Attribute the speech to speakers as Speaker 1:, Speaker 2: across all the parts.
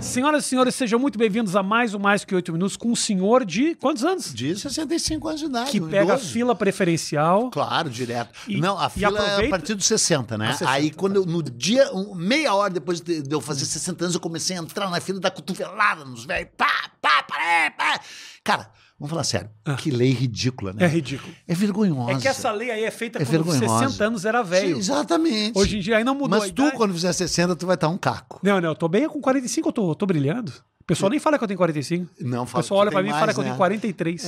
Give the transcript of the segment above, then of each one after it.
Speaker 1: Senhoras e senhores, sejam muito bem-vindos a mais um Mais Que Oito Minutos com um senhor de quantos anos?
Speaker 2: De 65 anos de idade.
Speaker 1: Que
Speaker 2: um
Speaker 1: pega a
Speaker 2: idoso.
Speaker 1: fila preferencial.
Speaker 2: Claro, direto.
Speaker 1: E-
Speaker 2: não, a
Speaker 1: e
Speaker 2: fila é
Speaker 1: aproveita-
Speaker 2: a partir dos 60, né?
Speaker 1: Ah, 60,
Speaker 2: Aí, quando eu, no dia, um- meia hora depois de de eu fazer 60 anos, eu comecei a entrar na fila da cotovelada nos velhos. Pá, pá, paré, pá. Cara, vamos falar sério. Que lei ridícula,
Speaker 1: Ah. É
Speaker 2: né?
Speaker 1: ridículo.
Speaker 2: É, vergonhosa.
Speaker 1: É que essa lei aí é feita
Speaker 2: É
Speaker 1: quando
Speaker 2: vergonhosa.
Speaker 1: 60 anos era
Speaker 2: Sim,
Speaker 1: velho.
Speaker 2: Exatamente.
Speaker 1: Hoje em dia aí não mudou a
Speaker 2: Mas tu,
Speaker 1: idade.
Speaker 2: quando fizer 60, tu vai estar um caco.
Speaker 1: Não, não, eu tô bem com 45, eu tô, eu tô brilhando. O pessoal nem fala que eu tenho 45.
Speaker 2: Não,
Speaker 1: O
Speaker 2: fala
Speaker 1: pessoal
Speaker 2: que
Speaker 1: olha
Speaker 2: tem
Speaker 1: pra mim e
Speaker 2: mais,
Speaker 1: fala que eu
Speaker 2: né?
Speaker 1: tenho 43.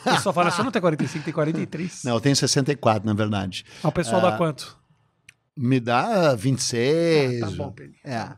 Speaker 1: O pessoal fala, você não tem 45, tem 43.
Speaker 2: Não, Ah. eu tenho 64, na verdade.
Speaker 1: Mas Ah, o pessoal dá quanto?
Speaker 2: Me dá 26.
Speaker 1: Tá bom, Peninha.
Speaker 2: É.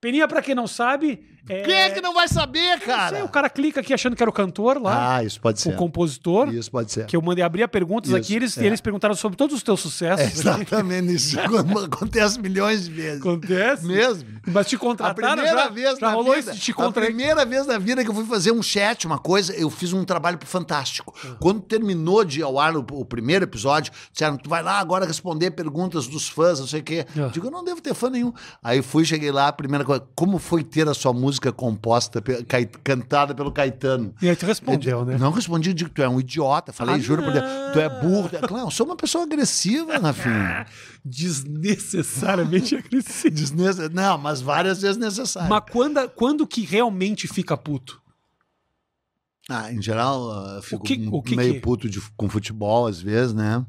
Speaker 1: Peninha, pra quem não sabe, é...
Speaker 2: Quem é que não vai saber,
Speaker 1: não sei,
Speaker 2: cara?
Speaker 1: o cara clica aqui achando que era o cantor lá,
Speaker 2: Ah, isso pode
Speaker 1: o
Speaker 2: ser.
Speaker 1: compositor,
Speaker 2: Isso pode ser.
Speaker 1: que eu mandei abrir a perguntas
Speaker 2: Tá. Isso,
Speaker 1: aqui, eles,
Speaker 2: é.
Speaker 1: eles perguntaram sobre todos os teus sucessos.
Speaker 2: Exatamente, isso acon- acontece milhões de vezes.
Speaker 1: Acontece.
Speaker 2: Mesmo.
Speaker 1: Mas te
Speaker 2: A
Speaker 1: contrataram
Speaker 2: primeira
Speaker 1: já,
Speaker 2: vez
Speaker 1: já
Speaker 2: na
Speaker 1: rolou
Speaker 2: vida,
Speaker 1: isso de te
Speaker 2: a
Speaker 1: contratar.
Speaker 2: primeira vez na vida que eu fui fazer um chat, uma coisa, eu fiz um trabalho pro fantástico. Quando terminou de ir ao ar o, o primeiro episódio, disseram, tu vai lá agora responder perguntas dos fãs, não sei o quê.
Speaker 1: Ah.
Speaker 2: Digo, eu não devo ter fã nenhum. Aí fui, cheguei lá, a primeira coisa, como foi ter a sua música composta, pe- cai- cantada pelo Caetano?
Speaker 1: E aí tu respondeu, né?
Speaker 2: Não respondi, digo, tu é um idiota. Falei,
Speaker 1: Ah,
Speaker 2: juro por Deus,
Speaker 1: não.
Speaker 2: tu é burro. Claro, eu sou uma pessoa agressiva, né, Rafinha.
Speaker 1: Desnecessariamente agressivo.
Speaker 2: Desnece- Não, mas várias vezes necessário.
Speaker 1: Mas quando, quando que realmente fica puto?
Speaker 2: Ah, em geral, eu fico
Speaker 1: que-
Speaker 2: um-
Speaker 1: o que
Speaker 2: meio
Speaker 1: que- Uhum.
Speaker 2: puto de- com futebol, às vezes, né?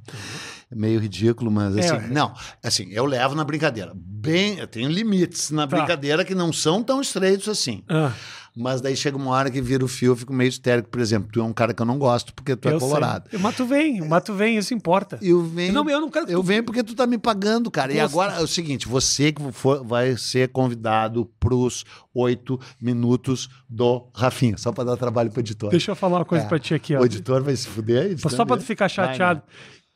Speaker 2: É meio ridículo, mas assim,
Speaker 1: é.
Speaker 2: não, assim, eu levo na brincadeira. Bem, eu tenho limites na
Speaker 1: Tá.
Speaker 2: brincadeira que não são tão estreitos assim.
Speaker 1: Ah,
Speaker 2: Mas daí chega uma hora que vira o fio, eu fico meio histérico. Por exemplo, tu é um cara que eu não gosto porque tu é
Speaker 1: eu
Speaker 2: colorado.
Speaker 1: sei. Mas tu vem, mas tu vem, isso importa.
Speaker 2: Eu venho.
Speaker 1: Não, eu não quero que
Speaker 2: Eu
Speaker 1: tu-
Speaker 2: venho porque tu tá me pagando, cara. E
Speaker 1: Nossa.
Speaker 2: agora é o seguinte: você que for- vai ser convidado pros oito minutos do Rafinha. Só pra dar trabalho pro editor.
Speaker 1: Deixa eu falar uma coisa
Speaker 2: É.
Speaker 1: pra ti aqui, ó.
Speaker 2: O editor vai se fuder. editor
Speaker 1: Só pra tu
Speaker 2: dele.
Speaker 1: ficar
Speaker 2: Vai, né?
Speaker 1: chateado.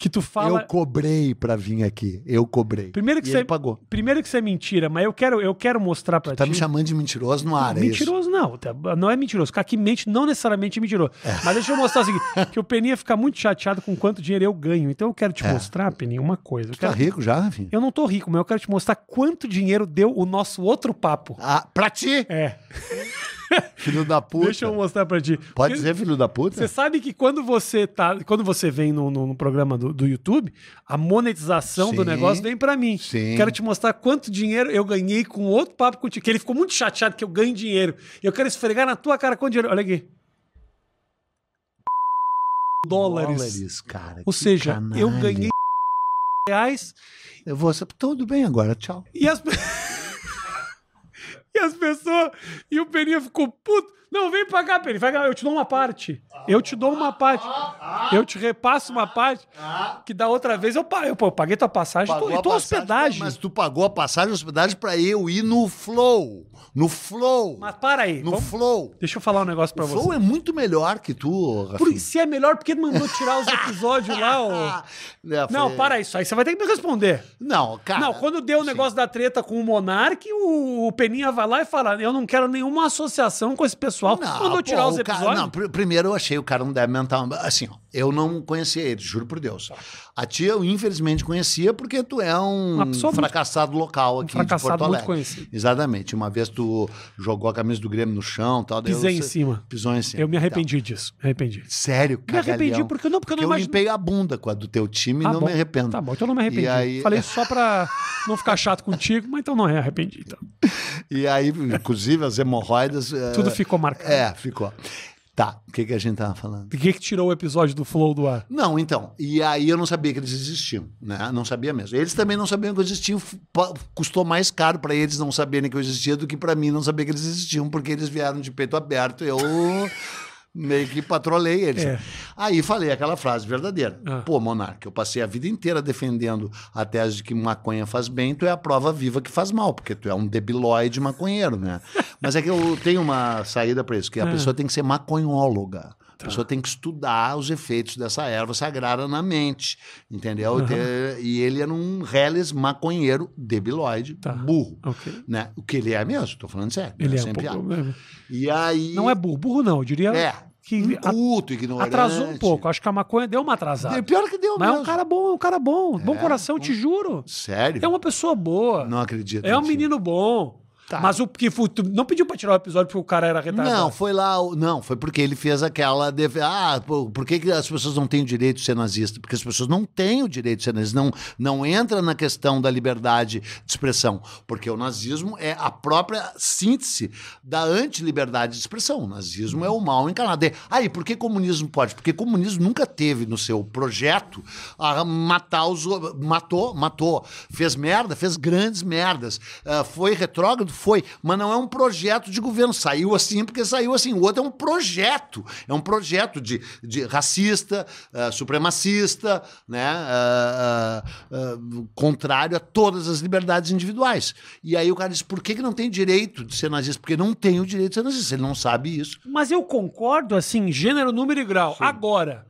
Speaker 1: Que tu fala.
Speaker 2: Eu cobrei pra vir aqui. Eu cobrei.
Speaker 1: Primeiro que
Speaker 2: E
Speaker 1: você-
Speaker 2: ele pagou.
Speaker 1: Primeiro que isso é mentira, mas eu quero, eu quero mostrar pra
Speaker 2: Tá
Speaker 1: ti.
Speaker 2: me chamando de mentiroso no ar, é isso?
Speaker 1: Mentiroso não, tá- não é mentiroso. O cara que mente não necessariamente é mentiroso. Mas deixa eu mostrar o seguinte, que o Peninha fica muito chateado com quanto dinheiro eu ganho. Então eu quero te mostrar, Peninha, uma coisa. Eu,
Speaker 2: É. Tá
Speaker 1: quero-
Speaker 2: rico já, Rafinha?
Speaker 1: eu não tô rico, mas eu quero te mostrar quanto dinheiro deu o nosso outro papo.
Speaker 2: Ah, pra ti,
Speaker 1: É,
Speaker 2: filho da puta.
Speaker 1: deixa eu mostrar pra ti.
Speaker 2: Pode
Speaker 1: Porque
Speaker 2: dizer filho da
Speaker 1: Você é
Speaker 2: puta?
Speaker 1: sabe que quando você tá, quando você vem no, no- no programa do, do YouTube, a monetização do
Speaker 2: Sim.
Speaker 1: negócio vem pra mim.
Speaker 2: Sim.
Speaker 1: Quero te mostrar quanto dinheiro eu ganhei com outro papo contigo. Que ele ficou muito chateado que eu ganho dinheiro. E eu quero esfregar na tua cara quanto dinheiro. Olha aqui. Dólares.
Speaker 2: cara.
Speaker 1: Ou
Speaker 2: que
Speaker 1: seja, eu
Speaker 2: canalha.
Speaker 1: ganhei reais
Speaker 2: Eu vou... Tudo bem agora, tchau.
Speaker 1: e as pe- E as pessoas. E o Peninha ficou puto. Não, vem pagar, Peninha. Vai, eu te dou uma parte. Eu te dou uma parte. Eu te repasso uma parte. Que da outra vez eu, pa- eu, pô, eu paguei tua passagem
Speaker 2: Pagou
Speaker 1: tô-
Speaker 2: a
Speaker 1: e tua
Speaker 2: passagem,
Speaker 1: Então, hospedagem.
Speaker 2: Mas
Speaker 1: Mas,
Speaker 2: tu pagou a passagem e hospedagem pra eu ir no Flow. No Flow.
Speaker 1: para aí.
Speaker 2: no
Speaker 1: vamos-
Speaker 2: Flow.
Speaker 1: Deixa eu falar um negócio pra
Speaker 2: O
Speaker 1: você.
Speaker 2: Flow é muito melhor que tu, Rafinha.
Speaker 1: Por- se é melhor, porque mandou tirar os episódios lá, ô.
Speaker 2: Ah, né,
Speaker 1: Não,
Speaker 2: foi-
Speaker 1: para isso. Aí você vai ter que me responder.
Speaker 2: Não, cara.
Speaker 1: não, quando deu o negócio da treta com o Monark, o, o Peninha vai lá e fala: Eu não quero nenhuma associação com esse pessoal. mandou
Speaker 2: pô,
Speaker 1: tirar os
Speaker 2: o cara-
Speaker 1: episódios.
Speaker 2: não, pr- primeiro eu achei o cara um débil mental. Assim, ó, eu não conhecia ele, juro por
Speaker 1: Tá.
Speaker 2: Deus. A tia eu infelizmente conhecia porque tu é
Speaker 1: Uma
Speaker 2: um
Speaker 1: pessoa muito- um
Speaker 2: fracassado local aqui
Speaker 1: fracassado
Speaker 2: de Porto
Speaker 1: muito
Speaker 2: Alegre.
Speaker 1: conhecido.
Speaker 2: Exatamente. Uma vez tu jogou a camisa do Grêmio no chão, tal. daí eu
Speaker 1: Pisei em
Speaker 2: sei-
Speaker 1: cima.
Speaker 2: Pisou em cima.
Speaker 1: Eu me
Speaker 2: Tá.
Speaker 1: arrependi disso. Me arrependi.
Speaker 2: Sério,
Speaker 1: Me
Speaker 2: cara.
Speaker 1: arrependi porque eu não- porque eu não imagino-
Speaker 2: limpei a bunda com a do teu time e
Speaker 1: Ah,
Speaker 2: não
Speaker 1: bom.
Speaker 2: me arrependo.
Speaker 1: Tá bom, então eu não me arrependi.
Speaker 2: E aí-
Speaker 1: Falei só pra não ficar chato contigo, mas então não é arrependi. Então.
Speaker 2: E aí, inclusive, as hemorroidas. eh,
Speaker 1: Tudo ficou marcado.
Speaker 2: É, ficou. Tá, o que, que a gente tava falando?
Speaker 1: Por que, que tirou o episódio do Flow do ar?
Speaker 2: Não, então. E aí eu não sabia que eles existiam, né? Não sabia mesmo. Eles também não sabiam que eu existiam. f- pa- Custou mais caro pra eles não saberem que eu existia do que pra mim não saber que eles existiam, porque eles vieram de peito aberto. Eu meio que patrolei eles.
Speaker 1: É.
Speaker 2: Aí falei aquela frase verdadeira.
Speaker 1: Ah.
Speaker 2: Pô, Monarca, eu passei a vida inteira defendendo a tese de que maconha faz bem, tu é a prova viva que faz mal, porque tu é um debilóide maconheiro, né? Mas é que eu tenho uma saída pra isso, que a
Speaker 1: Ah.
Speaker 2: pessoa tem que ser maconhóloga.
Speaker 1: Tá.
Speaker 2: A pessoa tem que estudar os efeitos dessa erva sagrada na mente, entendeu? Ter- E ele era um reles maconheiro debilóide,
Speaker 1: Tá.
Speaker 2: burro.
Speaker 1: Ok.
Speaker 2: Né? O que ele é mesmo, tô falando sério.
Speaker 1: Ele
Speaker 2: né?
Speaker 1: é um
Speaker 2: Sem piada.
Speaker 1: pouco.
Speaker 2: E aí...
Speaker 1: Não é burro, burro não, eu diria
Speaker 2: É,
Speaker 1: que a-
Speaker 2: inculto, ignorante.
Speaker 1: atrasou um pouco. Acho que a maconha deu uma
Speaker 2: É
Speaker 1: atrasada.
Speaker 2: pior que deu
Speaker 1: Mas é um
Speaker 2: mesmo.
Speaker 1: cara bom, é um cara bom. bom coração, te juro.
Speaker 2: Sério?
Speaker 1: É uma pessoa boa.
Speaker 2: Não acredito.
Speaker 1: é um
Speaker 2: em ti.
Speaker 1: menino bom.
Speaker 2: Tá.
Speaker 1: Mas o que foi, tu não pediu pra tirar o episódio porque o cara era retardado.
Speaker 2: Não, foi lá. o- Não, foi porque ele fez aquela. def- Ah, por, por que, que as pessoas não têm o direito de ser nazista? Porque as pessoas não têm o direito de ser nazista. Não, não entra na questão da liberdade de expressão. Porque o nazismo é a própria síntese da antiliberdade de expressão. O nazismo é o mal encarnado. É, Ah, e por que comunismo pode? Porque comunismo nunca teve no seu projeto a matar os. o- Matou, matou. Fez merda, fez grandes merdas. Ah, foi retrógrado? Foi. Mas não é um projeto de governo. Saiu assim porque saiu assim. O outro é um projeto. É um projeto de, de racista, ah, supremacista, né? ah, ah, ah, contrário a todas as liberdades individuais. E aí o cara diz: por que, que não tem direito de ser nazista? Porque não tem o direito de ser nazista. Ele não sabe isso.
Speaker 1: Mas eu concordo, assim, gênero, número e grau. Agora,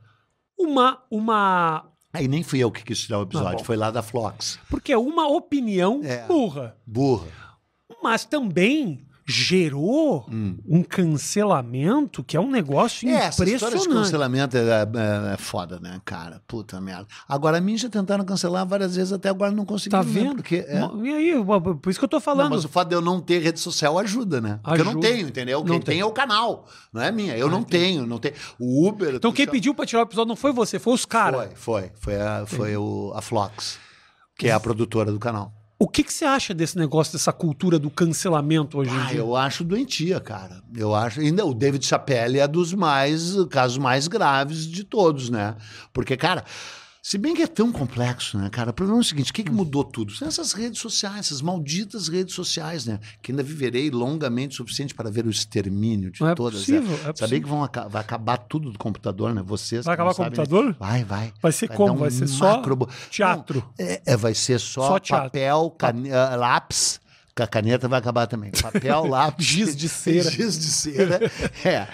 Speaker 1: uma, uma.
Speaker 2: Aí nem fui eu que quis tirar o episódio,
Speaker 1: bom.
Speaker 2: foi lá da Flox.
Speaker 1: Porque é uma opinião
Speaker 2: É.
Speaker 1: burra.
Speaker 2: Burra.
Speaker 1: Mas também gerou um cancelamento que é um negócio
Speaker 2: Hum. É, essa história de
Speaker 1: impressionante.
Speaker 2: cancelamento é, é- é foda, né, cara? Puta merda. Agora, a mim já tentaram cancelar várias vezes, até agora não conseguiram.
Speaker 1: Tá
Speaker 2: né?
Speaker 1: vendo?
Speaker 2: Porque, é.
Speaker 1: Mo- E aí, bo- por isso que eu tô
Speaker 2: Não,
Speaker 1: falando.
Speaker 2: mas o fato de eu não ter rede social ajuda, né? Porque eu não
Speaker 1: Ajuda.
Speaker 2: tenho, entendeu? Quem
Speaker 1: Não
Speaker 2: tem.
Speaker 1: tem. Ah,
Speaker 2: é o canal, não é minha. Eu não tenho, não tenho. O Uber.
Speaker 1: Então
Speaker 2: tu
Speaker 1: quem é
Speaker 2: chama-
Speaker 1: pediu pra tirar o episódio não foi você, foi os caras.
Speaker 2: Foi, foi. Foi a, foi o, a Flox, que é a produtora do canal.
Speaker 1: O que, que você acha desse negócio, dessa cultura do cancelamento hoje em
Speaker 2: Ah,
Speaker 1: dia?
Speaker 2: eu acho doentia, cara. Eu acho. Ainda o David Chapelle é dos mais casos mais graves de todos, né? Porque, cara. Se bem que é tão complexo, né, cara? O problema é o seguinte: o que, que mudou tudo? São essas redes sociais, essas malditas redes sociais, né? Que ainda viverei longamente o suficiente para ver o extermínio de
Speaker 1: Não é
Speaker 2: todas.
Speaker 1: possível, é
Speaker 2: né?
Speaker 1: possível.
Speaker 2: Sabia que vão aca- vai acabar tudo do computador, né? Vocês.
Speaker 1: Vai
Speaker 2: que não
Speaker 1: acabar com o
Speaker 2: sabem, né?
Speaker 1: computador?
Speaker 2: Vai, vai.
Speaker 1: Vai ser
Speaker 2: Vai
Speaker 1: como?
Speaker 2: dar um
Speaker 1: Vai ser só
Speaker 2: macro-
Speaker 1: teatro.
Speaker 2: é, é, vai ser só,
Speaker 1: Só teatro.
Speaker 2: papel, cane- ah, lápis. que A caneta vai acabar também. Papel, lápis.
Speaker 1: Giz de cera.
Speaker 2: Giz de cera. É.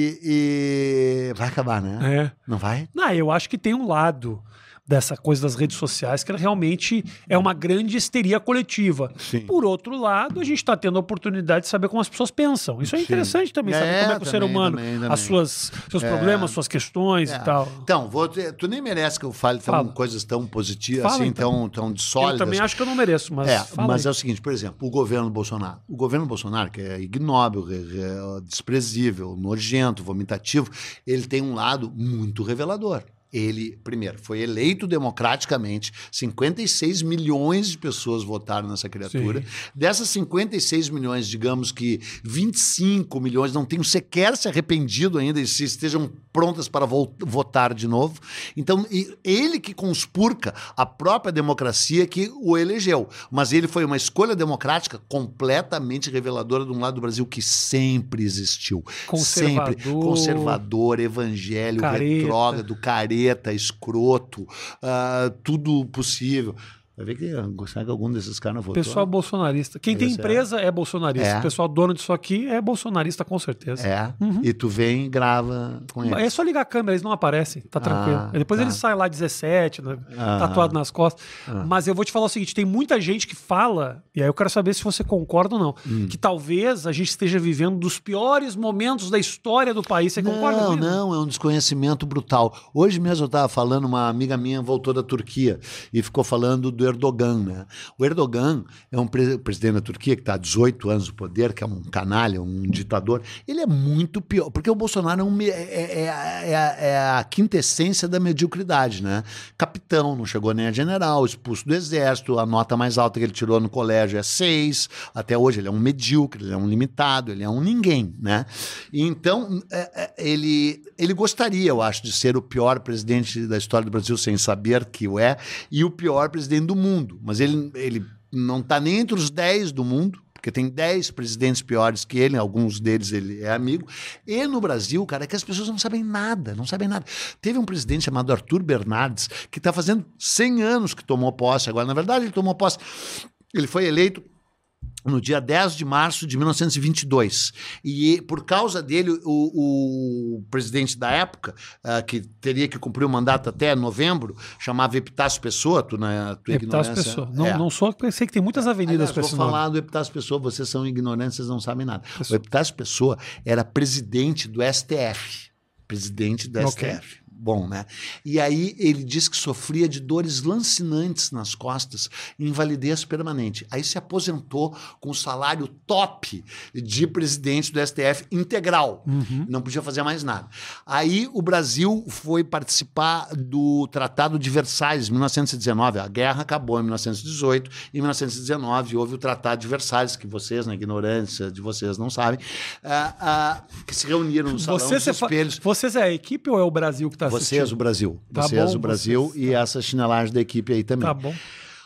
Speaker 2: E, e vai acabar, né?
Speaker 1: É.
Speaker 2: Não vai?
Speaker 1: Não, eu acho que tem um lado dessa coisa das redes sociais que ela realmente é uma grande histeria coletiva.
Speaker 2: Sim.
Speaker 1: Por outro lado, a gente está tendo a oportunidade de saber como as pessoas pensam. Isso é
Speaker 2: Sim.
Speaker 1: interessante também, saber
Speaker 2: É,
Speaker 1: como é que o ser
Speaker 2: também,
Speaker 1: humano,
Speaker 2: também, também.
Speaker 1: as suas seus problemas, suas questões
Speaker 2: É.
Speaker 1: e tal.
Speaker 2: Então, vou te- tu nem merece que eu fale tão-
Speaker 1: Fala.
Speaker 2: coisas tão positivas,
Speaker 1: Fala,
Speaker 2: assim,
Speaker 1: então.
Speaker 2: tão, tão de sólidas.
Speaker 1: Eu também acho que eu não mereço, mas
Speaker 2: É,
Speaker 1: fala
Speaker 2: mas
Speaker 1: aí.
Speaker 2: é o seguinte, por exemplo, o governo Bolsonaro. O governo Bolsonaro, que é ignóbil, que é desprezível, nojento, vomitativo, ele tem um lado muito revelador. Ele, primeiro, foi eleito democraticamente, 56 milhões de pessoas votaram nessa criatura.
Speaker 1: Sim.
Speaker 2: né? Dessas 56 milhões, digamos que 25 milhões não tenham sequer se arrependido ainda e se estejam prontas para vol- votar de novo. Então, e- ele que conspurca a própria democracia que o elegeu. Mas ele foi uma escolha democrática completamente reveladora de um lado do Brasil que sempre existiu.
Speaker 1: Conservador.
Speaker 2: Sempre. Conservador, evangelho,
Speaker 1: Careta.
Speaker 2: retrógrado, careta, escroto, ah, tudo possível. Vai ver que, ah, será que algum desses caras votou?
Speaker 1: Pessoal bolsonarista. Quem tem
Speaker 2: Esse é-
Speaker 1: empresa é bolsonarista.
Speaker 2: É.
Speaker 1: O pessoal dono disso aqui é bolsonarista, com certeza.
Speaker 2: É. E tu vem e grava com ele.
Speaker 1: É. só ligar a câmera, eles não aparecem, tá tranquilo.
Speaker 2: Ah,
Speaker 1: E Depois
Speaker 2: tá.
Speaker 1: ele sai lá 17, né,
Speaker 2: Ah.
Speaker 1: tatuado nas costas. Mas eu vou te falar o seguinte: tem muita gente que fala, e aí eu quero saber se você concorda ou não,
Speaker 2: Hum.
Speaker 1: que talvez a gente esteja vivendo dos piores momentos da história do país. Você concorda com
Speaker 2: Não,
Speaker 1: isso?
Speaker 2: não, é um desconhecimento brutal. Hoje mesmo eu estava falando, uma amiga minha voltou da Turquia e ficou falando do Erdogan, né? O Erdogan é um pre- presidente da Turquia que está há 18 anos no poder, que é um canalha, um ditador. Ele é muito pior, porque o Bolsonaro é, um me- é- é- é- é a quintessência da mediocridade, né? Capitão, não chegou nem a general, expulso do exército, a nota mais alta que ele tirou no colégio é 6, até hoje ele é um medíocre, ele é um limitado, ele é um ninguém, né? E Então, é, é, ele, ele gostaria, eu acho, de ser o pior presidente da história do Brasil, sem saber que o é, e o pior presidente do mundo. Mas ele, ele não está nem entre os 10 do mundo, porque tem 10 presidentes piores que ele, alguns deles ele é amigo. E no Brasil, cara, é que as pessoas não sabem nada, não sabem nada. Teve um presidente chamado Arthur Bernardes, que está fazendo 100 anos que tomou posse agora. Na verdade, ele tomou posse. Ele foi eleito no dia 10 de março de 1922. E por causa dele, o, o presidente da época, ah, que teria que cumprir o mandato até novembro, chamava Epitácio Pessoa, tu na tua
Speaker 1: Epitácio
Speaker 2: ignorância.
Speaker 1: Pessoa. tá Não,
Speaker 2: É.
Speaker 1: não sou, eu sei que tem muitas avenidas
Speaker 2: Aliás,
Speaker 1: com
Speaker 2: vou
Speaker 1: esse nome.
Speaker 2: falar do Epitácio Pessoa, vocês são ignorantes, vocês não sabem nada. O
Speaker 1: Pessoa.
Speaker 2: Epitácio Pessoa era presidente do STF. Presidente do
Speaker 1: Ok.
Speaker 2: STF. bom, né? E aí ele diz que sofria de dores lancinantes nas costas, invalidez permanente. Aí se aposentou com um salário top de presidente do STF integral. Não podia fazer mais nada. Aí o Brasil foi participar do Tratado de Versalhes, 1919. A guerra acabou em 1918. Em 1919 houve o Tratado de Versalhes, que vocês, na ignorância de vocês, não sabem, ah, ah, que se reuniram no Salão
Speaker 1: Vocês,
Speaker 2: dos
Speaker 1: é fa-
Speaker 2: Espelhos.
Speaker 1: vocês é a equipe ou é o Brasil que está assistindo?
Speaker 2: Vocês, o Brasil.
Speaker 1: Tá
Speaker 2: vocês,
Speaker 1: bom,
Speaker 2: o Brasil
Speaker 1: vocês.
Speaker 2: e essa chinelagem da equipe aí também.
Speaker 1: Tá bom.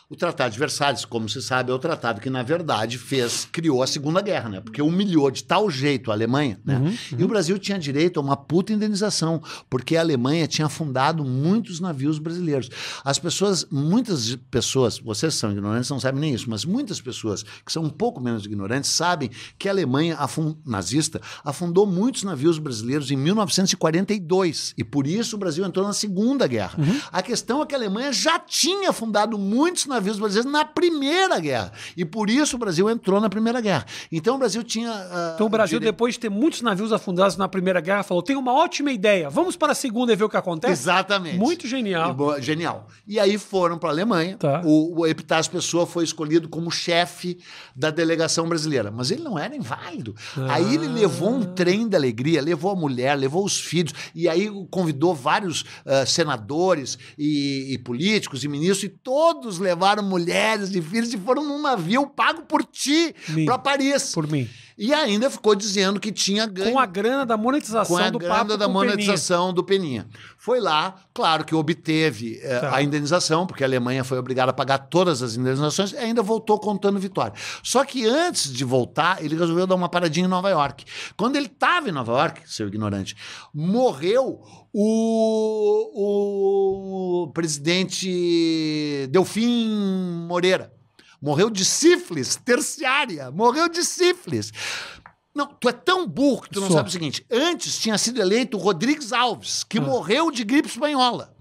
Speaker 2: O Tratado de Versalhes, como se sabe, é o tratado que, na verdade, fez, criou a Segunda Guerra, né? Porque humilhou de tal jeito a Alemanha, né?
Speaker 1: Uhum,
Speaker 2: E o Brasil tinha direito a uma puta indenização, porque a Alemanha tinha afundado muitos navios brasileiros. As pessoas, muitas pessoas, vocês são ignorantes, não sabem nem isso, mas muitas pessoas que são um pouco menos ignorantes sabem que a Alemanha afun- nazista afundou muitos navios brasileiros em 1942. E por isso o Brasil entrou na Segunda Guerra.
Speaker 1: Uhum.
Speaker 2: A questão é que a Alemanha já tinha afundado muitos navios brasileiros na Primeira Guerra. E por isso o Brasil entrou na Primeira Guerra. Então o Brasil tinha. ah,
Speaker 1: Então o Brasil,
Speaker 2: direito-
Speaker 1: depois de ter muitos navios afundados na Primeira Guerra, falou: tem uma ótima ideia, vamos para a segunda e ver o que acontece.
Speaker 2: Exatamente.
Speaker 1: Muito genial.
Speaker 2: E bo- Genial. E aí foram para a Alemanha.
Speaker 1: Tá.
Speaker 2: O, o Epitácio Pessoa foi escolhido como chefe da delegação brasileira. Mas ele não era inválido. Aí
Speaker 1: Ah.
Speaker 2: ele levou um trem da alegria, levou a mulher, levou os filhos. E aí convidou vários ah, senadores e, e políticos e ministros. E todos levaram mulheres e filhos e foram num navio pago por ti
Speaker 1: Lindo.
Speaker 2: para Paris.
Speaker 1: Por mim.
Speaker 2: E ainda ficou dizendo que tinha ganho
Speaker 1: Com a grana da monetização
Speaker 2: com é a
Speaker 1: do
Speaker 2: grana
Speaker 1: papo
Speaker 2: da
Speaker 1: com o Peninha.
Speaker 2: monetização do Peninha. Foi lá, claro que obteve eh,
Speaker 1: Tá.
Speaker 2: a indenização, porque a Alemanha foi obrigada a pagar todas as indenizações e ainda voltou contando vitória. Só que antes de voltar, ele resolveu dar uma paradinha em Nova York. Quando ele estava em Nova York, seu ignorante, morreu o, o presidente Delfim Moreira. Morreu de sífilis terciária. Morreu de sífilis. Não, tu é tão burro que tu não
Speaker 1: Sou.
Speaker 2: sabe o seguinte. Antes tinha sido eleito o Rodrigues Alves,
Speaker 1: Ah.
Speaker 2: que morreu de gripe espanhola.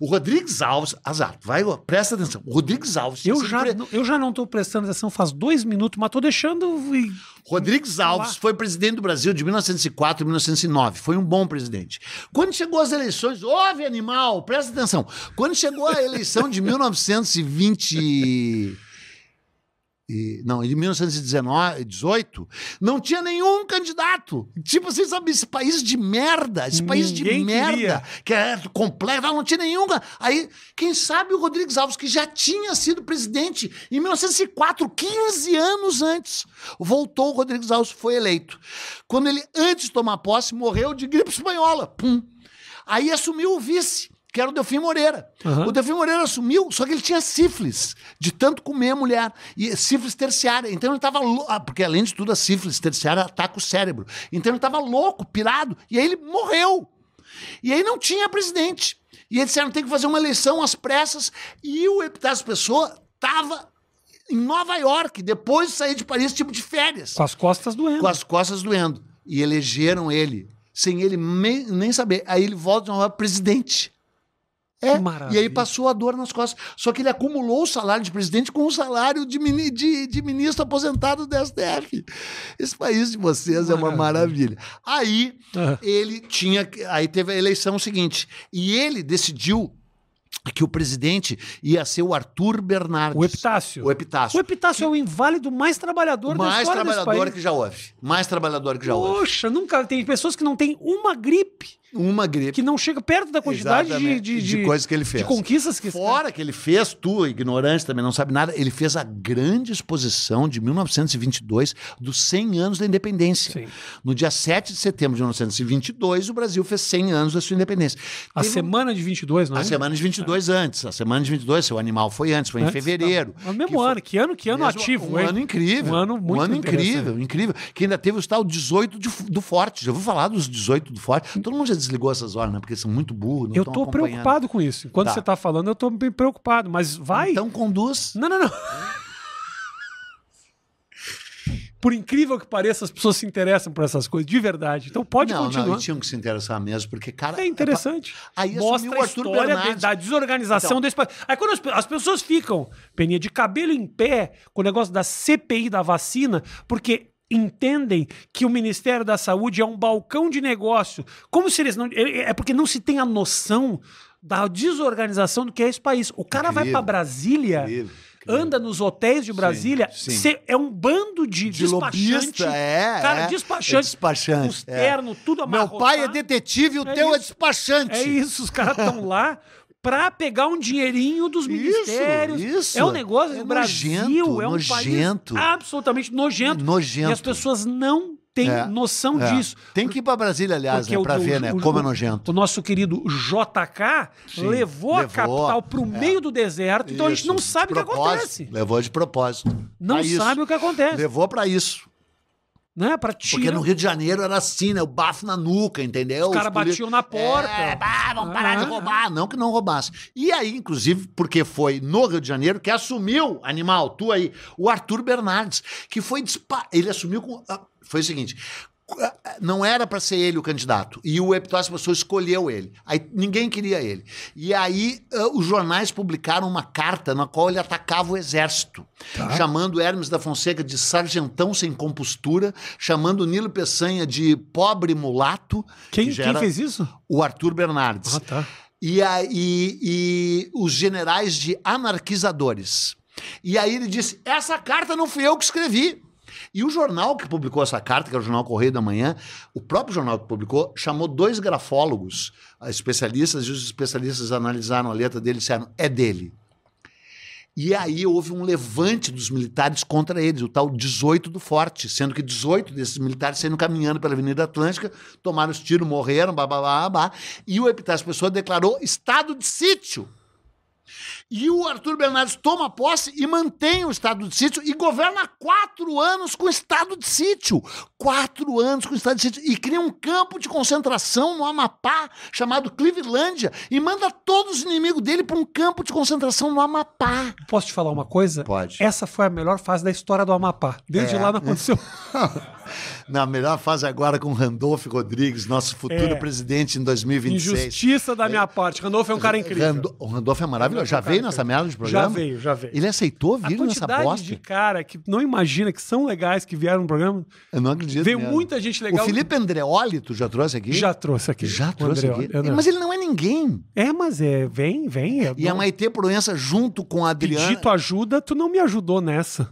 Speaker 2: O Rodrigues Alves, azar, vai, ó, presta atenção. O Rodrigues Alves. tinha
Speaker 1: Eu
Speaker 2: sido
Speaker 1: já,
Speaker 2: pre-
Speaker 1: eu já não estou prestando atenção faz dois minutos, mas estou deixando. e-
Speaker 2: Rodrigues Alves foi presidente do Brasil de 1904 a 1909. Foi um bom presidente. Quando chegou às eleições, houve animal, presta atenção. Quando chegou a eleição de 1920. e- e- não, de 1918, não tinha nenhum candidato. Tipo, vocês sabem, esse país de merda, esse país de
Speaker 1: Ninguém
Speaker 2: merda,
Speaker 1: queria.
Speaker 2: que é completo, não tinha nenhum. Aí, quem sabe o Rodrigues Alves, que já tinha sido presidente em 1904, 15 anos antes, voltou o Rodrigues Alves, foi eleito. Quando ele, antes de tomar posse, morreu de gripe espanhola. Pum. Aí assumiu o vice, que era o Delfim Moreira.
Speaker 1: Aham.
Speaker 2: O Delfim Moreira assumiu, só que ele tinha sífilis, de tanto comer mulher, e sífilis terciária. Então ele tava louco, porque além de tudo, a sífilis terciária ataca o cérebro. Então ele tava louco, pirado, e aí ele morreu. E aí não tinha presidente. E eles disseram, tem que fazer uma eleição às pressas. E o Epitácio Pessoa tava em Nova York, depois de sair de Paris, tipo de férias
Speaker 1: Com as costas doendo.
Speaker 2: com as costas doendo. E elegeram ele, sem ele me- nem saber. Aí ele volta de novo presidente. É,
Speaker 1: Que maravilha.
Speaker 2: e aí passou a dor nas costas. Só que ele acumulou o salário de presidente com o salário de, mini- de- de ministro aposentado do STF. Esse país de vocês é uma maravilha. Aí
Speaker 1: Ah.
Speaker 2: ele tinha. que- Aí teve a eleição seguinte. E ele decidiu que o presidente ia ser o Arthur Bernardes.
Speaker 1: O Epitácio.
Speaker 2: O Epitácio.
Speaker 1: O Epitácio é o inválido mais trabalhador da
Speaker 2: mais
Speaker 1: história desse
Speaker 2: trabalhador
Speaker 1: país.
Speaker 2: que já houve. Mais trabalhador que já houve.
Speaker 1: Poxa, nunca tem pessoas que não têm uma gripe,
Speaker 2: Uma gripe.
Speaker 1: que não chega perto da quantidade de,
Speaker 2: Exatamente,
Speaker 1: de,
Speaker 2: de coisas que ele fez.
Speaker 1: de conquistas né? que esse cara-
Speaker 2: Fora que ele fez, tu, ignorante, também não sabe nada, ele fez a grande exposição de 1922 dos 100 anos da independência.
Speaker 1: Sim.
Speaker 2: No dia 7 de setembro de 1922, o Brasil fez 100 anos da sua independência.
Speaker 1: A
Speaker 2: Teve um-
Speaker 1: semana de 22, não é?
Speaker 2: a semana de 22 antes. A semana de 22, seu animal foi antes, foi
Speaker 1: Antes,
Speaker 2: em fevereiro.
Speaker 1: tá. Mas mesmo
Speaker 2: foi-
Speaker 1: ano, que ano, que ano
Speaker 2: Mesmo-
Speaker 1: ativo,
Speaker 2: Um
Speaker 1: hein?
Speaker 2: ano incrível.
Speaker 1: Um ano muito
Speaker 2: incrível, incrível. Que ainda teve o tal 18 de- do Forte. Já vou falar dos 18 do Forte. Todo mundo já desligou essas horas, né? Porque são muito burros. não
Speaker 1: Eu
Speaker 2: tão
Speaker 1: tô
Speaker 2: acompanhando.
Speaker 1: preocupado com isso. Enquanto
Speaker 2: Tá.
Speaker 1: você tá falando, eu tô bem preocupado, mas vai.
Speaker 2: Então conduz.
Speaker 1: Não, não, não. Por incrível que pareça, as pessoas se interessam por essas coisas, de verdade. Então pode
Speaker 2: não,
Speaker 1: continuar.
Speaker 2: não, eles tinham que se interessar mesmo, porque, cara.
Speaker 1: É interessante.
Speaker 2: Aí
Speaker 1: Mostra
Speaker 2: assumiu o
Speaker 1: a
Speaker 2: Arthur
Speaker 1: história de-
Speaker 2: Bernardes.
Speaker 1: da desorganização
Speaker 2: Então.
Speaker 1: desse país. Aí quando as, pe- as pessoas ficam, Peninha, de cabelo em pé com o negócio da CPI da vacina, porque entendem que o Ministério da Saúde é um balcão de negócio. Como se eles não. É porque não se tem a noção da desorganização do que é esse país. O cara vai
Speaker 2: Incrível.
Speaker 1: para Brasília.
Speaker 2: Incrível, incrível.
Speaker 1: Anda nos hotéis de Brasília,
Speaker 2: sim.
Speaker 1: cê- é um bando de,
Speaker 2: De
Speaker 1: despachante,
Speaker 2: lobista, é.
Speaker 1: cara,
Speaker 2: é,
Speaker 1: despachante,
Speaker 2: é despachante.
Speaker 1: os
Speaker 2: é.
Speaker 1: terno, tudo
Speaker 2: Meu
Speaker 1: amarrotado.
Speaker 2: pai é detetive e o
Speaker 1: É
Speaker 2: teu é
Speaker 1: isso.
Speaker 2: despachante.
Speaker 1: É isso, os caras estão lá pra pegar um dinheirinho dos ministérios.
Speaker 2: isso.
Speaker 1: É um negócio.
Speaker 2: É
Speaker 1: o Brasil
Speaker 2: nojento,
Speaker 1: é um
Speaker 2: nojento.
Speaker 1: país absolutamente nojento.
Speaker 2: Nojento.
Speaker 1: E as pessoas não têm
Speaker 2: É,
Speaker 1: noção
Speaker 2: É.
Speaker 1: disso.
Speaker 2: Tem que ir pra Brasília, aliás,
Speaker 1: Porque
Speaker 2: né,
Speaker 1: o-
Speaker 2: pra
Speaker 1: o-
Speaker 2: ver, né?
Speaker 1: o-
Speaker 2: como é
Speaker 1: o-
Speaker 2: nojento.
Speaker 1: O nosso querido JK
Speaker 2: Sim,
Speaker 1: levou, a
Speaker 2: levou, É.
Speaker 1: capital pro meio do deserto, então a gente
Speaker 2: Isso.
Speaker 1: não sabe o que
Speaker 2: Propósito.
Speaker 1: acontece.
Speaker 2: Levou de propósito.
Speaker 1: Não
Speaker 2: Pra isso.
Speaker 1: sabe o que acontece.
Speaker 2: Levou pra isso.
Speaker 1: Né? Pra
Speaker 2: Porque
Speaker 1: tirar.
Speaker 2: no Rio de Janeiro era assim, né? O bafo na nuca, entendeu?
Speaker 1: Os caras
Speaker 2: poli-
Speaker 1: batiam na porta.
Speaker 2: É, bah, vamos parar de
Speaker 1: Ah.
Speaker 2: roubar. Não que não roubasse. E aí, inclusive, porque foi no Rio de Janeiro que assumiu, animal, tu aí, o Arthur Bernardes, que foi dispa... Ele assumiu com... ah, Foi o seguinte... ah, Não era pra ser ele o candidato. E o Epitócio Pessoa escolheu ele. Aí ninguém queria ele. E aí ah, os jornais publicaram uma carta na qual ele atacava o exército,
Speaker 1: Tá.
Speaker 2: chamando Hermes da Fonseca de sargentão sem compostura, chamando Nilo Peçanha de pobre mulato.
Speaker 1: Quem,
Speaker 2: que já
Speaker 1: quem
Speaker 2: era-
Speaker 1: fez isso?
Speaker 2: o Arthur Bernardes.
Speaker 1: tá.
Speaker 2: E, aí, e os generais de anarquizadores. E aí ele disse: essa carta não fui eu que escrevi. E o jornal que publicou essa carta, que é o jornal Correio da Manhã, o próprio jornal que publicou, chamou dois grafólogos, ah, especialistas, e os especialistas analisaram a letra dele e disseram: é dele. E aí houve um levante dos militares contra eles, o tal 18 do Forte, sendo que 18 desses militares saíram caminhando pela Avenida Atlântica, tomaram os tiros, morreram, blá, blá, blá, blá, e o Epitácio Pessoa declarou estado de sítio. E o Arthur Bernardes toma posse e mantém o estado de sítio e governa quatro anos com estado de sítio. Quatro anos com estado de sítio. E cria um campo de concentração no Amapá chamado Clevelândia e manda todos os inimigos dele para um campo de concentração no Amapá.
Speaker 1: Posso te falar uma coisa?
Speaker 2: Pode.
Speaker 1: Essa foi a melhor fase da história do Amapá. Desde
Speaker 2: É.
Speaker 1: lá não aconteceu.
Speaker 2: Na melhor fase agora com Randolfo Rodrigues, nosso futuro
Speaker 1: É.
Speaker 2: presidente em 2026.
Speaker 1: Injustiça da minha parte. Randolfo é um cara incrível.
Speaker 2: Rando- O Randolfo é maravilhoso.
Speaker 1: Randolfo
Speaker 2: Já
Speaker 1: é um
Speaker 2: veio
Speaker 1: cara
Speaker 2: nessa merda de
Speaker 1: Já
Speaker 2: programa?
Speaker 1: veio, já veio.
Speaker 2: Ele aceitou
Speaker 1: A
Speaker 2: vir nessa
Speaker 1: quantidade
Speaker 2: bosta?
Speaker 1: de cara que não imagina que são legais que vieram no programa.
Speaker 2: Eu não acredito.
Speaker 1: Veio
Speaker 2: mesmo.
Speaker 1: muita gente legal.
Speaker 2: O Felipe Andreoli, tu já trouxe aqui?
Speaker 1: já trouxe aqui.
Speaker 2: Já
Speaker 1: O
Speaker 2: trouxe
Speaker 1: André,
Speaker 2: aqui.
Speaker 1: eu não-
Speaker 2: Mas ele não é ninguém.
Speaker 1: É, mas é, vem, vem. eu
Speaker 2: E
Speaker 1: não-
Speaker 2: a Maitê Proença, junto com a Adriana.
Speaker 1: Pedir tua ajuda, tu não me ajudou nessa.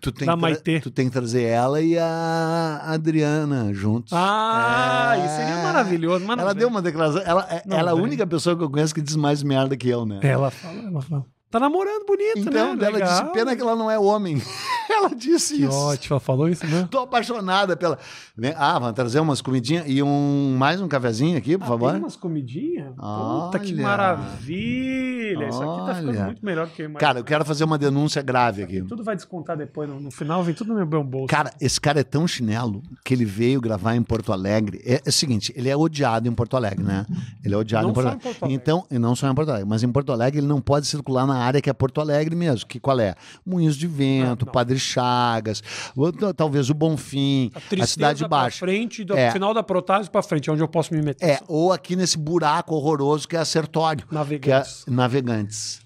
Speaker 2: tu, tem
Speaker 1: da
Speaker 2: que tra-
Speaker 1: Maitê.
Speaker 2: tu tem que trazer ela e a Adriana juntos.
Speaker 1: Ah,
Speaker 2: É.
Speaker 1: isso seria maravilhoso. Mas não
Speaker 2: ela
Speaker 1: vem.
Speaker 2: deu uma declaração. Ela, é-
Speaker 1: Não
Speaker 2: ela é a
Speaker 1: vem.
Speaker 2: única pessoa que eu conheço que diz mais merda que eu, né?
Speaker 1: Ela fala, ela fala. Tá namorando bonita,
Speaker 2: Então,
Speaker 1: né?
Speaker 2: ela
Speaker 1: Legal.
Speaker 2: disse: pena que ela não é homem. ela disse
Speaker 1: Que
Speaker 2: isso.
Speaker 1: ótimo, ela falou isso, né?
Speaker 2: Tô apaixonada pela. né? Ah, vamos trazer umas comidinhas e um mais um cafezinho aqui, por
Speaker 1: Ah,
Speaker 2: favor.
Speaker 1: Tem umas comidinhas? Puta que
Speaker 2: Olha.
Speaker 1: maravilha! Isso aqui tá ficando
Speaker 2: Olha.
Speaker 1: muito melhor do que eu imaginava.
Speaker 2: Cara, eu quero fazer uma denúncia grave aqui.
Speaker 1: Tudo vai descontar depois, no, no final vem tudo no meu bom bolso.
Speaker 2: Cara, esse cara é tão chinelo que ele veio gravar em Porto Alegre. É, é o seguinte, ele é odiado em Porto Alegre, né? Ele é odiado
Speaker 1: Não
Speaker 2: em Porto
Speaker 1: só em
Speaker 2: Alegre.
Speaker 1: Porto Alegre.
Speaker 2: Então, e não só em Porto Alegre, mas em Porto Alegre ele não pode circular na área que é Porto Alegre mesmo. Que qual é? Moinhos de Vento,
Speaker 1: Ah, Não, não.
Speaker 2: Padre Chagas, ou t- talvez o Bonfim, a, Cidade
Speaker 1: pra
Speaker 2: Baixa.
Speaker 1: frente, do
Speaker 2: É.
Speaker 1: final da Protásio pra frente, é onde eu posso me meter.
Speaker 2: É, ou aqui nesse buraco horroroso que é Acertório. que é
Speaker 1: Navegantes. Tá
Speaker 2: Navegantes.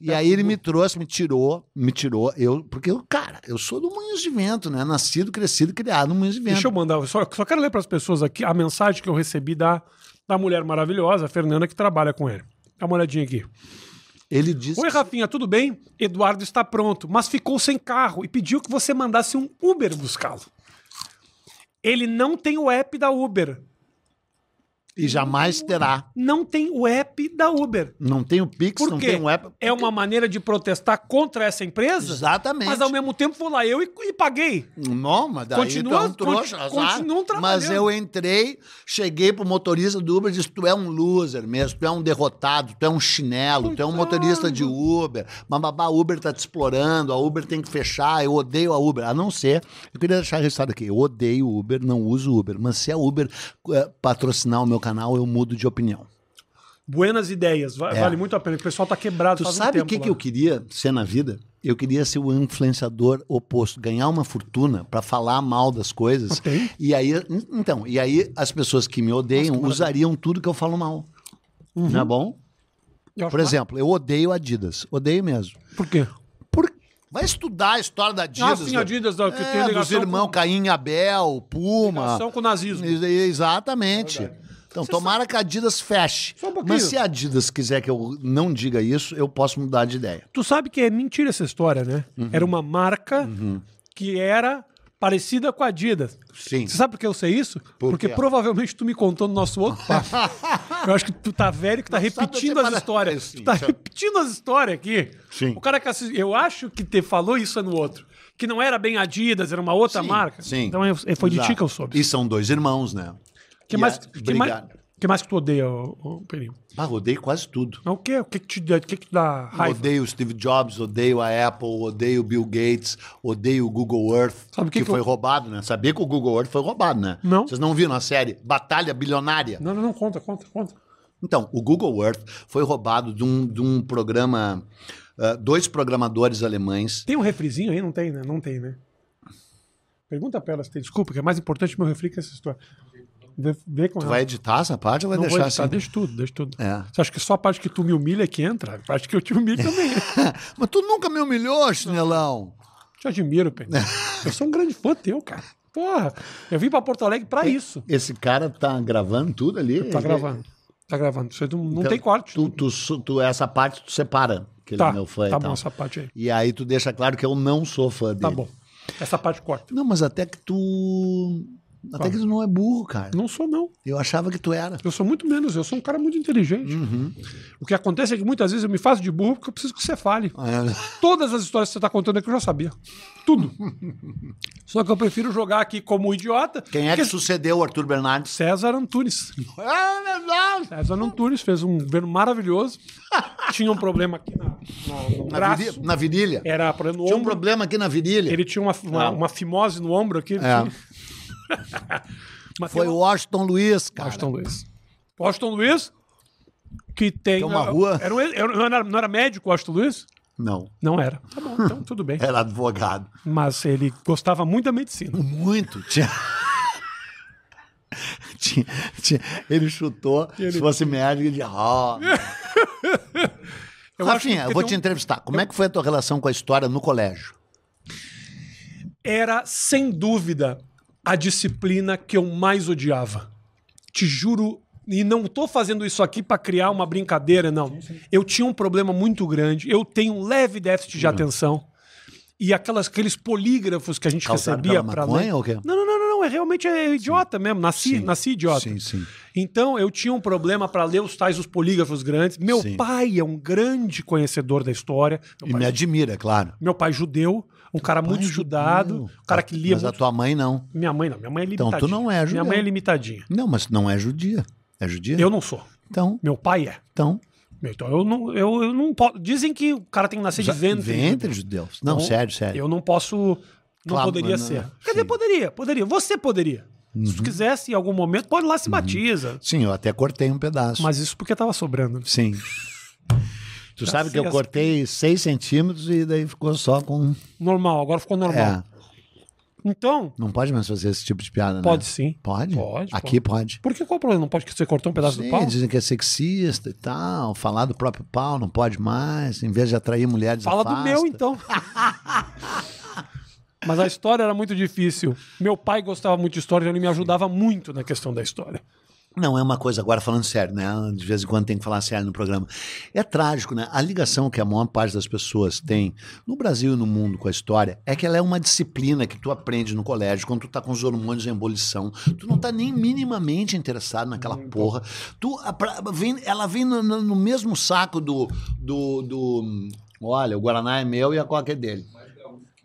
Speaker 2: E aí ele me trouxe, me tirou, me tirou, eu, porque eu, cara, eu sou do Moinhos de Vento, né? Nascido, crescido, criado no Moinhos de Vento.
Speaker 1: Deixa eu mandar, só, só quero ler para as pessoas aqui a mensagem que eu recebi da, da mulher maravilhosa, a Fernanda, que trabalha com ele. Dá uma olhadinha aqui.
Speaker 2: Ele disse
Speaker 1: Oi, Rafinha, tudo bem? Eduardo está pronto, mas ficou sem carro e pediu que você mandasse um Uber buscá-lo. Ele não tem o app da Uber.
Speaker 2: e jamais terá.
Speaker 1: Não tem o app da Uber.
Speaker 2: Não tem o Pix,
Speaker 1: Por
Speaker 2: não
Speaker 1: quê?
Speaker 2: tem o app.
Speaker 1: É uma maneira de protestar contra essa empresa?
Speaker 2: Exatamente.
Speaker 1: Mas ao mesmo tempo vou lá eu e, e paguei.
Speaker 2: Não, mas daí
Speaker 1: Continua-
Speaker 2: tu é um trouxa,
Speaker 1: conti-
Speaker 2: azar.
Speaker 1: continuam trabalhando.
Speaker 2: Mas eu entrei, cheguei pro motorista do Uber e disse: tu é um loser mesmo, tu é um derrotado, tu é um chinelo, tu é um motorista de Uber, bababá, Uber tá te explorando, a Uber tem que fechar, eu odeio a Uber. A não ser, eu queria deixar registrado aqui, eu odeio Uber, não uso Uber, mas se a Uber eh, patrocinar o meu canal, eu mudo de opinião.
Speaker 1: Buenas ideias, va-
Speaker 2: É.
Speaker 1: vale muito a pena. O pessoal tá quebrado.
Speaker 2: Tu
Speaker 1: faz um
Speaker 2: sabe o
Speaker 1: tempo
Speaker 2: que, que
Speaker 1: lá.
Speaker 2: eu queria ser na vida? Eu queria ser o influenciador oposto, ganhar uma fortuna pra falar mal das coisas.
Speaker 1: tem?
Speaker 2: E aí, então, e aí as pessoas que me odeiam usariam tudo que eu falo mal. Não é bom?
Speaker 1: Uhum. Eu acho
Speaker 2: Por exemplo, eu odeio Adidas. Odeio mesmo.
Speaker 1: Por quê?
Speaker 2: Por Vai estudar a história da Adidas.
Speaker 1: Ah, sim, a Adidas, ó, que tem
Speaker 2: é, dos
Speaker 1: ligação
Speaker 2: irmãos
Speaker 1: com-
Speaker 2: Caim e Abel, Puma.
Speaker 1: Ligação com o nazismo. É
Speaker 2: Ex- Exatamente. Então, tomara que a Adidas feche.
Speaker 1: Só um pouquinho.
Speaker 2: Mas se a Adidas quiser que eu não diga isso, eu posso mudar de ideia.
Speaker 1: Tu sabe que é mentira essa história, né?
Speaker 2: Uhum.
Speaker 1: Era uma marca que era parecida com a Adidas.
Speaker 2: Sim.
Speaker 1: Você sabe por que eu sei isso? Porque
Speaker 2: quê?
Speaker 1: provavelmente tu me contou no nosso outro papo. eu acho que tu tá velho, que tá
Speaker 2: sabe
Speaker 1: repetindo
Speaker 2: você
Speaker 1: as
Speaker 2: para-
Speaker 1: histórias.
Speaker 2: Sim,
Speaker 1: tu tá
Speaker 2: sabe.
Speaker 1: repetindo as histórias aqui.
Speaker 2: Sim.
Speaker 1: O cara que assiste, eu acho que te falou isso é no outro. Que não era bem Adidas, era uma outra
Speaker 2: Sim,
Speaker 1: marca.
Speaker 2: sim.
Speaker 1: Então eu- foi de ti
Speaker 2: Exato.
Speaker 1: que eu soube.
Speaker 2: E são dois irmãos, né?
Speaker 1: Que
Speaker 2: E
Speaker 1: mais,
Speaker 2: a-
Speaker 1: que, mais,
Speaker 2: Obrigado.
Speaker 1: que mais que tu odeia, ô- ô, Perinho?
Speaker 2: Ah, odeio quase tudo.
Speaker 1: Não, O que, o que, que, te, dá- o que, que te dá raiva?
Speaker 2: Odeio o Steve Jobs, odeio a Apple, odeio o Bill Gates, odeio o Google Earth,
Speaker 1: Sabe o que
Speaker 2: que,
Speaker 1: que
Speaker 2: foi
Speaker 1: eu-
Speaker 2: roubado, né? Sabia que o Google Earth foi roubado, né?
Speaker 1: Não.
Speaker 2: Vocês não viram a série Batalha Bilionária?
Speaker 1: Não, não, não, conta, conta, conta.
Speaker 2: Então, o Google Earth foi roubado de um, de um programa. ah, dois programadores alemães.
Speaker 1: Tem um refrizinho aí? Não tem, né? Não tem, né? Pergunta pra ela se tem. Desculpa, que é mais importante meu refri que essa história. Vê, vê com
Speaker 2: Tu
Speaker 1: ela.
Speaker 2: vai editar essa parte ou vai
Speaker 1: não vou
Speaker 2: deixar
Speaker 1: editar,
Speaker 2: assim?
Speaker 1: deixa tudo, deixa tudo.
Speaker 2: É.
Speaker 1: Você acha que só a parte que tu me humilha é que entra? A parte que eu te humilho também.
Speaker 2: É. Mas tu nunca me humilhou, chinelão.
Speaker 1: te admiro, Pedro. Eu sou um grande fã teu, cara. Porra, eu vim pra Porto Alegre
Speaker 2: É.
Speaker 1: pra isso.
Speaker 2: Esse cara tá gravando tudo ali?
Speaker 1: Tá
Speaker 2: Ele-
Speaker 1: gravando. Tá gravando. Isso aí não, não
Speaker 2: É. Então,
Speaker 1: tem corte.
Speaker 2: Tu, tu su- tu- essa parte tu separa, que ele
Speaker 1: tá,
Speaker 2: é meu fã
Speaker 1: tá
Speaker 2: e
Speaker 1: bom
Speaker 2: tal.
Speaker 1: essa parte aí.
Speaker 2: E aí tu deixa claro que eu não sou fã dele.
Speaker 1: Tá bom. Essa parte corta.
Speaker 2: Não, mas até que tu... Até que tu não é burro, cara.
Speaker 1: Não sou, não.
Speaker 2: Eu achava que tu era.
Speaker 1: Eu sou muito menos, eu sou um cara muito inteligente.
Speaker 2: Uhum.
Speaker 1: O que acontece é que muitas vezes eu me faço de burro porque eu preciso que você fale. Todas as histórias que você está contando aqui eu já sabia. Tudo. Só que eu prefiro jogar aqui como um idiota.
Speaker 2: Quem é que
Speaker 1: porque
Speaker 2: sucedeu o Arthur Bernardes?
Speaker 1: César Antunes.
Speaker 2: É verdade.
Speaker 1: César Antunes fez um governo maravilhoso. Tinha um problema aqui na, na- no
Speaker 2: Na,
Speaker 1: braço.
Speaker 2: viri- na virilha.
Speaker 1: Era pra- no
Speaker 2: Tinha um
Speaker 1: ombro.
Speaker 2: problema aqui na virilha.
Speaker 1: É Ele um tinha uma, uma,
Speaker 2: Ah.
Speaker 1: uma fimose no ombro aqui.
Speaker 2: É.
Speaker 1: Mas
Speaker 2: Foi
Speaker 1: tem
Speaker 2: o
Speaker 1: uma-
Speaker 2: Washington Luiz, cara.
Speaker 1: Washington Luiz. Washington Luiz, que tem.
Speaker 2: Que é uma rua.
Speaker 1: Era um- era- não, era, não era médico, Washington Luiz?
Speaker 2: Não,
Speaker 1: Não era. Tá bom, então tudo bem.
Speaker 2: era advogado.
Speaker 1: Mas ele gostava muito da medicina.
Speaker 2: Muito. Tinha... Tinha- tinha- Ele chutou. Se fosse médico, ele... Ah.
Speaker 1: Eu acho
Speaker 2: Rafinha,
Speaker 1: que
Speaker 2: eu vou te
Speaker 1: tem um-
Speaker 2: entrevistar. Como é que foi a tua relação com a história no colégio?
Speaker 1: Era, sem dúvida, a disciplina que eu mais odiava. Te juro, e não tô fazendo isso aqui para criar uma brincadeira, não. Eu tinha um problema muito grande. Eu tenho um leve déficit
Speaker 2: Hum.
Speaker 1: de atenção. E aquelas, aqueles polígrafos que a gente
Speaker 2: Causado
Speaker 1: recebia
Speaker 2: pela
Speaker 1: para
Speaker 2: maconha ou o quê?
Speaker 1: Não, não, não, não, não. É realmente é idiota mesmo. Nasci,
Speaker 2: Sim.
Speaker 1: nasci idiota.
Speaker 2: Sim, sim.
Speaker 1: Então eu tinha um problema para ler os tais os polígrafos grandes. Meu
Speaker 2: Sim.
Speaker 1: pai é um grande conhecedor da história. Meu
Speaker 2: E
Speaker 1: pai
Speaker 2: me admira, claro.
Speaker 1: meu pai judeu, um cara muito
Speaker 2: Ai,
Speaker 1: estudado,
Speaker 2: é judeu.
Speaker 1: um cara que lia
Speaker 2: Mas a
Speaker 1: muito.
Speaker 2: tua mãe não.
Speaker 1: Minha mãe não, minha mãe é
Speaker 2: Então,
Speaker 1: limitadinha.
Speaker 2: tu não é judeu.
Speaker 1: Minha mãe é limitadinha.
Speaker 2: Não, mas não é judia. É judia?
Speaker 1: Eu não sou.
Speaker 2: Então,
Speaker 1: Meu pai é.
Speaker 2: então...
Speaker 1: Então eu não, eu, eu não posso. Dizem que o cara tem que nascer de ventre.
Speaker 2: Ventre judeus. Não,
Speaker 1: Então,
Speaker 2: sério, sério.
Speaker 1: Eu não posso. Não
Speaker 2: Claro,
Speaker 1: poderia
Speaker 2: não, é.
Speaker 1: ser.
Speaker 2: sim. Uhum.
Speaker 1: Quer dizer, poderia, poderia. Você poderia. Se tu quisesse, em algum momento, pode ir lá se batiza.
Speaker 2: Sim, eu até cortei um pedaço.
Speaker 1: Mas isso porque tava sobrando.
Speaker 2: Sim. Tu sabe que
Speaker 1: sei
Speaker 2: eu
Speaker 1: as-
Speaker 2: cortei 6 centímetros e daí ficou só com...
Speaker 1: Normal, agora ficou normal.
Speaker 2: É,
Speaker 1: Então,
Speaker 2: não pode mais fazer esse tipo de piada, né?
Speaker 1: pode sim.
Speaker 2: Pode?
Speaker 1: Pode,
Speaker 2: Aqui pode.
Speaker 1: Por que qual o problema? Não pode que você cortou um pedaço do
Speaker 2: Sim,
Speaker 1: pau?
Speaker 2: dizem que é sexista e tal, falar do próprio pau não pode mais, em vez de atrair mulheres
Speaker 1: Fala do
Speaker 2: afasta.
Speaker 1: meu, então. Mas a história era muito difícil. Meu pai gostava muito de história, então ele me ajudava muito na questão da história.
Speaker 2: Não, é uma coisa, agora falando sério, né? De vez em quando tem que falar sério no programa. É trágico, né? A ligação que a maior parte das pessoas tem no Brasil e no mundo com a história é que ela é uma disciplina que tu aprende no colégio, quando tu tá com os hormônios em ebulição. Tu não tá nem minimamente interessado naquela porra. Tu, a- pra- vem- ela vem no, no- no mesmo saco do, do, do, hum, Olha, o Guaraná é meu e a Coca é dele.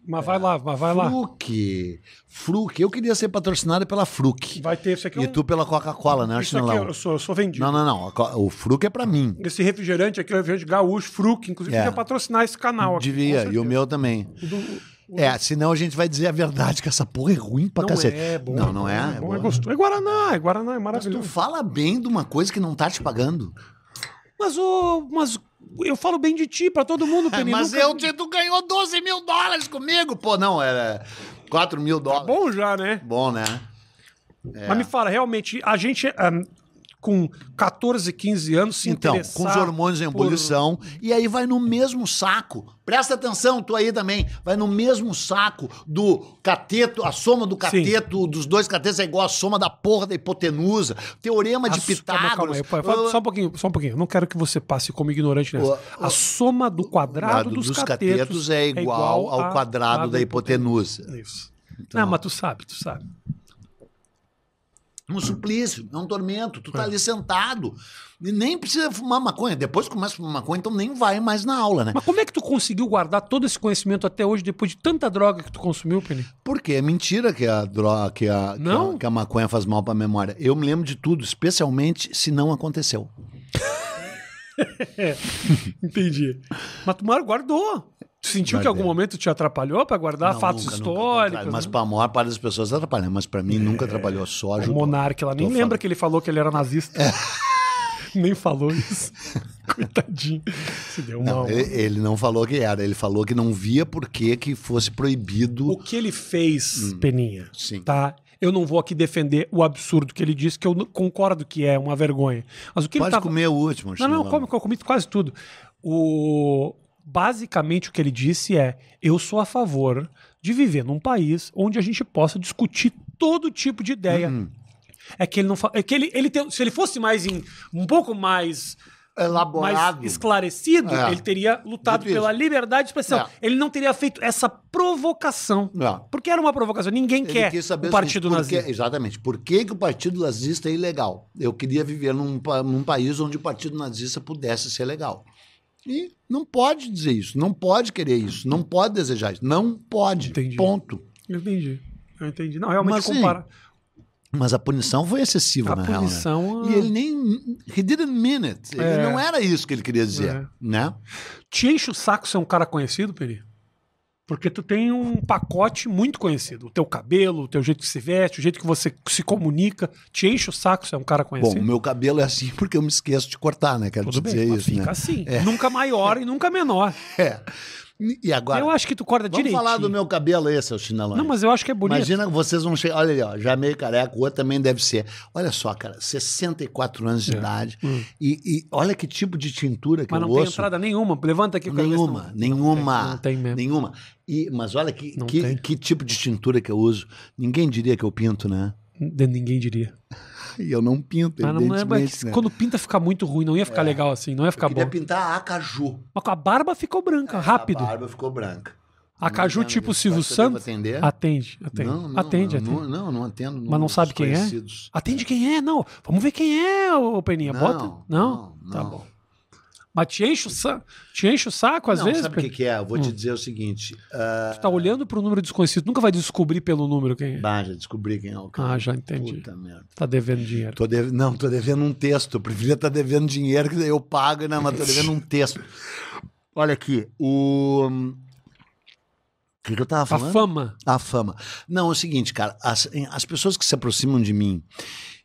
Speaker 1: Mas
Speaker 2: É.
Speaker 1: vai lá, mas vai lá.
Speaker 2: Fruc. Fruc. Eu queria ser patrocinado pela Fruc.
Speaker 1: Vai ter isso aqui. é
Speaker 2: E
Speaker 1: um-
Speaker 2: tu pela Coca-Cola, né,
Speaker 1: isso aqui é
Speaker 2: Chinelão?
Speaker 1: eu sou, eu sou vendido.
Speaker 2: Não, não, não. A co- O Fruc é pra mim.
Speaker 1: Esse refrigerante aqui é o refrigerante gaúcho, fruque. Inclusive,
Speaker 2: É.
Speaker 1: devia patrocinar esse canal aqui.
Speaker 2: Devia.
Speaker 1: com
Speaker 2: E o meu também.
Speaker 1: certeza.
Speaker 2: É, senão a gente vai dizer a verdade, que essa porra é ruim pra
Speaker 1: Não
Speaker 2: cacete.
Speaker 1: é bom.
Speaker 2: não, não
Speaker 1: bom,
Speaker 2: é.
Speaker 1: É,
Speaker 2: é
Speaker 1: bom, é
Speaker 2: boa.
Speaker 1: gostoso. É Guaraná, é Guaraná, é
Speaker 2: Mas tu
Speaker 1: maravilhoso.
Speaker 2: fala bem de uma coisa que não tá te pagando.
Speaker 1: Mas, ô, mas eu falo bem de ti pra todo mundo, Peninha.
Speaker 2: mas
Speaker 1: Nunca-
Speaker 2: eu, te- tu ganhou 12 mil dólares comigo. Pô, não, era 4 mil dólares.
Speaker 1: Bom já, né?
Speaker 2: Bom, né?
Speaker 1: Mas me fala, realmente, a gente. ah, com 14, 15 anos se
Speaker 2: Então,
Speaker 1: interessar...
Speaker 2: com os hormônios em
Speaker 1: por-
Speaker 2: ebulição. E aí vai no mesmo saco. Presta atenção, tu aí também. Vai no mesmo saco do cateto, a soma do cateto, dos dois catetos é igual a soma da porra da hipotenusa. Teorema de
Speaker 1: A su- calma, calma
Speaker 2: Pitágoras.
Speaker 1: aí, pai, fala-
Speaker 2: Ah,
Speaker 1: Só um pouquinho, só um pouquinho. Eu Não quero que você passe como ignorante nessa.
Speaker 2: O-
Speaker 1: A soma do quadrado dos, catetos,
Speaker 2: é igual ao
Speaker 1: a-
Speaker 2: quadrado
Speaker 1: a
Speaker 2: da hipotenusa.
Speaker 1: Isso.
Speaker 2: Então.
Speaker 1: Não, mas tu sabe, tu sabe.
Speaker 2: Um suplício, é um tormento. Tu tá ali sentado. E nem precisa fumar maconha. Depois que começa a fumar maconha, então nem vai mais na aula, né?
Speaker 1: Mas como é que tu conseguiu guardar todo esse conhecimento até hoje, depois de tanta droga que tu consumiu, Penny?
Speaker 2: Porque é mentira que a droga, que a, que
Speaker 1: Não?
Speaker 2: a- que a maconha faz mal pra memória. Eu me lembro de tudo, especialmente se não aconteceu.
Speaker 1: Entendi. Mas tu mar- guardou. Tu sentiu que em algum
Speaker 2: Guardei.
Speaker 1: momento te atrapalhou pra guardar
Speaker 2: Não,
Speaker 1: fatos
Speaker 2: nunca, nunca, ao
Speaker 1: históricos?
Speaker 2: contrário. mas
Speaker 1: né? É,
Speaker 2: pra maior parte das pessoas atrapalha, mas pra mim nunca atrapalhou, só
Speaker 1: O
Speaker 2: ajudou.
Speaker 1: Monark, ela nem
Speaker 2: Tô
Speaker 1: lembra
Speaker 2: falando. É.
Speaker 1: que ele falou que ele era nazista. nem falou isso. Coitadinho. Se deu
Speaker 2: Não,
Speaker 1: mal.
Speaker 2: ele, ele não falou que era, ele falou que não via por que que fosse proibido.
Speaker 1: O que ele fez, Peninha,
Speaker 2: Hum. Sim.
Speaker 1: tá? Eu não vou aqui defender o absurdo que ele disse, que eu n- concordo que é uma vergonha. Mas o que
Speaker 2: Pode
Speaker 1: ele tava...
Speaker 2: comer o último.
Speaker 1: Não, não,
Speaker 2: Chico.
Speaker 1: come, eu comi quase tudo. O... Basicamente, o que ele disse é: eu sou a favor de viver num país onde a gente possa discutir todo tipo de ideia.
Speaker 2: Uhum.
Speaker 1: É que ele não fa... é que ele, ele tem... se ele fosse mais em... um pouco mais
Speaker 2: Elaborado.
Speaker 1: mais esclarecido,
Speaker 2: É.
Speaker 1: ele teria lutado
Speaker 2: Difícil.
Speaker 1: pela liberdade de expressão.
Speaker 2: É.
Speaker 1: Ele não teria feito essa provocação.
Speaker 2: É.
Speaker 1: Porque era uma provocação. Ninguém
Speaker 2: Ele
Speaker 1: quer
Speaker 2: quis saber assim,
Speaker 1: o
Speaker 2: seguinte,
Speaker 1: partido
Speaker 2: por
Speaker 1: nazista.
Speaker 2: que- exatamente. Por que, que o partido nazista é ilegal? Eu queria viver num, pa- num país onde o partido nazista pudesse ser legal. E não pode dizer isso, não pode querer isso, não pode desejar isso, não pode.
Speaker 1: Entendi.
Speaker 2: Ponto.
Speaker 1: Eu entendi. Eu entendi. Não, realmente
Speaker 2: é- Mas, assim,
Speaker 1: compara.
Speaker 2: Mas a punição foi excessiva,
Speaker 1: A
Speaker 2: na
Speaker 1: punição,
Speaker 2: real. né?
Speaker 1: ah.
Speaker 2: E ele nem. He didn't mean it. Ele
Speaker 1: É.
Speaker 2: não era isso que ele queria dizer.
Speaker 1: É.
Speaker 2: Né?
Speaker 1: Te enche o saco ser um cara conhecido, Peri? Porque tu tem um pacote muito conhecido. O teu cabelo, o teu jeito que se veste, o jeito que você se comunica. Te enche o saco ser um cara
Speaker 2: Bom,
Speaker 1: conhecido.
Speaker 2: o meu cabelo é assim porque eu me esqueço de cortar, né? Quero
Speaker 1: Tudo
Speaker 2: te
Speaker 1: bem,
Speaker 2: dizer
Speaker 1: mas
Speaker 2: isso.
Speaker 1: fica
Speaker 2: Né?
Speaker 1: assim. Nunca maior e nunca menor.
Speaker 2: É. E agora.
Speaker 1: Eu acho que tu corda
Speaker 2: vamos
Speaker 1: direitinho.
Speaker 2: falar do meu cabelo aí, seu chinelão.
Speaker 1: Não, mas eu acho que é bonito.
Speaker 2: Imagina que vocês vão chegar. Olha ali, ó, já meio careca, o outro também deve ser. Olha só, cara, 64 anos de idade. E, e olha que tipo de tintura que
Speaker 1: É. Hum. Mas
Speaker 2: eu
Speaker 1: não tem
Speaker 2: ouço.
Speaker 1: entrada nenhuma. Levanta aqui. eu quero ver se
Speaker 2: nenhuma,
Speaker 1: não-
Speaker 2: nenhuma.
Speaker 1: não tem mesmo.
Speaker 2: Nenhuma. E, mas olha que,
Speaker 1: Não
Speaker 2: que,
Speaker 1: tem.
Speaker 2: que tipo de tintura que eu uso. Ninguém diria que eu pinto, né?
Speaker 1: De- Ninguém diria.
Speaker 2: E eu não pinto,
Speaker 1: Mas não é,
Speaker 2: evidentemente.
Speaker 1: mas
Speaker 2: né? É.
Speaker 1: quando pinta fica muito ruim, não ia ficar legal assim, não ia
Speaker 2: Eu
Speaker 1: ficar
Speaker 2: queria
Speaker 1: bom.
Speaker 2: pintar a caju.
Speaker 1: Mas com a barba ficou branca, rápido.
Speaker 2: A
Speaker 1: A,
Speaker 2: barba ficou branca.
Speaker 1: Caju,
Speaker 2: Não, não,
Speaker 1: tipo
Speaker 2: não,
Speaker 1: Silvio
Speaker 2: será que eu
Speaker 1: Santos.
Speaker 2: devo atender?
Speaker 1: Atende, atende.
Speaker 2: Não, não,
Speaker 1: atende,
Speaker 2: não,
Speaker 1: atende.
Speaker 2: Não, não, não atendo.
Speaker 1: Mas não sabe quem é?
Speaker 2: desconhecidos.
Speaker 1: Atende quem é, não. Vamos ver quem é, ô Peninha. Bota. Não? Tá bom. Mas te enche o, sa... te enche o saco às
Speaker 2: não,
Speaker 1: vezes, Hum.
Speaker 2: sabe o que,
Speaker 1: Peninha?
Speaker 2: que é? Eu vou te dizer o seguinte. ah,
Speaker 1: Tu tá olhando pro número desconhecido, nunca vai descobrir pelo número quem é.
Speaker 2: bah, já descobri quem é o cara.
Speaker 1: Ah, já entendi.
Speaker 2: Puta merda.
Speaker 1: Tá devendo dinheiro.
Speaker 2: Tô deve- Não, tô devendo um texto. Eu preferia estar devendo dinheiro, que daí eu pago, não, mas tô devendo um texto. Olha aqui, o. O que, que eu tava
Speaker 1: A
Speaker 2: falando?
Speaker 1: fama.
Speaker 2: A fama. Não, é o seguinte, cara, as, em- as pessoas que se aproximam de mim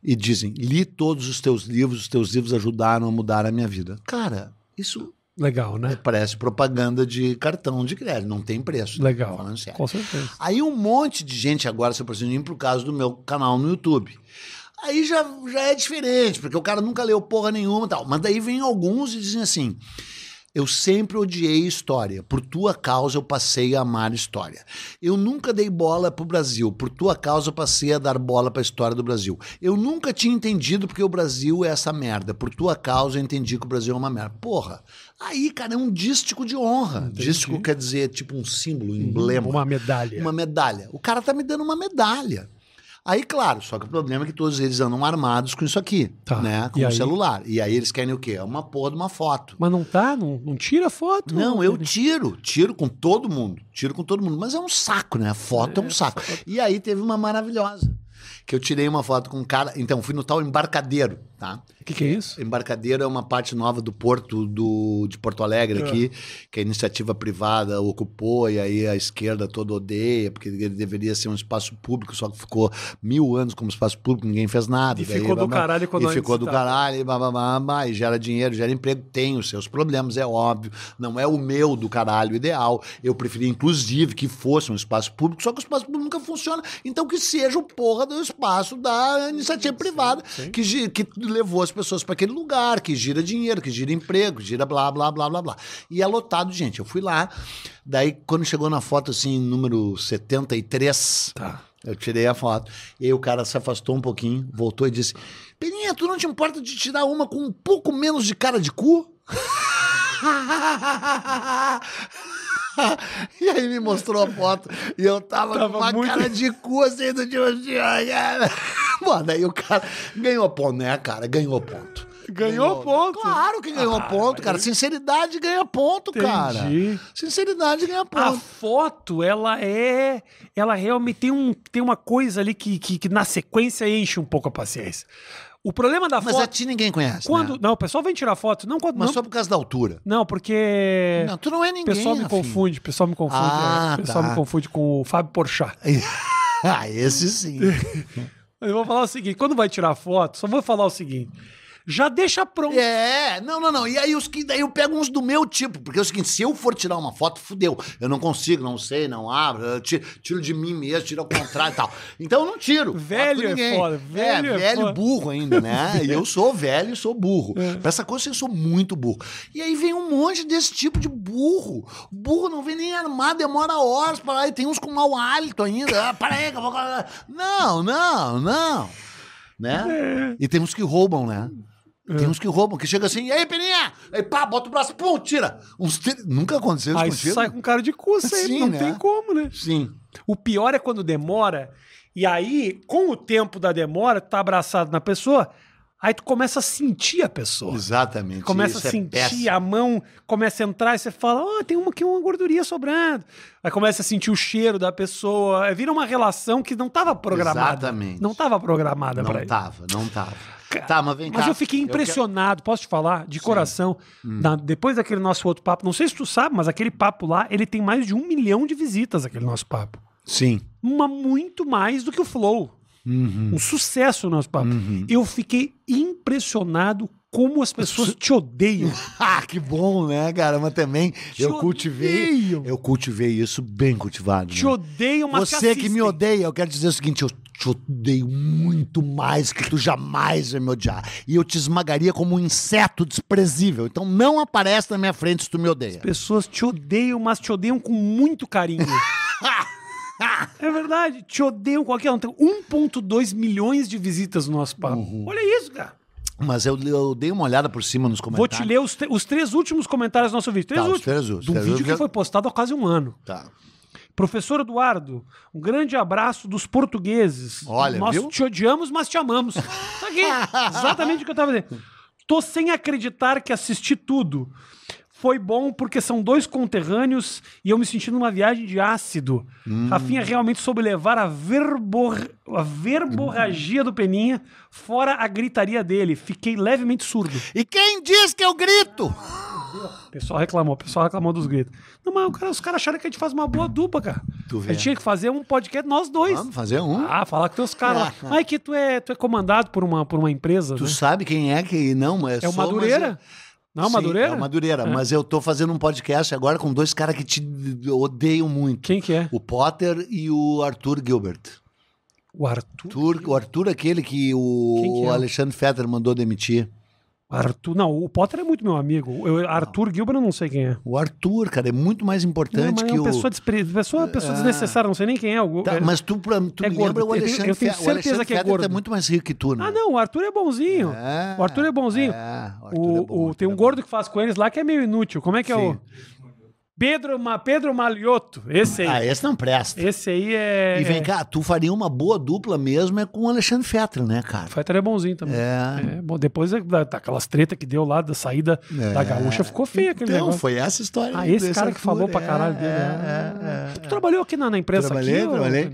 Speaker 2: e dizem, li todos os teus livros, os teus livros ajudaram a mudar a minha vida. Cara, isso
Speaker 1: Legal, né?
Speaker 2: parece propaganda de cartão de crédito, não tem preço. né?
Speaker 1: Legal.
Speaker 2: Falando sério.
Speaker 1: Com certeza.
Speaker 2: Aí um monte de gente agora se aproxima de mim por causa do meu canal no YouTube. Aí já, já é diferente, porque o cara nunca leu porra nenhuma e tal. Mas daí vem alguns e dizem assim: eu sempre odiei história. Por tua causa eu passei a amar história. Eu nunca dei bola pro Brasil. Por tua causa eu passei a dar bola pra história do Brasil. Eu nunca tinha entendido porque o Brasil é essa merda. Por tua causa eu entendi que o Brasil é uma merda. Porra. Aí, cara, é um dístico de honra. Dístico quer dizer tipo um símbolo, um emblema.
Speaker 1: Uma medalha.
Speaker 2: Uma medalha. O cara tá me dando uma medalha. Aí, claro, só que o problema é que todos eles andam armados com isso aqui,
Speaker 1: Tá.
Speaker 2: né? Com
Speaker 1: E
Speaker 2: o
Speaker 1: aí?
Speaker 2: celular. E aí eles querem o quê? Uma porra de uma foto.
Speaker 1: Mas não tá? Não, não tira foto?
Speaker 2: Não, eu
Speaker 1: Peninha?
Speaker 2: tiro, tiro com todo mundo, tiro com todo mundo, mas é um saco, né? A foto é, um saco. E aí teve uma maravilhosa, que eu tirei uma foto com um cara, então fui no tal embarcadeiro, tá?
Speaker 1: O que, que é isso?
Speaker 2: Embarcadeiro é uma parte nova do porto do, de Porto
Speaker 1: É.
Speaker 2: Alegre aqui, que a iniciativa privada ocupou e aí a esquerda toda odeia, porque ele deveria ser um espaço público, só que ficou mil anos como espaço público, ninguém fez nada.
Speaker 1: E
Speaker 2: daí,
Speaker 1: ficou do
Speaker 2: blá, blá,
Speaker 1: caralho quando
Speaker 2: E
Speaker 1: a
Speaker 2: ficou
Speaker 1: gente
Speaker 2: do
Speaker 1: tá.
Speaker 2: caralho, e, blá, blá, blá, blá, e gera dinheiro, gera emprego, tem os seus problemas, é óbvio. Não é o meu do caralho ideal. Eu preferia, inclusive, que fosse um espaço público, só que o espaço público nunca funciona. Então que seja o porra do espaço da iniciativa privada, que, gi- que levou as pessoas para aquele lugar que gira dinheiro, que gira emprego, gira blá, blá, blá, blá, blá. E é lotado, gente. Eu fui lá, daí quando chegou na foto, assim, número 73,
Speaker 1: Tá.
Speaker 2: eu tirei a foto. E aí o cara se afastou um pouquinho, voltou e disse: Peninha, tu não te importa de tirar uma com um pouco menos de cara de cu? e aí me mostrou a foto e eu tava,
Speaker 1: Tava
Speaker 2: com uma
Speaker 1: muito-
Speaker 2: cara de cu assim do tipo assim, ó, cara. Mano, aí o cara ganhou ponto, né, cara? Ganhou ponto.
Speaker 1: Ganhou ponto. Ah,
Speaker 2: Claro que ganhou ponto, cara. Sinceridade ganha ponto, cara.
Speaker 1: Entendi.
Speaker 2: Sinceridade ganha
Speaker 1: A
Speaker 2: ponto.
Speaker 1: foto, ela é. Ela realmente tem, um, tem uma coisa ali que, que, que na sequência enche um pouco a paciência. O problema da
Speaker 2: Mas a
Speaker 1: foto.
Speaker 2: ti ninguém conhece.
Speaker 1: Quando,
Speaker 2: né?
Speaker 1: Não, o pessoal vem tirar foto. Não, quando,
Speaker 2: Mas
Speaker 1: não,
Speaker 2: só por causa da altura.
Speaker 1: não, porque.
Speaker 2: Não, tu não é
Speaker 1: o
Speaker 2: ninguém.
Speaker 1: pessoal me
Speaker 2: Rafinha.
Speaker 1: confunde, o pessoal me confunde.
Speaker 2: Ah,
Speaker 1: é, o pessoal
Speaker 2: tá.
Speaker 1: me confunde com o Fábio Porchat.
Speaker 2: ah, esse sim.
Speaker 1: Eu vou falar o seguinte: quando vai tirar foto, só vou falar o seguinte. Já deixa pronto.
Speaker 2: É, não, não, não. E aí os que daí eu pego uns do meu tipo, porque é o seguinte, se eu for tirar uma foto, fudeu. Eu não consigo, não sei, não abro, eu ti- tiro, de mim mesmo, tiro ao contrário e tal. Então eu não tiro. Faço
Speaker 1: Velho
Speaker 2: com
Speaker 1: é
Speaker 2: ninguém.
Speaker 1: foda, velho é
Speaker 2: é, velho
Speaker 1: foda. É.
Speaker 2: burro ainda, né? E eu sou velho e sou burro. Pra essa coisa eu sou muito burro. E aí vem um monte desse tipo de burro. Burro não vem nem armado, demora horas pra lá e tem uns com mau hálito ainda. Ah, para aí, que eu vou. Não, não, não. Né?
Speaker 1: É.
Speaker 2: E tem uns que roubam, né? Tem uns que roubam, que chega assim, e aí, Peninha? Aí, pá, bota o braço, pum, tira. Uns tri- Nunca aconteceu isso
Speaker 1: Aí
Speaker 2: contigo?
Speaker 1: sai com cara de cu, sempre,
Speaker 2: Sim,
Speaker 1: não
Speaker 2: né?
Speaker 1: tem como, né?
Speaker 2: Sim.
Speaker 1: O pior é quando demora, e aí, com o tempo da demora, tu tá abraçado na pessoa, aí tu começa a sentir a pessoa.
Speaker 2: Exatamente.
Speaker 1: Começa a
Speaker 2: isso é
Speaker 1: sentir
Speaker 2: péssimo.
Speaker 1: a mão, começa a entrar e você fala, ó, tem uma aqui, uma gordurinha sobrando. Aí começa a sentir o cheiro da pessoa. Aí Vira uma relação que não tava programada.
Speaker 2: Exatamente.
Speaker 1: Não tava programada pra
Speaker 2: Não
Speaker 1: isso.
Speaker 2: tava, não tava. Tá, mas vem cá.
Speaker 1: Mas eu fiquei impressionado, posso te falar, de coração.
Speaker 2: Hum.
Speaker 1: na- depois daquele nosso outro papo, não sei se tu sabe, mas aquele papo lá, ele tem mais de um milhão de visitas, aquele nosso papo.
Speaker 2: quero- Sim.
Speaker 1: Uma muito mais do que o Flow.
Speaker 2: Uhum.
Speaker 1: Um sucesso o nosso papo. Eu fiquei impressionado como as pessoas te odeiam.
Speaker 2: Ah, que bom, né, cara? Mas também
Speaker 1: Te
Speaker 2: eu cultivei.
Speaker 1: odeio.
Speaker 2: Eu cultivei isso bem cultivado.
Speaker 1: Te
Speaker 2: né?
Speaker 1: odeiam, mas
Speaker 2: Você
Speaker 1: te
Speaker 2: que
Speaker 1: assistem.
Speaker 2: me odeia, eu quero dizer o seguinte: eu te odeio muito mais que tu jamais vai me odiar. E eu te esmagaria como um inseto desprezível. Então não aparece na minha frente se tu me odeia.
Speaker 1: Pessoas te odeiam, mas te odeiam com muito carinho. é verdade, te odeiam com aquilo. Então, Tem 1,2 milhões de visitas no nosso papo.
Speaker 2: Uhum.
Speaker 1: Olha isso, cara.
Speaker 2: Mas eu, eu dei uma olhada por cima nos
Speaker 1: Vou
Speaker 2: comentários.
Speaker 1: te ler os, tre- os três últimos comentários do nosso vídeo. Três
Speaker 2: Tá, os
Speaker 1: últimos.
Speaker 2: três últimos.
Speaker 1: Do
Speaker 2: Três
Speaker 1: vídeo que
Speaker 2: últimos.
Speaker 1: foi postado há quase um ano.
Speaker 2: Tá.
Speaker 1: Professor Eduardo, um grande abraço dos portugueses.
Speaker 2: Olha,
Speaker 1: Nós
Speaker 2: viu?
Speaker 1: te odiamos, mas te amamos. Tá aqui, exatamente o que eu tava dizendo. Tô sem acreditar que assisti tudo. Foi bom porque são dois conterrâneos e eu me senti numa viagem de ácido.
Speaker 2: Hum.
Speaker 1: Rafinha realmente soube levar a, verbor... a verborragia do Peninha fora a gritaria dele. Fiquei levemente surdo.
Speaker 2: E quem diz que eu grito?
Speaker 1: O pessoal reclamou, o pessoal reclamou dos gritos. Não, mas o cara- os caras acharam que a gente faz uma boa dupla, cara.
Speaker 2: Tu vê.
Speaker 1: A gente tinha que fazer um podcast nós dois.
Speaker 2: Vamos fazer um.
Speaker 1: Ah, falar com teus caras lá. Mas é que tu é, tu é comandado por uma, por uma empresa,
Speaker 2: tu
Speaker 1: né?
Speaker 2: sabe quem é que não, mas
Speaker 1: É o
Speaker 2: sou, mas
Speaker 1: Madureira?
Speaker 2: eu-
Speaker 1: Não é o
Speaker 2: Sim,
Speaker 1: Madureira?
Speaker 2: É o Madureira, mas eu tô fazendo um podcast agora com dois caras que te odeiam muito.
Speaker 1: Quem que é?
Speaker 2: O Potter e o Arthur Gilbert.
Speaker 1: O Arthur?
Speaker 2: Arthur- o Arthur, aquele que o
Speaker 1: Quem que é?
Speaker 2: Alexandre Fetter mandou demitir.
Speaker 1: Arthur? Não, o Potter é muito meu amigo. Eu, Arthur Gilbert eu não sei quem é.
Speaker 2: O Arthur, cara, é muito mais
Speaker 1: Não,
Speaker 2: importante
Speaker 1: mas é
Speaker 2: que
Speaker 1: uma
Speaker 2: o. É.
Speaker 1: pessoa, despre... pessoa, pessoa desnecessária, não sei nem quem é. O...
Speaker 2: Tá,
Speaker 1: é-
Speaker 2: mas tu, pra- tu
Speaker 1: é
Speaker 2: me
Speaker 1: gordo.
Speaker 2: lembra o
Speaker 1: Eu tenho-
Speaker 2: Alexandre
Speaker 1: eu tenho
Speaker 2: Fe- O Alexandre
Speaker 1: certeza que é
Speaker 2: Fetter
Speaker 1: gordo.
Speaker 2: é muito mais rico que tu, né?
Speaker 1: Ah, não, o Arthur é bonzinho.
Speaker 2: É,
Speaker 1: o Arthur é bonzinho.
Speaker 2: é, o Arthur
Speaker 1: O-
Speaker 2: é bom,
Speaker 1: o-
Speaker 2: Arthur
Speaker 1: tem
Speaker 2: é
Speaker 1: um
Speaker 2: bom.
Speaker 1: gordo que faz com eles lá que é meio inútil. Como é que é o.
Speaker 2: Sim.
Speaker 1: Pedro, Ma, Pedro Malioto. Esse aí.
Speaker 2: Ah, esse não presta.
Speaker 1: Esse aí é.
Speaker 2: E vem cá, tu faria uma boa dupla mesmo é com o Alexandre Fetter, né,
Speaker 1: O
Speaker 2: cara?
Speaker 1: Fetter é bonzinho também.
Speaker 2: É.
Speaker 1: É, bom, depois da- da- daquelas treta que deu lá da saída da gaúcha, ficou feio aquele
Speaker 2: É. Então,
Speaker 1: negócio.
Speaker 2: foi essa a história.
Speaker 1: Ah,
Speaker 2: aí
Speaker 1: esse
Speaker 2: desse
Speaker 1: cara que
Speaker 2: Arthur,
Speaker 1: falou pra
Speaker 2: é,
Speaker 1: caralho dele.
Speaker 2: é,
Speaker 1: né?
Speaker 2: é,
Speaker 1: Tu trabalhou aqui na, na imprensa
Speaker 2: Trabalhei,
Speaker 1: aqui? ô,
Speaker 2: trabalhei.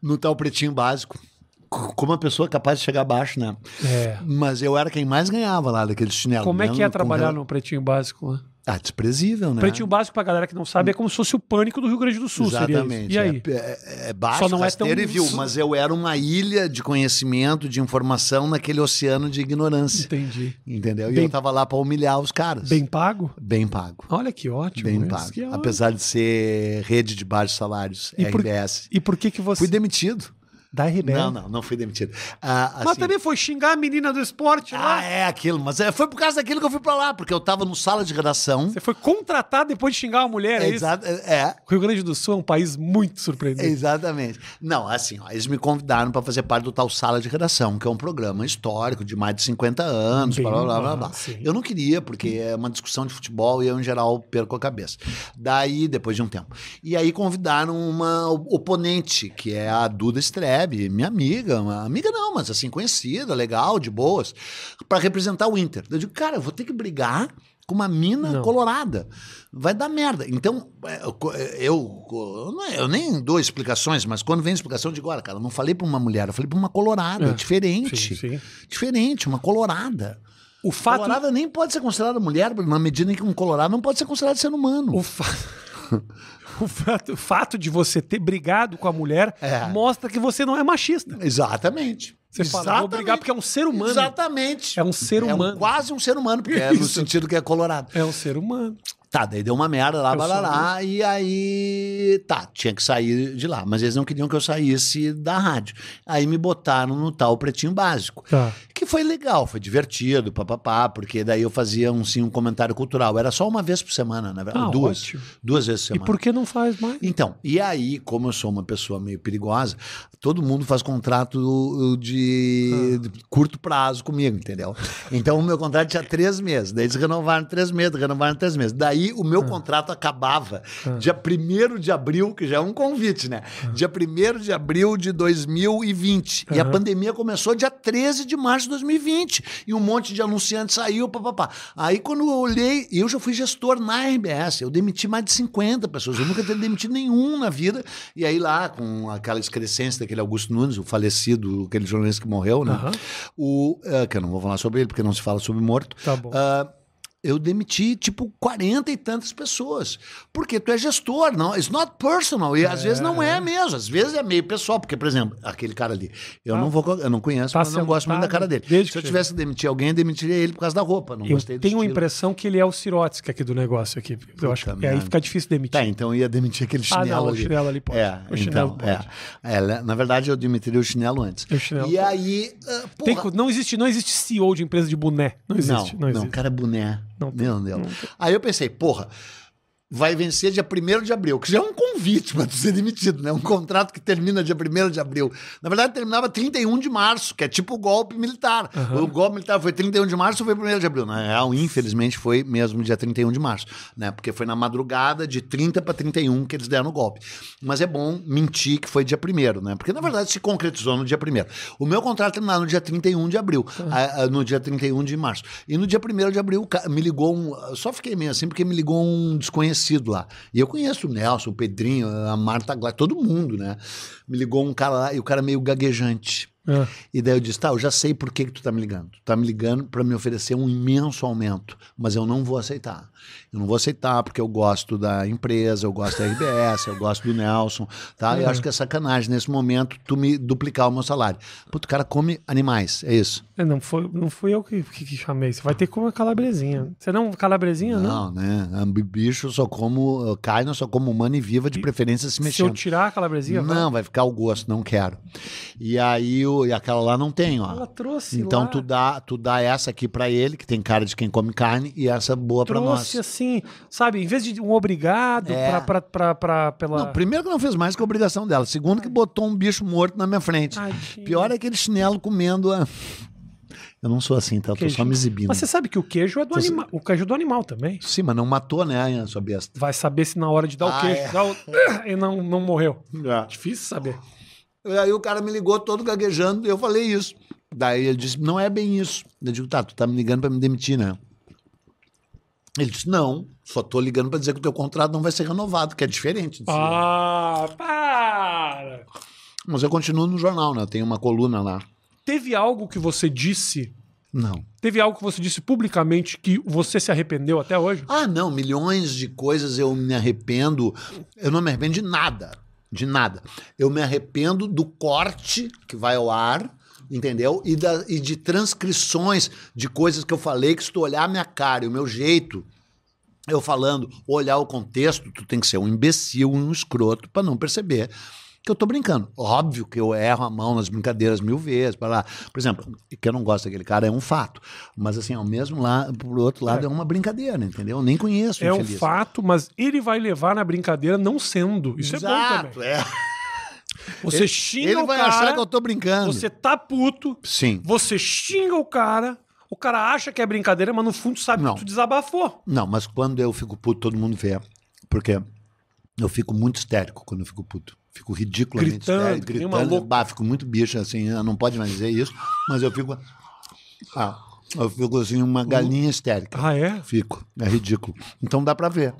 Speaker 2: No tal pretinho básico. C- Como a pessoa é capaz de chegar abaixo, né?
Speaker 1: É.
Speaker 2: Mas eu era quem mais ganhava lá daquele chinelo.
Speaker 1: Como é
Speaker 2: né?
Speaker 1: que é
Speaker 2: Com
Speaker 1: trabalhar
Speaker 2: rela-
Speaker 1: no Pretinho Básico? né?
Speaker 2: Ah, desprezível, né?
Speaker 1: Pretinho Básico, pra galera que não sabe, é como se fosse o pânico do Rio Grande do Sul. seria isso.
Speaker 2: Exatamente.
Speaker 1: E aí?
Speaker 2: É, é, é baixo,
Speaker 1: Só não é
Speaker 2: rasteiro
Speaker 1: tão-
Speaker 2: e vil, mas eu era uma ilha de conhecimento, de informação naquele oceano de ignorância.
Speaker 1: Entendi.
Speaker 2: Entendeu? E
Speaker 1: Bem-
Speaker 2: eu tava lá pra humilhar os caras.
Speaker 1: Bem pago?
Speaker 2: Bem pago.
Speaker 1: Olha que ótimo.
Speaker 2: Bem
Speaker 1: isso
Speaker 2: pago.
Speaker 1: que é ótimo.
Speaker 2: Apesar de ser rede de baixos salários,
Speaker 1: E por-
Speaker 2: RBS.
Speaker 1: E por que que você...
Speaker 2: Fui demitido.
Speaker 1: Da RBS.
Speaker 2: Não, não, não fui demitido. Ah,
Speaker 1: Mas
Speaker 2: assim-
Speaker 1: também foi xingar a menina do esporte
Speaker 2: Ah,
Speaker 1: lá.
Speaker 2: é aquilo. Mas é, foi por causa daquilo que eu fui pra lá, porque eu tava no sala de redação.
Speaker 1: Você foi contratado depois de xingar uma mulher, é,
Speaker 2: É,
Speaker 1: isso?
Speaker 2: exa- é,
Speaker 1: O Rio Grande do Sul é um país muito surpreendente.
Speaker 2: Exatamente. Não, assim, ó, eles me convidaram para fazer parte do tal Sala de Redação, que é um programa histórico de mais de 50 anos,
Speaker 1: Bem
Speaker 2: blá, blá, blá, blá.
Speaker 1: massa, hein?
Speaker 2: Eu não queria, porque é uma discussão de futebol e eu, em geral, perco a cabeça. Daí, depois de um tempo. E aí convidaram uma oponente, que é a Duda Strebe, minha amiga, uma amiga não, mas assim, conhecida, legal, de boas, para representar o Inter. Eu digo, cara, eu vou ter que brigar com uma mina
Speaker 1: Não.
Speaker 2: colorada. Vai dar merda. Então, é, eu, co- é, eu, co- eu não- é, eu nem dou explicações, mas quando vem explicação, eu digo, olha, cara, eu não falei pra uma mulher, eu falei pra uma colorada,
Speaker 1: É.
Speaker 2: é diferente.
Speaker 1: Sim, sim.
Speaker 2: Diferente, uma colorada.
Speaker 1: O fato.
Speaker 2: Colorada nem pode ser considerada mulher, na medida em que um colorado não pode ser considerado ser humano.
Speaker 1: O, fa... o, fato, o fato de você ter brigado com a mulher
Speaker 2: É.
Speaker 1: mostra que você não é machista.
Speaker 2: Exatamente.
Speaker 1: Você fala, vou brigar porque é um ser humano.
Speaker 2: Exatamente.
Speaker 1: É um ser
Speaker 2: É um-
Speaker 1: humano.
Speaker 2: quase um ser humano, porque é no
Speaker 1: Isso.
Speaker 2: sentido que é colorado.
Speaker 1: É um ser humano.
Speaker 2: Tá, daí deu uma merda lá,
Speaker 1: Eu
Speaker 2: blá, blá, blá, e aí, tá, tinha que sair de lá. Mas eles não queriam que eu saísse da rádio. Aí me botaram no tal Pretinho Básico,
Speaker 1: Tá.
Speaker 2: que foi legal, foi divertido, papapá, porque daí eu fazia um, sim, um comentário cultural. Era só uma vez por semana, na verdade,
Speaker 1: Ah,
Speaker 2: duas,
Speaker 1: ótimo.
Speaker 2: duas vezes por
Speaker 1: E
Speaker 2: semana.
Speaker 1: por que não faz mais?
Speaker 2: Então, e aí, como eu sou uma pessoa meio perigosa, todo mundo faz contrato uh, de, de curto prazo comigo, entendeu? Então, o meu contrato tinha três meses, daí eles renovaram três meses, renovaram três meses. Daí, o meu contrato acabava dia 1 de abril, que já é um convite, né? Dia 1 de abril de 2020. E a
Speaker 1: Aham.
Speaker 2: pandemia começou dia 13 de março de 2020. E um monte de anunciante saiu, papapá. Aí, quando eu olhei, eu já fui gestor na RBS, eu demiti mais de 50 pessoas. Eu nunca tinha demitido nenhum na vida. E aí, lá, com aquela excrescência daquele Augusto Nunes, o falecido, aquele jornalista que morreu, né?
Speaker 1: Aham.
Speaker 2: O, eh, que eu não vou falar sobre ele, porque não se fala sobre morto.
Speaker 1: Tá bom.
Speaker 2: Ah, eu demiti, tipo, 40 e tantas pessoas. Porque tu é gestor, não. It's not personal. E às vezes não é mesmo. Às vezes é meio pessoal. Porque, por exemplo, aquele cara ali. Eu
Speaker 1: Tá.
Speaker 2: não vou. co- Eu não conheço,
Speaker 1: Tá
Speaker 2: mas não gosto muito da
Speaker 1: sentado
Speaker 2: cara dele.
Speaker 1: desde
Speaker 2: Se eu
Speaker 1: que
Speaker 2: tivesse que demitir alguém, eu demitiria ele por causa da roupa. Não
Speaker 1: eu
Speaker 2: gostei do
Speaker 1: tenho a
Speaker 2: estilo.
Speaker 1: impressão que ele é o Sirotsky aqui do negócio aqui. Eu acho que é aí
Speaker 2: merda.
Speaker 1: fica difícil demitir.
Speaker 2: Tá, então eu ia demitir aquele
Speaker 1: Ah,
Speaker 2: chinelo
Speaker 1: não, o
Speaker 2: ali.
Speaker 1: chinelo ali pode.
Speaker 2: É,
Speaker 1: o chinelo
Speaker 2: então,
Speaker 1: pode.
Speaker 2: é. É, né, Na verdade, eu demitiria o chinelo antes.
Speaker 1: O chinelo
Speaker 2: e
Speaker 1: pode.
Speaker 2: aí, ah, porra,
Speaker 1: Tem co- não, existe, não existe CEO de empresa de boné. Não existe. Não,
Speaker 2: não,
Speaker 1: existe.
Speaker 2: cara é boné.
Speaker 1: Não tem,
Speaker 2: Meu Deus. Aí eu pensei, porra, vai vencer dia 1 de abril, que já é um convite para tu ser demitido, né? Um contrato que termina dia 1 de abril. Na verdade, terminava 31 de março, que é tipo o golpe militar. O golpe militar foi 31 de março ou foi 1 de abril? Na real, infelizmente, foi mesmo dia 31 de março, né? Porque foi na madrugada de 30 para 31 que eles deram o golpe. Mas é bom mentir que foi dia 1 né? Porque, na verdade, se concretizou no dia 1 O meu contrato terminava no dia 31 de abril, a- a- no dia 31 de março. E no dia 1 de abril, o ca- me ligou um. eu Só fiquei meio assim, porque me ligou um desconhecido lá. E eu conheço o Nelson, o Pedrinho, a Marta Glá, todo mundo, né? Me ligou um cara lá e o cara meio gaguejante.
Speaker 1: Ah,
Speaker 2: E daí eu disse: tá, eu já sei por que, que tu tá me ligando. Tu tá me ligando para me oferecer um imenso aumento, mas eu não vou aceitar. Eu não vou aceitar porque eu gosto da empresa, eu gosto da RBS, eu gosto do Nelson, tá?
Speaker 1: Uhum.
Speaker 2: Eu acho que é sacanagem nesse momento tu me duplicar o meu salário. Puto, o cara come animais, é isso?
Speaker 1: é, não, foi, não fui eu que, que- que chamei. Você vai ter que comer calabresinha. Você não calabresinha, não?
Speaker 2: Não, né? Ambi- Bicho só como uh, carne, eu só como humano e viva, de preferência se
Speaker 1: Se eu
Speaker 2: mexendo.
Speaker 1: tirar a calabresinha, vai.
Speaker 2: Não, vai ficar o gosto, não quero. E aí, o- e aquela lá não tem, ó.
Speaker 1: ela trouxe
Speaker 2: Então
Speaker 1: lá,
Speaker 2: tu dá, tu dá essa aqui pra ele, que tem cara de quem come carne, e essa boa pra nós.
Speaker 1: trouxe assim, sabe? Em vez de um obrigado
Speaker 2: É.
Speaker 1: pra, pra, pra, pra- pela...
Speaker 2: Não, primeiro que não fez mais que a obrigação dela. Segundo que botou um bicho morto na minha frente.
Speaker 1: Tadinho.
Speaker 2: Pior é aquele chinelo comendo a... Eu não sou assim, tá? Eu tô
Speaker 1: Queijo.
Speaker 2: só me exibindo.
Speaker 1: Mas você sabe que o queijo é do
Speaker 2: Você-
Speaker 1: animal. O queijo é do animal também.
Speaker 2: Sim, mas não matou, né, a sua besta?
Speaker 1: Vai saber se na hora de dar
Speaker 2: Ah,
Speaker 1: o queijo
Speaker 2: é.
Speaker 1: dá o... e não, não morreu. Difícil saber.
Speaker 2: E Aí o cara me ligou todo gaguejando e eu falei isso. Daí ele disse, não é bem isso. Eu digo, tá, tu tá me ligando pra me demitir, né? Ele disse, não, só tô ligando pra dizer que o teu contrato não vai ser renovado, que é diferente. disso.
Speaker 1: Ah, para!
Speaker 2: Mas eu continuo no jornal, né? Eu tenho uma coluna lá.
Speaker 1: Teve algo que você disse,
Speaker 2: Não.
Speaker 1: teve algo que você disse publicamente que você se arrependeu até hoje?
Speaker 2: Ah, não, milhões de coisas eu me arrependo. Eu não me arrependo de nada. De nada. Eu me arrependo do corte que vai ao ar, entendeu? E, da- e de transcrições de coisas que eu falei, que se tu olhar a minha cara e o meu jeito, eu falando, olhar o contexto, tu tem que ser um imbecil, um escroto, pra não perceber que eu tô brincando. Óbvio que eu erro a mão nas brincadeiras mil vezes, para lá. Por exemplo, que eu não gosto daquele cara é um fato. Mas assim, ao mesmo lado, pro outro lado, é, uma brincadeira, entendeu? Eu nem conheço o
Speaker 1: É um
Speaker 2: infeliz.
Speaker 1: fato, mas ele vai levar na brincadeira não sendo. Isso é bom
Speaker 2: Exato,
Speaker 1: também.
Speaker 2: é.
Speaker 1: Você xinga
Speaker 2: Ele
Speaker 1: o
Speaker 2: vai
Speaker 1: cara,
Speaker 2: achar que eu tô brincando.
Speaker 1: você tá puto,
Speaker 2: Sim.
Speaker 1: você xinga o cara, o cara acha que é brincadeira, mas no fundo sabe
Speaker 2: Não.
Speaker 1: que tu desabafou.
Speaker 2: Não, mas quando eu fico puto, todo mundo vê. Porque eu fico muito histérico quando eu fico puto. Fico ridiculamente
Speaker 1: Gritando,
Speaker 2: histérico,
Speaker 1: que nem um
Speaker 2: gritando.
Speaker 1: maluco.
Speaker 2: Bah, fico muito bicho, assim, ah, não pode mais dizer isso, mas eu fico. Ah, eu fico assim, uma galinha histérica.
Speaker 1: Ah, é?
Speaker 2: Fico. É ridículo. Então dá pra ver.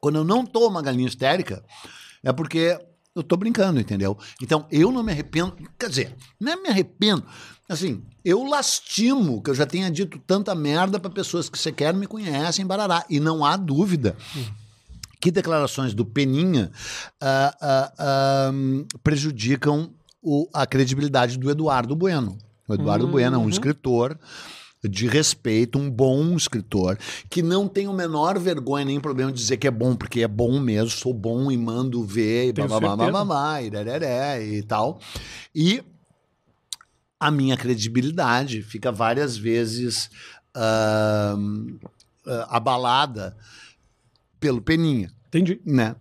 Speaker 2: Quando eu não tô uma galinha histérica, é porque eu tô brincando, entendeu? Então eu não me arrependo. Quer dizer, não é me arrependo. Assim, eu lastimo que eu já tenha dito tanta merda pra pessoas que sequer me conhecem, barará. E não há dúvida que declarações do Peninha ah, ah, ah, prejudicam o- a credibilidade do Eduardo Bueno. O Eduardo Bueno é
Speaker 1: Uhum.
Speaker 2: um escritor de respeito, um bom escritor, que não tem o menor vergonha nem problema de dizer que é bom, porque é bom mesmo, sou bom e mando ver, e
Speaker 1: Tenho
Speaker 2: bababá,
Speaker 1: certeza.
Speaker 2: bababá, e, rereré, e tal. E a minha credibilidade fica várias vezes ah, ah, abalada pelo Peninha
Speaker 1: Entendi.
Speaker 2: né?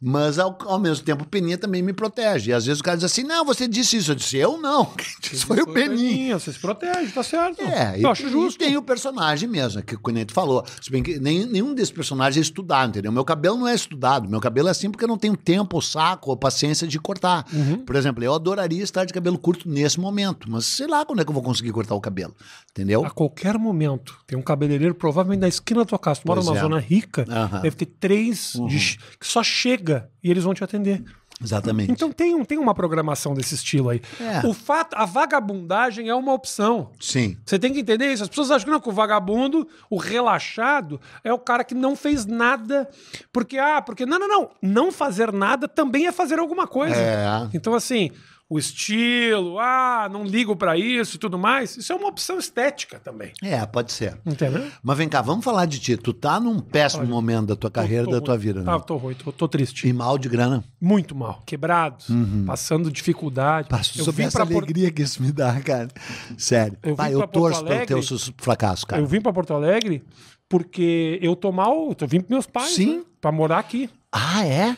Speaker 2: Mas ao, ao mesmo tempo o Peninha também me protege. E às vezes o cara diz assim: não, você disse isso. Eu disse: eu não. Quem disse foi o Peninha.
Speaker 1: Você se protege, tá certo.
Speaker 2: É,
Speaker 1: eu
Speaker 2: e-
Speaker 1: acho justo.
Speaker 2: E tem o personagem mesmo, que o Neto falou. Se bem que nem, nenhum desses personagens é estudado, entendeu? Meu cabelo não é estudado. Meu cabelo é assim porque eu não tenho tempo, ou saco, ou paciência de cortar.
Speaker 1: Uhum.
Speaker 2: Por exemplo, eu adoraria estar de cabelo curto nesse momento, mas sei lá quando é que eu vou conseguir cortar o cabelo, entendeu?
Speaker 1: A qualquer momento, tem um cabeleireiro provavelmente na esquina da tua casa. Tu mora
Speaker 2: Pois
Speaker 1: numa
Speaker 2: é.
Speaker 1: zona rica,
Speaker 2: Aham. Uhum.
Speaker 1: deve ter três de ch- que só chega e eles vão te atender.
Speaker 2: Exatamente.
Speaker 1: Então tem, um, tem uma programação desse estilo aí.
Speaker 2: É.
Speaker 1: O fato, a vagabundagem é uma opção.
Speaker 2: Sim.
Speaker 1: Você tem que entender isso. As pessoas acham que não, que o vagabundo, o relaxado, é o cara que não fez nada. Porque, ah, porque. Não, não, não. Não fazer nada também é fazer alguma coisa.
Speaker 2: É.
Speaker 1: Então, assim, o estilo, ah, não ligo pra isso e tudo mais, isso é uma opção estética também.
Speaker 2: É, pode ser.
Speaker 1: Entendeu?
Speaker 2: Mas vem cá, vamos falar de ti. Tu tá num péssimo momento da tua carreira,
Speaker 1: Tô
Speaker 2: da
Speaker 1: ruim.
Speaker 2: tua vida, né?
Speaker 1: Tá, tô ruim, tô, tô triste.
Speaker 2: E mal de grana.
Speaker 1: Muito mal. Quebrado, passando dificuldade.
Speaker 2: Passo
Speaker 1: Eu
Speaker 2: sobre
Speaker 1: vim
Speaker 2: Uhum. essa
Speaker 1: pra Porto-
Speaker 2: alegria que isso me dá, cara. Sério.
Speaker 1: Eu vim
Speaker 2: Pai, eu
Speaker 1: pra Porto
Speaker 2: torço pelo
Speaker 1: Alegre.
Speaker 2: teu su- fracasso, cara.
Speaker 1: Eu vim pra Porto Alegre porque eu tô mal, eu tô- vim pros meus pais,
Speaker 2: Sim.
Speaker 1: né, pra morar aqui.
Speaker 2: Ah, é?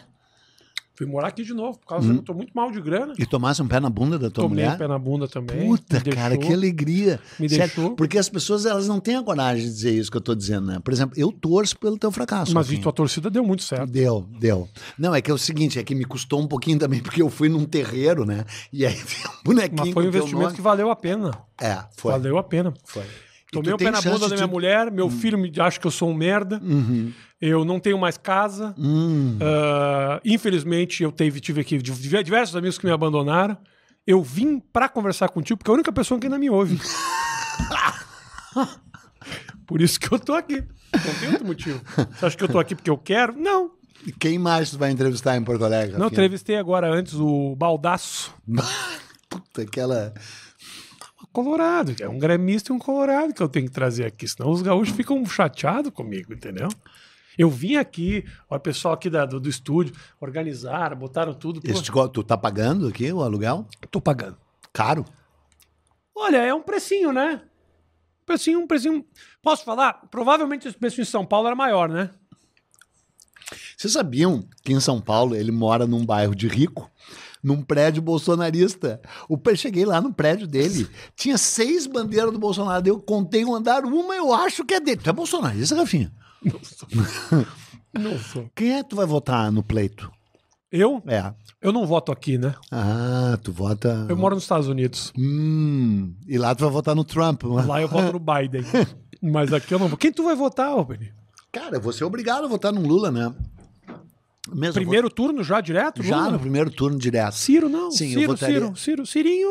Speaker 1: Fui morar aqui de novo, por
Speaker 2: Hum.
Speaker 1: causa que eu tô muito mal de grana.
Speaker 2: E tomasse um pé na bunda da tua
Speaker 1: Tomei o
Speaker 2: mulher?
Speaker 1: pé na bunda também.
Speaker 2: Puta,
Speaker 1: me deixou.
Speaker 2: cara, que alegria.
Speaker 1: Me deixou.
Speaker 2: Porque as pessoas, elas não têm a coragem de dizer isso que eu tô dizendo, né? Por exemplo, eu torço pelo teu fracasso.
Speaker 1: Mas
Speaker 2: Rafinha.
Speaker 1: Vitor, a torcida deu muito certo.
Speaker 2: Deu, deu. Não, é que é o seguinte, é que me custou um pouquinho também, porque eu fui num terreiro, né? E aí tem um bonequinho
Speaker 1: Mas foi um
Speaker 2: com teu
Speaker 1: investimento
Speaker 2: nome.
Speaker 1: que valeu a pena.
Speaker 2: É, foi.
Speaker 1: Valeu a pena.
Speaker 2: Foi.
Speaker 1: Tomei
Speaker 2: tu
Speaker 1: o pé
Speaker 2: tem
Speaker 1: na
Speaker 2: chance
Speaker 1: bunda da minha
Speaker 2: de- Hum. Uhum.
Speaker 1: mulher, meu filho me acha que eu sou um merda, eu não tenho mais casa.
Speaker 2: Hum,
Speaker 1: Ah, infelizmente, eu teve, tive aqui div- diversos amigos que me abandonaram. Eu vim pra conversar contigo, porque é a única pessoa que ainda me ouve. Por isso que eu tô aqui. Não tem outro motivo. Você acha que eu tô aqui porque eu quero? Não.
Speaker 2: quem mais tu vai entrevistar em Porto Alegre?
Speaker 1: Não, eu
Speaker 2: Rafinha?
Speaker 1: entrevistei agora antes o Baldaço.
Speaker 2: Puta, aquela.
Speaker 1: Colorado. É um gremista e um colorado que eu tenho que trazer aqui, senão os gaúchos ficam chateados comigo, entendeu? Eu vim aqui, ó, o pessoal aqui da- do, do estúdio organizaram, botaram tudo. Pô,
Speaker 2: Este, go- tu tá pagando aqui o aluguel?
Speaker 1: Tô pagando.
Speaker 2: Caro?
Speaker 1: Olha, é um precinho, né? Precinho, um precinho. Posso falar? Provavelmente esse preço em São Paulo era maior, né?
Speaker 2: Vocês sabiam que em São Paulo ele mora num bairro de rico, num prédio bolsonarista? O pé- cheguei lá no prédio dele, tinha seis bandeiras do Bolsonaro. daí Eu contei um andar, uma eu acho que é dele. Tu é bolsonarista, Rafinha?
Speaker 1: Não sou. Não sou.
Speaker 2: Quem é que tu vai votar no pleito?
Speaker 1: Eu?
Speaker 2: É.
Speaker 1: Eu não voto aqui, né?
Speaker 2: Ah, tu vota.
Speaker 1: Eu moro nos Estados Unidos.
Speaker 2: Hum. E lá tu vai votar no Trump. né?
Speaker 1: Lá eu voto no Biden. Mas aqui eu não vou. Quem tu vai votar, Albany?
Speaker 2: Cara, você é obrigado a votar no Lula, né? Mesmo
Speaker 1: Primeiro turno já direto?
Speaker 2: Já
Speaker 1: Lula?
Speaker 2: no primeiro turno direto.
Speaker 1: Ciro não.
Speaker 2: Sim, eu
Speaker 1: Ciro,
Speaker 2: votaria. É.
Speaker 1: Ciro, Ciro, Cirinho.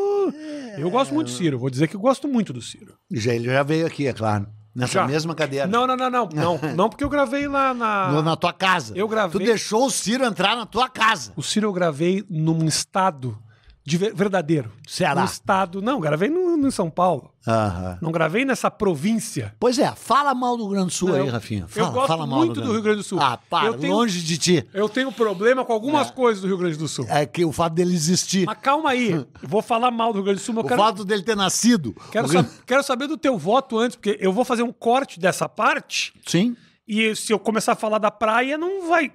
Speaker 1: Eu gosto muito do Ciro. Vou dizer que eu gosto muito do Ciro.
Speaker 2: Já, ele já veio aqui, é claro. Nessa
Speaker 1: Já.
Speaker 2: mesma cadeira.
Speaker 1: Não, não, não, não, não, não, porque eu gravei lá na.
Speaker 2: No- na tua casa.
Speaker 1: Eu gravei-
Speaker 2: Tu deixou o Ciro entrar na tua casa.
Speaker 1: O Ciro eu gravei num estado de ver- verdadeiro.
Speaker 2: Ceará.
Speaker 1: Um estado, não, gravei no, em São Paulo.
Speaker 2: Aham.
Speaker 1: Não gravei nessa província.
Speaker 2: Pois é, fala mal do Rio Grande do Sul
Speaker 1: Não,
Speaker 2: aí, Rafinha. Fala,
Speaker 1: eu gosto
Speaker 2: fala mal
Speaker 1: muito do Rio Grande do Sul.
Speaker 2: Ah, para,
Speaker 1: Eu tenho-
Speaker 2: longe de ti.
Speaker 1: Eu tenho problema com algumas coisas do Rio Grande do Sul.
Speaker 2: É que o fato dele existir,
Speaker 1: Mas calma aí. Eu vou falar mal do Rio Grande do Sul, mas
Speaker 2: o
Speaker 1: eu quero,
Speaker 2: fato dele ter nascido.
Speaker 1: quero,
Speaker 2: O Rio-
Speaker 1: sa- quero saber do teu voto antes, porque eu vou fazer um corte dessa parte
Speaker 2: Sim.
Speaker 1: e se eu começar a falar da praia, não vai.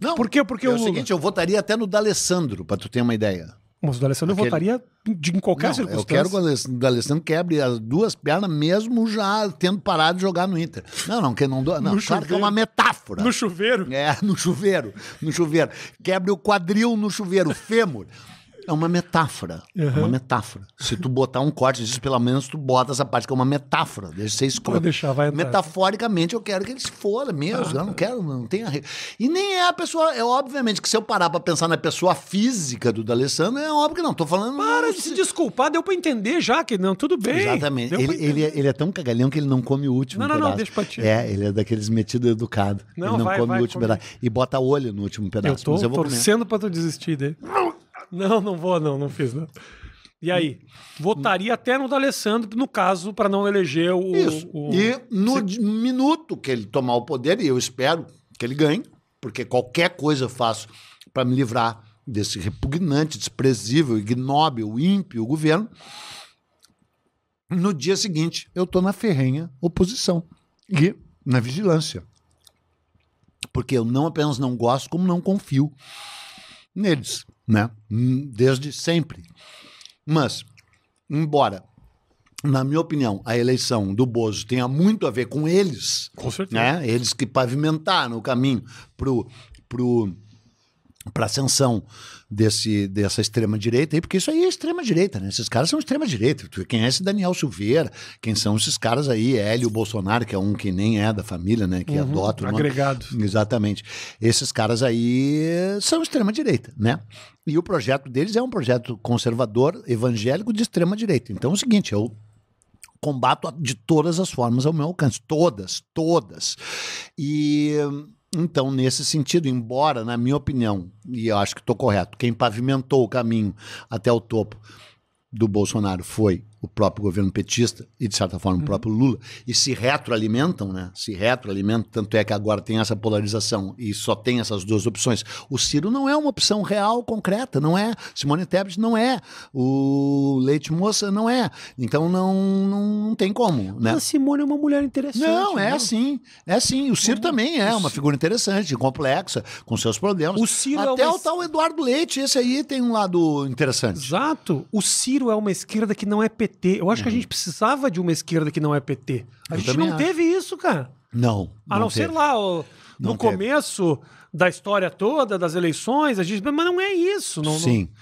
Speaker 2: Não,
Speaker 1: Por quê? Porque
Speaker 2: é o,
Speaker 1: o Lula-
Speaker 2: seguinte, eu votaria até no D'Alessandro, pra tu ter uma ideia.
Speaker 1: Mas do Alessandro eu
Speaker 2: Aquele-
Speaker 1: votaria de, em qualquer
Speaker 2: Não, eu
Speaker 1: circunstância.
Speaker 2: quero que o Aless- o D'Alessandro quebre as duas pernas, mesmo já tendo parado de jogar no Inter. Não, não, que não, dou- não
Speaker 1: No
Speaker 2: claro que é
Speaker 1: chuveiro.
Speaker 2: uma metáfora.
Speaker 1: No chuveiro.
Speaker 2: É, no chuveiro, no chuveiro. Quebre o quadril no chuveiro, o fêmur. É uma metáfora, é uma metáfora. Se tu botar um corte disso, pelo menos tu bota essa parte que é uma metáfora. Deixa você escolher.
Speaker 1: Vou deixar, vai entrar.
Speaker 2: Metaforicamente, eu quero que ele se foda mesmo. eu não quero, não tem arre- E nem é a pessoa... É obviamente que se eu parar pra pensar na pessoa física do D'Alessandro, é óbvio que não. Tô falando...
Speaker 1: Para de se desculpar, deu pra entender já que não, tudo bem.
Speaker 2: Exatamente.
Speaker 1: Deu pra
Speaker 2: Ele, ele, é, ele é tão cagalhão que ele não come o último
Speaker 1: Não, não, não,
Speaker 2: pedaço.
Speaker 1: deixa pra ti.
Speaker 2: É, ele é daqueles metido educado.
Speaker 1: Não,
Speaker 2: ele não
Speaker 1: vai,
Speaker 2: come
Speaker 1: vai,
Speaker 2: o último
Speaker 1: come.
Speaker 2: pedaço. E bota olho no último
Speaker 1: Eu
Speaker 2: pedaço.
Speaker 1: tô
Speaker 2: mas eu vou comer.
Speaker 1: torcendo pra tu desistir dele. Não, não vou, não, não fiz, não. E aí? Votaria até no D'Alessandro, no caso, pra não eleger o.
Speaker 2: Isso.
Speaker 1: o-
Speaker 2: E no di- minuto que ele tomar o poder, e eu espero que ele ganhe, porque qualquer coisa eu faço para me livrar desse repugnante, desprezível, ignóbil, ímpio governo. No dia seguinte, eu tô na ferrenha oposição e na vigilância. Porque eu não apenas não gosto, como não confio neles, né? Hum, Desde sempre. Mas, embora na minha opinião, a eleição do Bozo tenha muito a ver com eles,
Speaker 1: Com certeza.
Speaker 2: né? Eles que pavimentaram o caminho pro pro para ascensão desse dessa extrema direita aí, porque isso aí é extrema direita, né? Esses caras são extrema direita. Tu Quem é esse Daniel Silveira? Quem são esses caras aí? Hélio Bolsonaro, que é um que nem é da família, né,
Speaker 1: Uhum.
Speaker 2: que adota o nome.
Speaker 1: agregado.
Speaker 2: Exatamente. Esses caras aí são extrema-direita, né? E o projeto deles é um projeto conservador, evangélico de extrema-direita. Então é o seguinte, eu combato a- de todas as formas ao meu alcance. Todas, todas. E. Então, nesse sentido, embora, na minha opinião, e eu acho que estou correto, quem pavimentou o caminho até o topo do Bolsonaro foi o próprio governo petista e, de certa
Speaker 1: Uhum.
Speaker 2: forma, o próprio Lula, e se retroalimentam, né? Se retroalimentam, tanto é que agora tem essa polarização e só tem essas duas opções. O Ciro não é uma opção real, concreta, não é. Simone Tebet não é. O Leite Moça não é. Então não, não tem como, né?
Speaker 1: A Simone é uma mulher interessante. Uhum.
Speaker 2: Não, é
Speaker 1: né?
Speaker 2: sim. É sim. O Ciro também é uma figura interessante, complexa, com seus problemas.
Speaker 1: O Ciro é
Speaker 2: Até
Speaker 1: uma-
Speaker 2: o tal Eduardo Leite, esse aí tem um lado interessante.
Speaker 1: Exato. O Ciro é uma esquerda que não é PT. Eu acho que a gente precisava de uma esquerda que não é PT. A
Speaker 2: Uhum. Eu
Speaker 1: gente
Speaker 2: também
Speaker 1: não
Speaker 2: acho.
Speaker 1: teve isso, cara.
Speaker 2: Não.
Speaker 1: A Ah, não ser
Speaker 2: teve.
Speaker 1: lá, o-
Speaker 2: Não
Speaker 1: no
Speaker 2: teve.
Speaker 1: começo da história toda, das eleições, a gente. Mas não é isso. Não, não-
Speaker 2: Sim. É.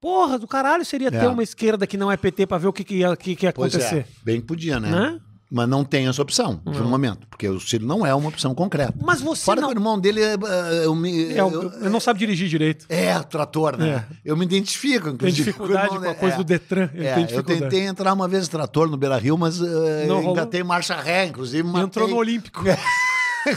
Speaker 1: Porra, do caralho seria ter uma esquerda que não é PT pra ver o que, que, ia, que, que ia
Speaker 2: Pois
Speaker 1: acontecer.
Speaker 2: é. Bem que podia, né?
Speaker 1: Né? Hum.
Speaker 2: Mas não tem essa opção, de um momento. Porque o Ciro não é uma opção concreta.
Speaker 1: Mas você
Speaker 2: Fora
Speaker 1: não.
Speaker 2: que o irmão dele é... é, eu me-
Speaker 1: É,
Speaker 2: eu-
Speaker 1: eu- eu não sabe dirigir direito.
Speaker 2: é, trator, né? Eu me identifico,
Speaker 1: Tem
Speaker 2: inclusive.
Speaker 1: dificuldade
Speaker 2: o
Speaker 1: com
Speaker 2: irmão
Speaker 1: a
Speaker 2: dele-
Speaker 1: coisa
Speaker 2: é.
Speaker 1: do Detran. Ele
Speaker 2: É,
Speaker 1: tem
Speaker 2: eu
Speaker 1: dificuldade.
Speaker 2: tentei entrar uma vez em trator no Beira Rio, mas eh,
Speaker 1: Não rolou.
Speaker 2: engatei marcha ré, inclusive.
Speaker 1: Entrou
Speaker 2: matei-
Speaker 1: no Olímpico.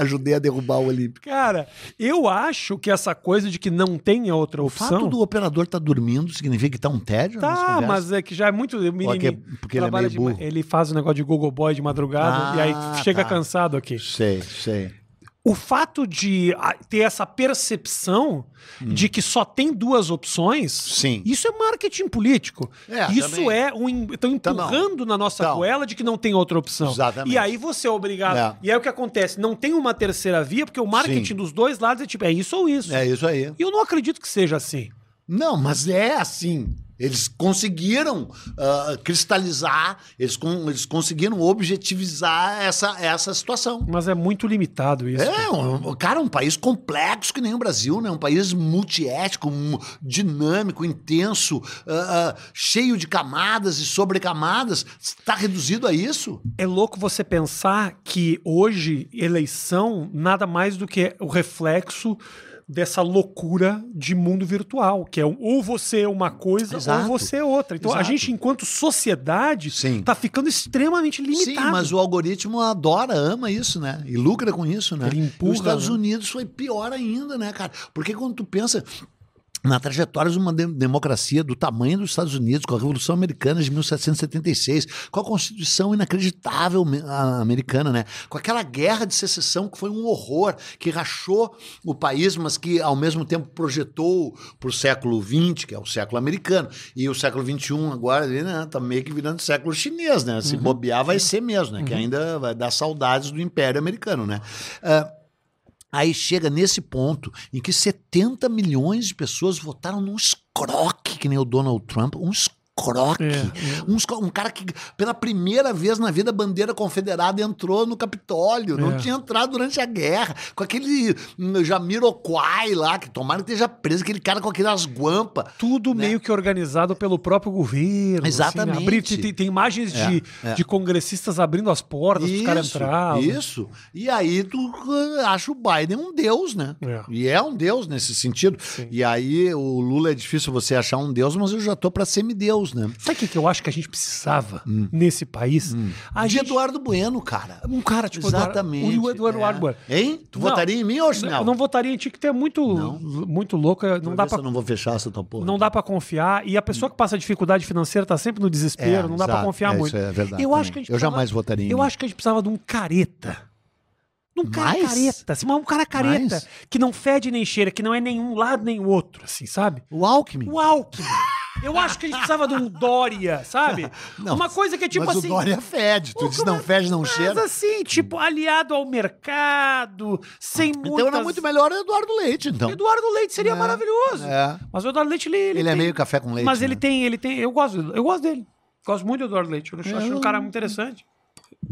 Speaker 2: Ajudei a derrubar o Olímpico.
Speaker 1: Cara, eu acho que essa coisa de que não tem outra
Speaker 2: O fato
Speaker 1: opção.
Speaker 2: do operador estar dormindo significa que está um tédio? nas
Speaker 1: Tá,
Speaker 2: conversas?
Speaker 1: mas é que já é muito.
Speaker 2: que é- porque ele é
Speaker 1: trabalha
Speaker 2: meio
Speaker 1: de-
Speaker 2: burro.
Speaker 1: ele faz o negócio de Google Boy de madrugada
Speaker 2: Ah,
Speaker 1: e aí chega
Speaker 2: tá.
Speaker 1: cansado aqui.
Speaker 2: Sei, sei.
Speaker 1: O fato de ah, ter essa percepção de que só tem duas opções,
Speaker 2: Hum. Sim.
Speaker 1: isso é marketing político.
Speaker 2: É,
Speaker 1: isso
Speaker 2: também.
Speaker 1: é um. Estão
Speaker 2: Tá bom.
Speaker 1: empurrando na nossa
Speaker 2: Tá.
Speaker 1: goela de que não tem outra opção.
Speaker 2: Exatamente.
Speaker 1: E aí você é obrigado.
Speaker 2: É.
Speaker 1: E aí o que acontece? Não tem uma terceira via, porque o marketing
Speaker 2: Sim.
Speaker 1: dos dois lados é tipo, é isso ou isso.
Speaker 2: É isso aí.
Speaker 1: E eu não acredito que seja assim.
Speaker 2: Não, mas é assim. Eles conseguiram ah, cristalizar, eles, con- eles conseguiram objetivizar essa, essa situação.
Speaker 1: Mas é muito limitado isso.
Speaker 2: É, um, cara, um país complexo que nem o Brasil, né? Um país multiético, mu- dinâmico, intenso, ah, ah, cheio de camadas e sobrecamadas. Está reduzido a isso?
Speaker 1: É louco você pensar que hoje eleição nada mais do que o reflexo dessa loucura de mundo virtual, que é ou você é uma coisa
Speaker 2: Exato.
Speaker 1: ou você é outra. Então a
Speaker 2: Exato.
Speaker 1: gente enquanto sociedade
Speaker 2: Sim.
Speaker 1: tá ficando extremamente limitado.
Speaker 2: Sim, mas o algoritmo adora, ama isso, né? E lucra com isso, né?
Speaker 1: Ele
Speaker 2: E
Speaker 1: empurra,
Speaker 2: Os Estados
Speaker 1: né?
Speaker 2: Unidos foi pior ainda, né, cara? Porque quando tu pensa na trajetória de uma de- democracia do tamanho dos Estados Unidos, com a Revolução Americana de 1776, com a Constituição inacreditável me- a- americana, né? Com aquela guerra de secessão que foi um horror, que rachou o país, mas que ao mesmo tempo projetou para o século XX, que é o século americano, e o século XXI agora ele, né, tá meio que virando século chinês, né?
Speaker 1: Uhum.
Speaker 2: Se bobear vai ser mesmo, né? Que ainda vai dar saudades do Império Americano, né? Ah, Aí chega nesse ponto em que 70 milhões de pessoas votaram num escroque, que nem o Donald Trump, um escroque.
Speaker 1: É,
Speaker 2: Um, escro- um cara que, pela primeira vez na vida, a bandeira confederada entrou no Capitólio. Não
Speaker 1: É.
Speaker 2: tinha entrado durante a guerra. Com aquele hum, Jamiroquai lá, que tomara que esteja preso, aquele cara com aquelas guampas.
Speaker 1: Tudo
Speaker 2: Né?
Speaker 1: meio que organizado pelo próprio governo. assim,
Speaker 2: Exatamente.
Speaker 1: né? Abrir- tem, tem imagens de,
Speaker 2: É, é.
Speaker 1: de congressistas abrindo as portas para os caras entrar.
Speaker 2: Isso. E aí tu uh, acha o Biden um deus, né?
Speaker 1: É.
Speaker 2: E é um deus nesse sentido. E aí o Lula é difícil você achar um deus, mas eu já tô para semideus, né?
Speaker 1: Sabe o que, que eu acho que a gente precisava
Speaker 2: Hum.
Speaker 1: nesse país? A
Speaker 2: De
Speaker 1: gente-
Speaker 2: Eduardo Bueno, cara.
Speaker 1: Um cara tipo
Speaker 2: Exatamente.
Speaker 1: Eduardo, o Eduardo
Speaker 2: é.
Speaker 1: Arguello.
Speaker 2: Hein? Tu
Speaker 1: Não.
Speaker 2: votaria em mim ou
Speaker 1: Não,
Speaker 2: não?
Speaker 1: não votaria, tinha que ter muito,
Speaker 2: Não.
Speaker 1: muito louco. é, Não dá
Speaker 2: pra...
Speaker 1: pra
Speaker 2: eu não vou fechar essa tua porra.
Speaker 1: não dá para confiar. E a pessoa que passa dificuldade financeira tá sempre no desespero, não dá para
Speaker 2: exato.
Speaker 1: confiar
Speaker 2: É,
Speaker 1: muito.
Speaker 2: Isso é verdade.
Speaker 1: Eu
Speaker 2: também.
Speaker 1: acho que a gente
Speaker 2: Eu jamais
Speaker 1: precisava-
Speaker 2: votaria em
Speaker 1: Eu
Speaker 2: mim.
Speaker 1: acho que a gente precisava de um careta. De um cara
Speaker 2: Mais?
Speaker 1: careta, assim, mas um cara careta
Speaker 2: Mais?
Speaker 1: que não fede nem cheira, que não é nenhum lado nem o outro, assim, sabe?
Speaker 2: O Alckmin.
Speaker 1: O Alckmin. Eu acho que a gente precisava de um Dória, sabe?
Speaker 2: Não,
Speaker 1: Uma coisa que é tipo
Speaker 2: mas
Speaker 1: assim.
Speaker 2: o Dória fede. Tu
Speaker 1: Pô,
Speaker 2: diz
Speaker 1: como
Speaker 2: não fede, não
Speaker 1: Mas
Speaker 2: cheira.
Speaker 1: assim, tipo, aliado ao mercado, sem muitas...
Speaker 2: Então era muito melhor o Eduardo Leite, então.
Speaker 1: Eduardo Leite seria maravilhoso.
Speaker 2: É.
Speaker 1: Mas o Eduardo Leite, ele, ele
Speaker 2: Ele, é
Speaker 1: tem-
Speaker 2: meio café com leite.
Speaker 1: Mas ele
Speaker 2: né?
Speaker 1: tem, ele tem. Eu gosto, eu gosto dele. Gosto muito do Eduardo Leite. Eu acho acho ele um cara muito interessante.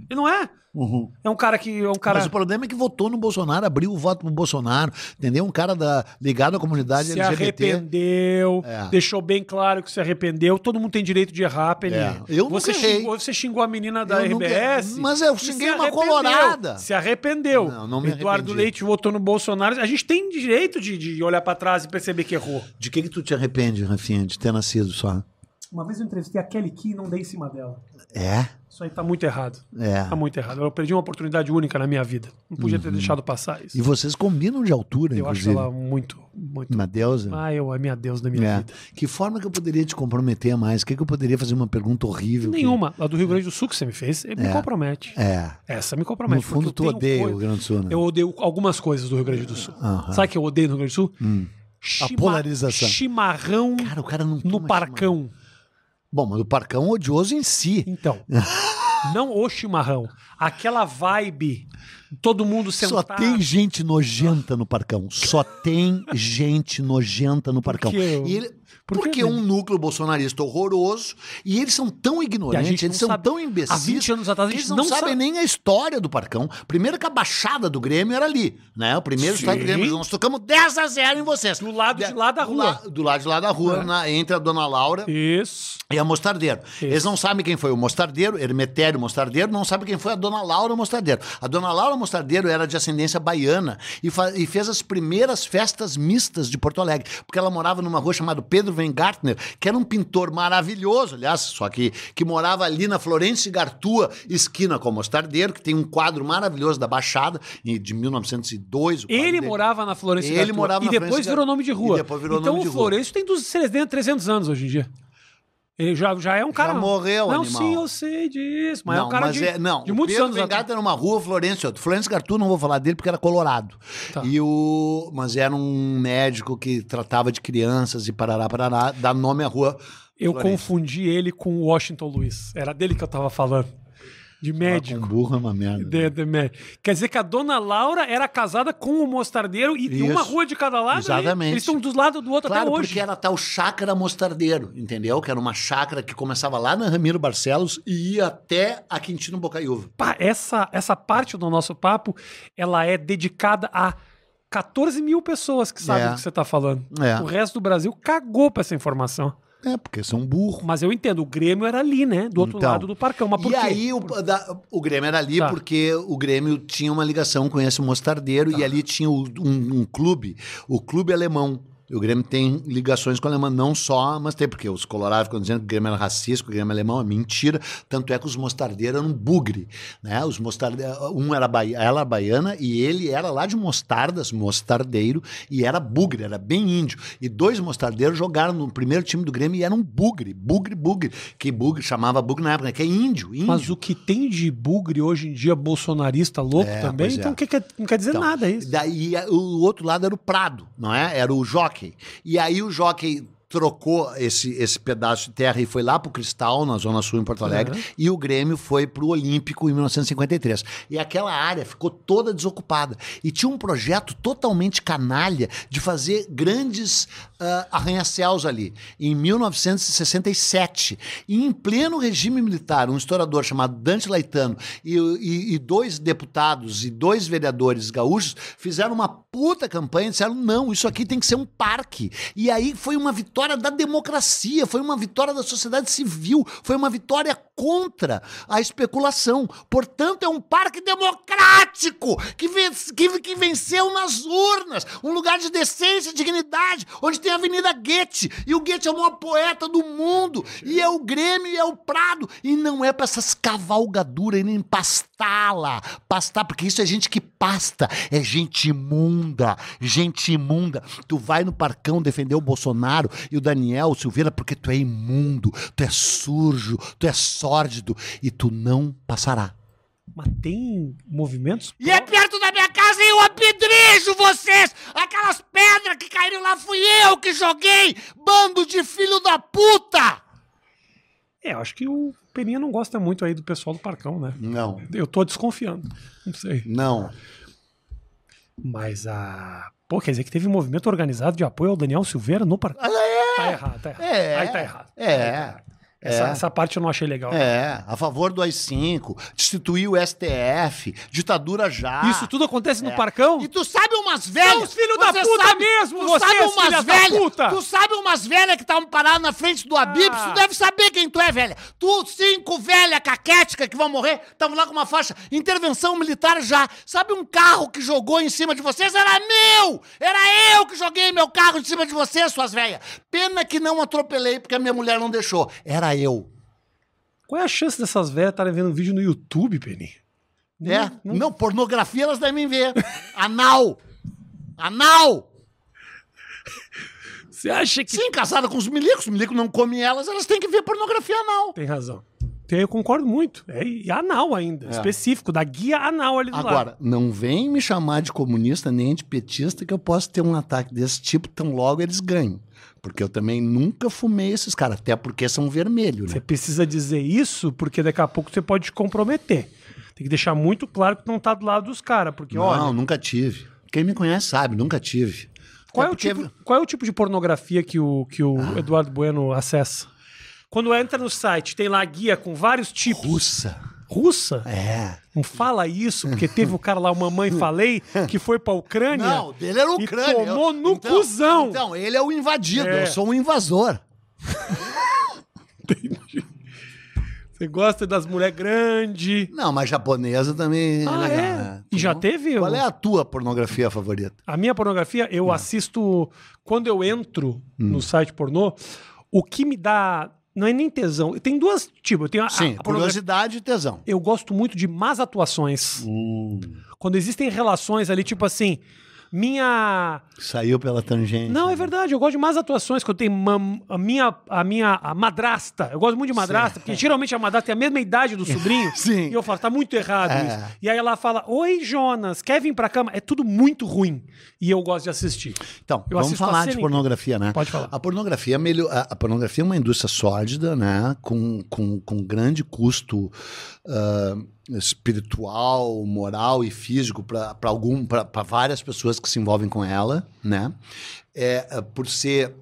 Speaker 1: Ele não é?
Speaker 2: Uhum.
Speaker 1: É um cara que. É um cara.
Speaker 2: Mas o problema é que votou no Bolsonaro, abriu o voto pro Bolsonaro, entendeu? Um cara da, ligado à comunidade
Speaker 1: se
Speaker 2: LGBT.
Speaker 1: arrependeu,
Speaker 2: É.
Speaker 1: deixou bem claro que se arrependeu. Todo mundo tem direito de errar, Peninha.
Speaker 2: É. Eu
Speaker 1: você
Speaker 2: nunca errei.
Speaker 1: xingou, você xingou a menina da
Speaker 2: Eu nunca-
Speaker 1: RBS.
Speaker 2: Mas eu
Speaker 1: e
Speaker 2: xinguei
Speaker 1: se
Speaker 2: uma
Speaker 1: arrependeu.
Speaker 2: colorada.
Speaker 1: Se arrependeu.
Speaker 2: Não, não me
Speaker 1: Eduardo
Speaker 2: arrependi.
Speaker 1: Leite votou no Bolsonaro. A gente tem direito de, de olhar pra trás e perceber que errou.
Speaker 2: De que que tu te arrepende, Rafinha, de ter nascido só?
Speaker 1: Uma vez eu entrevistei a Kelly Key e não dei em cima dela.
Speaker 2: É?
Speaker 1: Isso aí tá muito errado.
Speaker 2: É. Uhum.
Speaker 1: Tá muito errado. Eu perdi uma oportunidade única na minha vida. Não podia ter deixado passar isso.
Speaker 2: E vocês combinam de altura,
Speaker 1: Eu acho
Speaker 2: inclusive.
Speaker 1: ela muito, muito.
Speaker 2: Uma deusa.
Speaker 1: Ah, eu, a minha Deus da minha
Speaker 2: É.
Speaker 1: vida.
Speaker 2: Que forma que eu poderia te comprometer mais? O que, que eu poderia fazer uma pergunta horrível? que-
Speaker 1: Nenhuma. A do Rio Grande do Sul que você me fez, me compromete.
Speaker 2: É.
Speaker 1: Essa me compromete.
Speaker 2: No fundo,
Speaker 1: porque
Speaker 2: tu
Speaker 1: eu tenho
Speaker 2: odeia o Rio
Speaker 1: coi-
Speaker 2: Grande do Sul, né?
Speaker 1: Eu odeio algumas coisas do Rio Grande do Sul.
Speaker 2: Aham. Hum.
Speaker 1: Sabe o que eu odeio no Rio Grande do Sul? Chima-
Speaker 2: polarização.
Speaker 1: Chimarrão
Speaker 2: Cara, o cara não
Speaker 1: no
Speaker 2: toma chimarrão.
Speaker 1: parcão.
Speaker 2: Bom, mas o parcão é odioso em si.
Speaker 1: Então. não o chimarrão. Aquela vibe. Todo mundo
Speaker 2: Só
Speaker 1: sentado.
Speaker 2: tem gente nojenta no Parcão. Só tem gente nojenta no Parcão.
Speaker 1: que eu-
Speaker 2: E ele-
Speaker 1: por que
Speaker 2: porque é
Speaker 1: eu-
Speaker 2: um núclero bolsonarista horroroso e eles são tão ignorantes,
Speaker 1: gente não
Speaker 2: eles são
Speaker 1: sabe-
Speaker 2: tão
Speaker 1: Há
Speaker 2: imbecis.
Speaker 1: 20 anos atrás a gente
Speaker 2: Eles não,
Speaker 1: não
Speaker 2: sabem
Speaker 1: sabe-
Speaker 2: nem a história do Parcão. Primeiro que a baixada do Grêmio era ali, né? O primeiro
Speaker 1: Sim.
Speaker 2: estádio do Grêmio. Nós tocamos 10 a 0 em vocês.
Speaker 1: Do lado de lá da
Speaker 2: Do
Speaker 1: rua. É.
Speaker 2: la- Do, lado de lá da rua, na- entre a Dona Laura
Speaker 1: Isso.
Speaker 2: e a É Mostardeiro. Eles não sabem quem foi o Mostardeiro, Hermetério Mostardeiro, não sabem quem foi a Dona Laura Mostardeiro. A Dona Laura Mostardeiro era de ascendência baiana e, fa- e fez as primeiras festas mistas de Porto Alegre, porque ela morava numa rua chamada Pedro Weingartner, que era um pintor maravilhoso, aliás, só que, que morava ali na Florence Gartua, esquina com o Mostardeiro, que tem um quadro maravilhoso da Baixada, e de 1902. o quadro
Speaker 1: Ele
Speaker 2: dele.
Speaker 1: morava na Florença
Speaker 2: Ele
Speaker 1: Gartua
Speaker 2: morava
Speaker 1: e
Speaker 2: na
Speaker 1: depois
Speaker 2: Florença
Speaker 1: virou
Speaker 2: Gartua.
Speaker 1: nome de rua.
Speaker 2: E depois virou
Speaker 1: então
Speaker 2: nome de
Speaker 1: o
Speaker 2: rua.
Speaker 1: Florenço tem 200, 300 anos hoje em dia. Ele já, já é um cara.
Speaker 2: morreu,
Speaker 1: Não,
Speaker 2: animal.
Speaker 1: sim, eu sei disso. Mas é um cara
Speaker 2: mas
Speaker 1: de,
Speaker 2: é- não,
Speaker 1: de
Speaker 2: o
Speaker 1: muitos
Speaker 2: Pedro
Speaker 1: anos
Speaker 2: Vengata
Speaker 1: atrás.
Speaker 2: era uma rua, Florencio. outro. Florencio Gartu, não vou falar dele porque era colorado.
Speaker 1: Tá.
Speaker 2: E o, mas era um médico que tratava de crianças e parará, parará, dá nome à rua.
Speaker 1: Eu
Speaker 2: Florencio.
Speaker 1: confundi ele com o Washington Luiz. Era dele que eu tava falando. De
Speaker 2: Com
Speaker 1: médico.
Speaker 2: burro é uma merda.
Speaker 1: De- de médico. Quer dizer que a dona Laura era casada com o mostardeiro e tem uma
Speaker 2: Isso.
Speaker 1: rua de cada lado. né?
Speaker 2: Exatamente.
Speaker 1: Eles estão dos lados do outro
Speaker 2: Claro,
Speaker 1: até hoje.
Speaker 2: porque era tal chácara mostardeiro, entendeu? Que era uma chácara que começava lá na Ramiro Barcelos e ia até a Quintino Bocaiúva.
Speaker 1: Pa- essa, essa parte do nosso papo, ela é dedicada a 14 mil pessoas que sabem
Speaker 2: É.
Speaker 1: do que você está falando.
Speaker 2: É.
Speaker 1: O resto do Brasil cagou pra essa informação.
Speaker 2: É, porque são burro.
Speaker 1: Mas eu entendo, o Grêmio era ali, né? Do outro
Speaker 2: Então.
Speaker 1: lado do parcão. Mas por
Speaker 2: e
Speaker 1: quê?
Speaker 2: aí o, da- o Grêmio era ali
Speaker 1: Tá.
Speaker 2: porque o Grêmio tinha uma ligação com esse Mostardeiro e ali tinha o- um, um clube, o clube alemão. O Grêmio tem ligações com a Alemanha, não só, mas tem, porque os colorados ficam dizendo que o Grêmio era racista, que o Grêmio é alemão, é mentira. Tanto é que os mostardeiros eram bugre. Né? Os mostarde... Um era bai... ela era baiana e ele era lá de mostardas, mostardeiro, e era bugre, era bem índio. E dois mostardeiros jogaram no primeiro time do Grêmio e eram bugre, bugre, bugre. Que bugre chamava bugre na época, né? que é índio, índio.
Speaker 1: Mas o que tem de bugre hoje em dia, bolsonarista louco
Speaker 2: É,
Speaker 1: também,
Speaker 2: pois é.
Speaker 1: então o que que- não quer dizer
Speaker 2: Então,
Speaker 1: nada é isso.
Speaker 2: Daí a- o outro lado era o Prado, não é? Era o Jockey. E aí o Jockey trocou esse, esse pedaço de terra e foi lá pro Cristal, na Zona Sul, em Porto Alegre, e o Grêmio foi pro Olímpico em 1953. E aquela área ficou toda desocupada. E tinha um projeto totalmente canalha de fazer grandes ah, arranha-céus ali, em 1967. E em pleno regime militar, um historiador chamado Dante Laitano e, e- e dois deputados e dois vereadores gaúchos fizeram uma puta campanha e disseram: não, isso aqui tem que ser um parque. E aí foi uma vitória da democracia, foi uma vitória da sociedade civil, foi uma vitória contra a especulação. Portanto, é um parque democrático que, ven- que- que venceu nas urnas, um lugar de decência e dignidade, onde tem a Avenida Goethe, e o Goethe é o maior poeta do mundo, e é o Grêmio e é o Prado, e não é pra essas cavalgaduras e nem pastá-la, pastar, porque isso é gente que pasta, é gente imunda, gente imunda. Tu vai no parcão defender o Bolsonaro e o Daniel Silveira porque tu é imundo, tu é sujo, tu é sórdido e tu não passará.
Speaker 1: Mas tem movimentos
Speaker 2: E é perto da minha casa e eu apedrejo vocês! Aquelas pedras que caíram lá fui eu que joguei! Bando de filho da puta!
Speaker 1: É, eu acho que o Peninha não gosta muito aí do pessoal do Parcão, né?
Speaker 2: Não,
Speaker 1: Eu tô desconfiando. Não sei.
Speaker 2: não.
Speaker 1: Mas a. Pô, quer dizer que teve um movimento organizado de apoio ao Daniel Silveira no Parcão. Tá errado, tá errado.
Speaker 2: É.
Speaker 1: Aí tá errado. Aí tá
Speaker 2: É,
Speaker 1: errado. Essa,
Speaker 2: É.
Speaker 1: essa parte eu não achei legal.
Speaker 2: é, a favor do AI-5, destituir o STF, ditadura já.
Speaker 1: Isso tudo acontece no
Speaker 2: É.
Speaker 1: Parcão?
Speaker 2: E tu sabe umas velhas.
Speaker 1: São os filhos da
Speaker 2: você
Speaker 1: puta mesmo,
Speaker 2: tu
Speaker 1: vocês,
Speaker 2: sabe
Speaker 1: filhas
Speaker 2: umas
Speaker 1: da
Speaker 2: velhas.
Speaker 1: puta.
Speaker 2: Tu sabe umas velhas que estavam paradas na frente do Abib.
Speaker 1: Ah.
Speaker 2: Tu deve saber quem tu é, velha. Tu, cinco velhas caquéticas que vão morrer, estavam lá com uma faixa. Intervenção militar já. Sabe um carro que jogou em cima de vocês? Era meu! Era eu que joguei meu carro em cima de vocês, suas velhas. Pena que não atropelei porque a minha mulher não deixou. Era eu.
Speaker 1: Qual é a chance dessas velhas estarem vendo um vídeo no YouTube, Peninha?
Speaker 2: É? Não, pornografia elas devem ver. Anal! Anal!
Speaker 1: Você acha que.
Speaker 2: Sim, casada com os milicos. Os milicos não comem elas, elas têm que ver pornografia anal.
Speaker 1: Tem razão. Tem- Eu concordo muito. É, e anal ainda, específico, da guia anal ali do lado.
Speaker 2: É. Agora, não vem me chamar de comunista nem de petista que eu posso ter um ataque desse tipo tão logo eles ganham. Porque eu também nunca fumei esses caras, até porque são vermelhos,
Speaker 1: Você
Speaker 2: né?
Speaker 1: precisa dizer isso porque daqui a pouco você pode te comprometer. Tem que deixar muito claro que tu não tá do lado dos caras, porque
Speaker 2: Não,
Speaker 1: olha,
Speaker 2: nunca tive. Quem me conhece sabe, nunca tive.
Speaker 1: qual é,
Speaker 2: Até
Speaker 1: o
Speaker 2: porque- Ah.
Speaker 1: tipo, qual é o tipo de pornografia que o, que o Eduardo Bueno acessa? Quando entra no site, tem lá a guia com vários tipos.
Speaker 2: Russa.
Speaker 1: Russa?
Speaker 2: É.
Speaker 1: Não fala isso, porque teve o cara lá, o Mamãe Falei, que foi pra Ucrânia.
Speaker 2: Não, dele era o
Speaker 1: E
Speaker 2: crânio.
Speaker 1: tomou no cuzão.
Speaker 2: Então, ele é o invadido,
Speaker 1: É.
Speaker 2: eu sou um invasor.
Speaker 1: Você gosta das mulheres grandes.
Speaker 2: Não, mas japonesa também é
Speaker 1: Ah,
Speaker 2: legal,
Speaker 1: é?
Speaker 2: né?
Speaker 1: E já teve?
Speaker 2: Qual
Speaker 1: o-
Speaker 2: é a tua pornografia favorita?
Speaker 1: A minha pornografia,
Speaker 2: Uhum.
Speaker 1: eu assisto. Quando eu entro no site pornô, o que me dá. Não é nem tesão. Tem duas. Tipo, eu tenho a,
Speaker 2: Sim,
Speaker 1: a pornografia.
Speaker 2: curiosidade e tesão.
Speaker 1: Eu gosto muito de más atuações.
Speaker 2: Uhum. Uh,
Speaker 1: Quando existem relações ali, tipo assim. Minha.
Speaker 2: Saiu pela tangente.
Speaker 1: Não, é verdade, eu gosto de más atuações quando tem mam- a minha, a minha a madrasta. Eu gosto muito de madrasta, porque geralmente a madrasta tem a mesma idade do sobrinho.
Speaker 2: Sim.
Speaker 1: E eu falo, tá muito errado
Speaker 2: É.
Speaker 1: isso. E aí ela fala, oi, Jonas, quer vir pra cama? É tudo muito ruim. E eu gosto de assistir.
Speaker 2: Então,
Speaker 1: Eu
Speaker 2: vamos
Speaker 1: assisto a
Speaker 2: falar
Speaker 1: cena
Speaker 2: de pornografia, né?
Speaker 1: Pode falar.
Speaker 2: A pornografia, é melho- a, a pornografia é uma indústria sórdida, né? Com, com, com grande custo ah, espiritual, moral e físico para algum para várias pessoas que se envolvem com ela, né? É, ah, por ser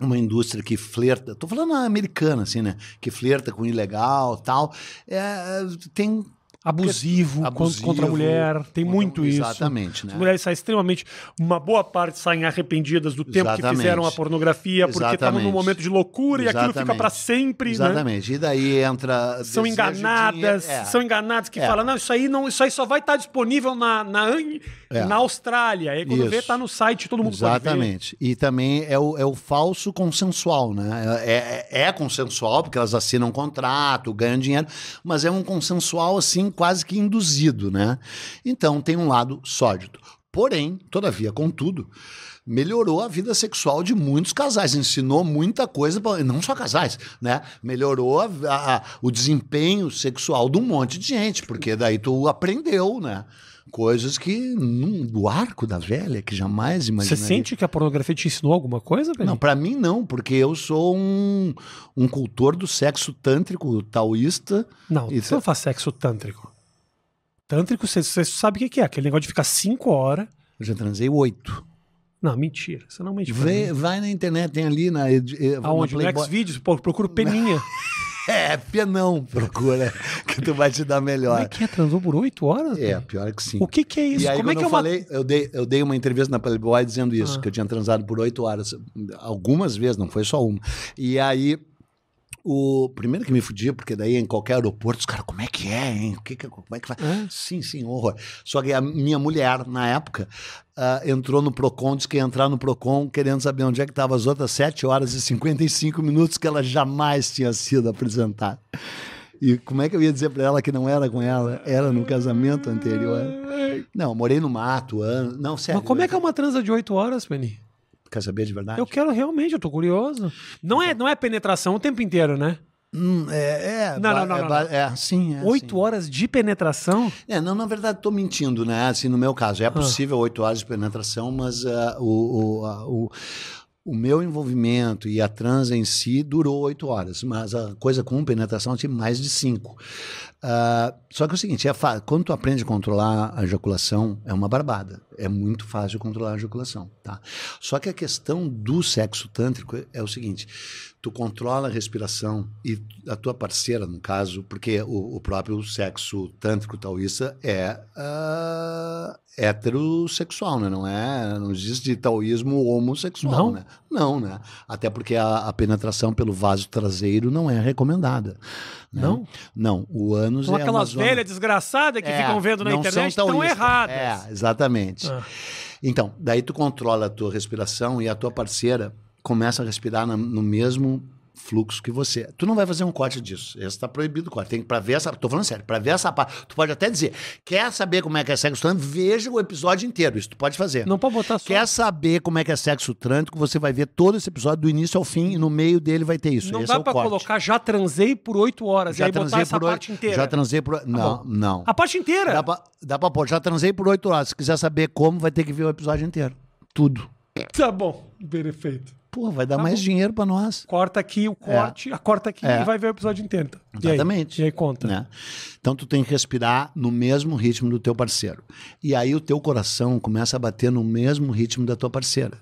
Speaker 2: uma indústria que flerta, tô falando a americana, assim, né? Que flerta com o ilegal tal. É, tem
Speaker 1: Abusivo,
Speaker 2: Abusivo,
Speaker 1: contra a mulher, tem
Speaker 2: contra-
Speaker 1: muito isso.
Speaker 2: Exatamente, né?
Speaker 1: As mulheres saem extremamente. Uma boa parte saem arrependidas do tempo que
Speaker 2: Exatamente.
Speaker 1: fizeram a pornografia, porque estavam num
Speaker 2: Exatamente.
Speaker 1: momento de loucura e aquilo fica
Speaker 2: Exatamente.
Speaker 1: pra sempre, né?
Speaker 2: Exatamente. E daí entra.
Speaker 1: são
Speaker 2: desejo,
Speaker 1: enganadas,
Speaker 2: dinheiro- é.
Speaker 1: são enganadas que
Speaker 2: É.
Speaker 1: falam, não, isso aí não, isso aí só vai estar disponível tá na, na an-
Speaker 2: É.
Speaker 1: na Austrália. Aí quando
Speaker 2: Isso.
Speaker 1: vê, tá no site, todo mundo pode ver.
Speaker 2: Exatamente. E também é o, é o falso consensual, né? É, é, é consensual, porque elas assinam um contrato, ganham dinheiro, mas é um consensual, assim, quase que induzido, né? Então tem um lado sólido. Porém, todavia, contudo, melhorou a vida sexual de muitos casais, ensinou muita coisa, pra- não só casais, né? Melhorou a- a- o desempenho sexual de um monte de gente, porque daí tu aprendeu, né? Coisas que num, do arco da velha que jamais
Speaker 1: Você
Speaker 2: imaginaria.
Speaker 1: sente que a pornografia te ensinou alguma coisa, Pedro?
Speaker 2: Não, pra mim não, porque eu sou um, um cultor do sexo tântrico taoísta.
Speaker 1: Não,
Speaker 2: Isso
Speaker 1: você
Speaker 2: é-
Speaker 1: não faz sexo tântrico. Tântrico, você, você sabe o que que é? Aquele negócio de ficar cinco horas.
Speaker 2: Eu já transei oito.
Speaker 1: Não, mentira. Você não mente. pra mim.
Speaker 2: Vê- vai na internet, tem ali na. ed- eh, na
Speaker 1: É Aonde? No
Speaker 2: Playboy.
Speaker 1: Xvideos? Pô, procura o Peninha.
Speaker 2: É, penão, procura, que tu vai te dar
Speaker 1: Como é
Speaker 2: melhor.
Speaker 1: que é? Transou por oito horas?
Speaker 2: É, pior é que sim.
Speaker 1: O que que é isso?
Speaker 2: E aí,
Speaker 1: Como é
Speaker 2: quando
Speaker 1: que é
Speaker 2: eu
Speaker 1: uma...
Speaker 2: falei, eu dei, eu dei uma entrevista na Playboy dizendo isso,
Speaker 1: Ah.
Speaker 2: que eu tinha transado por oito horas, algumas vezes, não foi só uma. E aí, o primeiro que me fudia, porque daí em qualquer aeroporto, os caras, como é que é, hein? O que que- como é que faz?
Speaker 1: Hã?
Speaker 2: Sim, sim, horror. Só que a minha mulher, na época, ah, entrou no Procon, disse que ia entrar no Procon, querendo saber onde é que estavam as outras 7 horas e 55 minutos que ela jamais tinha sido apresentada. E como é que eu ia dizer pra ela que não era com ela? Era no casamento anterior. Não, eu morei no mato, ano. Não, sério.
Speaker 1: Mas como é que é uma transa de oito horas, Peninha?
Speaker 2: Quer saber de verdade?
Speaker 1: Eu quero realmente, eu tô curioso. Não é, não é penetração o tempo inteiro, né?
Speaker 2: Hum, é, é,
Speaker 1: Não,
Speaker 2: ba-
Speaker 1: não, não,
Speaker 2: é,
Speaker 1: não,
Speaker 2: ba-
Speaker 1: não.
Speaker 2: é, sim, é,
Speaker 1: Oito
Speaker 2: sim.
Speaker 1: horas de penetração?
Speaker 2: É, não, na verdade, estou mentindo, né? Assim, no meu
Speaker 1: Ah.
Speaker 2: caso, é possível oito horas de penetração, mas ah, o, o, a- o, o meu envolvimento e a transa em si durou oito horas, mas a coisa com penetração tinha mais de cinco. Ah, só que é o seguinte, é fa- quando tu aprende a controlar a ejaculação, é uma barbada. É muito fácil controlar a ejaculação, tá? Só que a questão do sexo tântrico é- é o seguinte, tu controla a respiração e a tua parceira, no caso, porque o, o próprio sexo tântrico taoísta é ah, heterossexual, né? Não é, não existe de taoísmo homossexual,
Speaker 1: Não?
Speaker 2: né? Não, né? Até porque a, a penetração pelo vaso traseiro não é recomendada. né?
Speaker 1: Não?
Speaker 2: Não, o ânus
Speaker 1: São
Speaker 2: é uma
Speaker 1: aquelas
Speaker 2: zona...
Speaker 1: velhas desgraçadas que
Speaker 2: É,
Speaker 1: ficam vendo na
Speaker 2: não
Speaker 1: internet
Speaker 2: são
Speaker 1: estão
Speaker 2: taoístas.
Speaker 1: erradas.
Speaker 2: É, exatamente.
Speaker 1: Ah.
Speaker 2: Então, daí tu controla a tua respiração e a tua parceira começa a respirar na- no mesmo fluxo que você. Tu não vai fazer um corte disso. Esse tá proibido o corte. Tem que para ver essa, tô falando sério, para ver essa parte. Tu pode até dizer, quer saber como é que é sexo trans? Veja o episódio inteiro. Isso tu pode fazer.
Speaker 1: Não pode botar só.
Speaker 2: Quer saber como é que é sexo trântico? Você vai ver todo esse episódio do início ao fim e no meio dele vai ter isso.
Speaker 1: não
Speaker 2: Esse
Speaker 1: dá
Speaker 2: é o
Speaker 1: pra
Speaker 2: corte.
Speaker 1: colocar já transei por oito horas e aí botar essa
Speaker 2: oito-
Speaker 1: parte inteira. Tá
Speaker 2: Já transei por. não,
Speaker 1: bom. Ah,
Speaker 2: não.
Speaker 1: A parte inteira.
Speaker 2: Dá pra, dá pra pôr. Já transei por oito horas. Se quiser saber como, vai ter que ver o episódio inteiro. Tudo.
Speaker 1: Tá bom. Perfeito.
Speaker 2: Pô, vai
Speaker 1: Tá
Speaker 2: dar mais dinheiro pra nós.
Speaker 1: Corta aqui o corte, a corta aqui
Speaker 2: É.
Speaker 1: e vai ver o episódio inteiro. tá? E aí?
Speaker 2: Exatamente.
Speaker 1: E aí, conta.
Speaker 2: Né? Então tu tem que respirar no mesmo ritmo do teu parceiro. E aí o teu coração começa a bater no mesmo ritmo da tua parceira.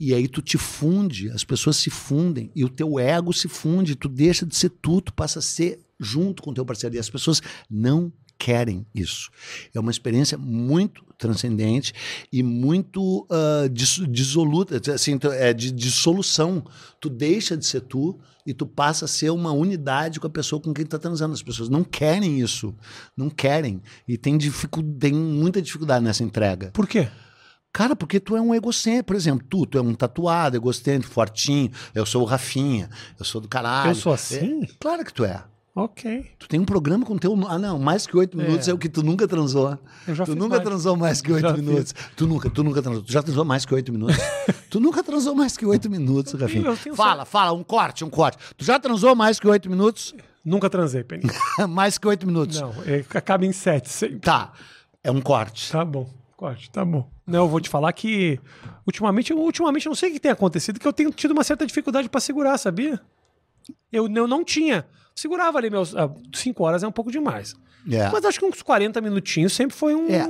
Speaker 2: E aí tu te funde, as pessoas se fundem e o teu ego se funde, tu deixa de ser tu, tu passa a ser junto com o teu parceiro e as pessoas não querem isso. É uma experiência muito transcendente e muito ah, dis- dissoluta, assim, tu- é de dissolução. Tu deixa de ser tu e tu passa a ser uma unidade com a pessoa com quem tu tá transando. As pessoas não querem isso, não querem e tem, dificu tem muita dificuldade nessa entrega.
Speaker 1: Por quê?
Speaker 2: Cara, porque tu é um egocêntrico, por exemplo, tu, tu é um tatuado, egocêntrico, fortinho, eu sou o Rafinha, eu sou do caralho.
Speaker 1: Eu sou assim?
Speaker 2: Ah, É, claro que tu é.
Speaker 1: Ok.
Speaker 2: Tu tem um programa com teu. Ah, não, mais que oito minutos é. o que tu nunca transou.
Speaker 1: Eu já
Speaker 2: tu
Speaker 1: fiz
Speaker 2: nunca
Speaker 1: mais.
Speaker 2: transou mais que oito
Speaker 1: Já
Speaker 2: minutos. Tu nunca, tu nunca transou. Tu já transou mais que oito minutos. tu nunca transou mais que oito minutos, Rafinha.
Speaker 1: eu tenho
Speaker 2: Fala, fala, um corte, um corte. Tu já transou mais que oito minutos?
Speaker 1: Nunca transei, Penny.
Speaker 2: mais que oito minutos.
Speaker 1: Não, é, acaba em sete. sempre.
Speaker 2: Tá. É um corte.
Speaker 1: Tá bom, corte, tá bom. Não, eu vou te falar que ultimamente, eu- ultimamente eu não sei o que tem acontecido, que eu tenho tido uma certa dificuldade pra segurar, sabia? Eu, eu não tinha. Segurava ali meus. 5 horas é um pouco demais.
Speaker 2: É.
Speaker 1: Mas acho que uns 40 minutinhos sempre foi um-
Speaker 2: É.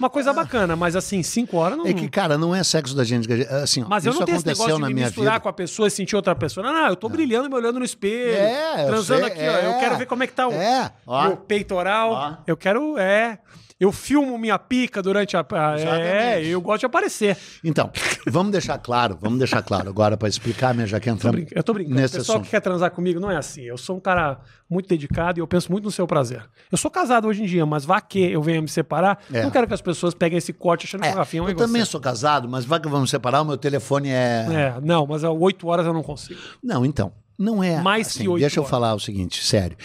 Speaker 1: uma coisa bacana. Mas assim, 5 horas não.
Speaker 2: É que, cara, não é sexo da gente. que a gente- Assim, ó,
Speaker 1: mas eu
Speaker 2: isso
Speaker 1: não tenho esse
Speaker 2: aconteceu
Speaker 1: negócio de
Speaker 2: na
Speaker 1: me
Speaker 2: minha
Speaker 1: misturar
Speaker 2: vida.
Speaker 1: com a pessoa e sentir outra pessoa. Não, não, eu tô brilhando me olhando no espelho.
Speaker 2: É, eu
Speaker 1: transando
Speaker 2: sei,
Speaker 1: aqui, ó. Eu
Speaker 2: é.
Speaker 1: quero ver como é que tá o,
Speaker 2: É, ó.
Speaker 1: o peitoral.
Speaker 2: Ó.
Speaker 1: Eu quero. É. Eu filmo minha pica durante a. a- É,
Speaker 2: Exatamente.
Speaker 1: eu gosto de aparecer.
Speaker 2: Então, vamos deixar claro, vamos deixar claro agora para explicar, minha já que
Speaker 1: Tô
Speaker 2: entramos
Speaker 1: brin- Eu tô brincando.
Speaker 2: Então, nesse
Speaker 1: o pessoal
Speaker 2: assunto.
Speaker 1: que quer transar comigo não é assim. Eu sou um cara muito dedicado e eu penso muito no seu prazer. Eu sou casado hoje em dia, mas vá que eu venha me separar.
Speaker 2: É.
Speaker 1: Não quero que as pessoas peguem esse corte achando que o Rafinha é um
Speaker 2: eu também
Speaker 1: egocêntrico.
Speaker 2: sou casado, mas vai que vamos separar, o meu telefone é...
Speaker 1: É, não, mas às 8 horas eu não consigo.
Speaker 2: Não, então, não é.
Speaker 1: Mais que oito
Speaker 2: Deixa eu
Speaker 1: horas.
Speaker 2: falar o seguinte, sério.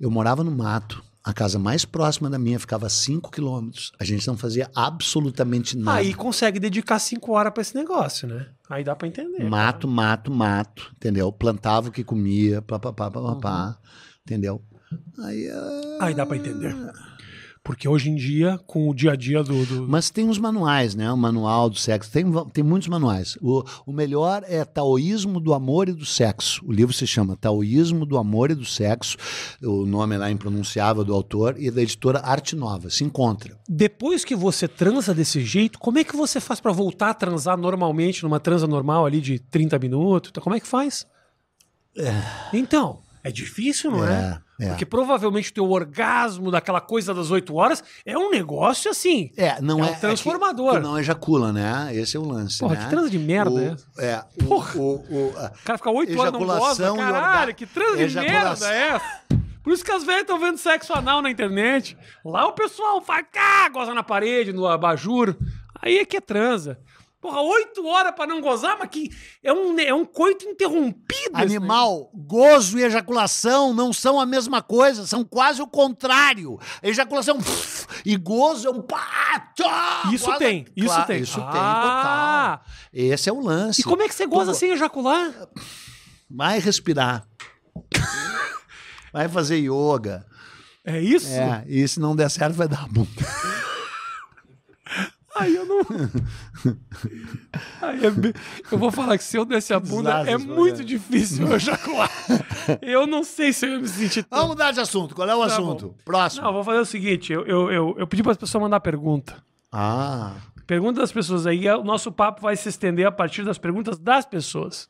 Speaker 2: Eu morava no mato. A casa mais próxima da minha ficava a 5 quilômetros. A gente não fazia absolutamente nada.
Speaker 1: Aí consegue dedicar 5 horas pra esse negócio, né? Aí dá pra entender.
Speaker 2: mato, mato, mato, entendeu? Plantava o que comia, pá, pá, pá, pá, pá,
Speaker 1: Uhum.
Speaker 2: pá, entendeu? Aí, ah,
Speaker 1: Aí dá pra entender. Porque hoje em dia, com o dia a dia do. do-
Speaker 2: Mas tem uns manuais, né? O manual do sexo. Tem, va- tem muitos manuais. O, o melhor é Taoísmo do Amor e do Sexo. O livro se chama Taoísmo do Amor e do Sexo. O nome é lá impronunciável do autor e da editora Arte Nova. Se encontra.
Speaker 1: Depois que você transa desse jeito, como é que você faz pra voltar a transar normalmente, numa transa normal ali de 30 minutos? Então, Como é que faz? Então, é difícil, não é?
Speaker 2: É, é.
Speaker 1: Porque provavelmente o teu orgasmo daquela coisa das 8 horas é um negócio assim.
Speaker 2: É, não
Speaker 1: É
Speaker 2: é.
Speaker 1: um
Speaker 2: que
Speaker 1: transformador.
Speaker 2: tu não ejacula, né? Esse é o lance.
Speaker 1: Porra,
Speaker 2: né?
Speaker 1: que transa de merda é essa?
Speaker 2: o, é? o-
Speaker 1: Porra.
Speaker 2: o- o- a-
Speaker 1: O cara fica 8 horas não gosta.
Speaker 2: Ejaculação e
Speaker 1: né? Caralho,
Speaker 2: orga-
Speaker 1: que transa de merda
Speaker 2: Ejaculação.
Speaker 1: é essa? Por isso que as velhas estão vendo sexo anal na internet. Lá o pessoal faz, ah, goza na parede, no abajur. Aí é que é transa. Porra, 8 horas pra não gozar, mas que é um, é um coito interrompido. né? esse
Speaker 2: Animal, gozo e ejaculação não são a mesma coisa, são quase o contrário. Ejaculação e gozo é um pá, tchá,
Speaker 1: Isso
Speaker 2: goza-
Speaker 1: tem, isso
Speaker 2: Claro,
Speaker 1: tem.
Speaker 2: Isso
Speaker 1: Ah!
Speaker 2: tem, total. Esse é o lance.
Speaker 1: E como é que você goza
Speaker 2: Tu-
Speaker 1: sem ejacular?
Speaker 2: Vai respirar. Vai fazer yoga.
Speaker 1: É isso?
Speaker 2: É, e se não der certo, vai dar a bunda.
Speaker 1: Aí eu não. Aí é bem- Eu vou falar que se eu desse a bunda,
Speaker 2: desastre
Speaker 1: é
Speaker 2: esse
Speaker 1: muito
Speaker 2: programa.
Speaker 1: difícil eu ejacular. Eu não sei se eu ia me sentir tão
Speaker 2: Vamos mudar de assunto. Qual é o
Speaker 1: Tá bom.
Speaker 2: assunto? Próximo.
Speaker 1: Não, vou fazer o seguinte: eu, eu, eu, eu pedi para as pessoas mandar pergunta.
Speaker 2: Ah,
Speaker 1: Pergunta das pessoas aí, é, o nosso papo vai se estender a partir das perguntas das pessoas.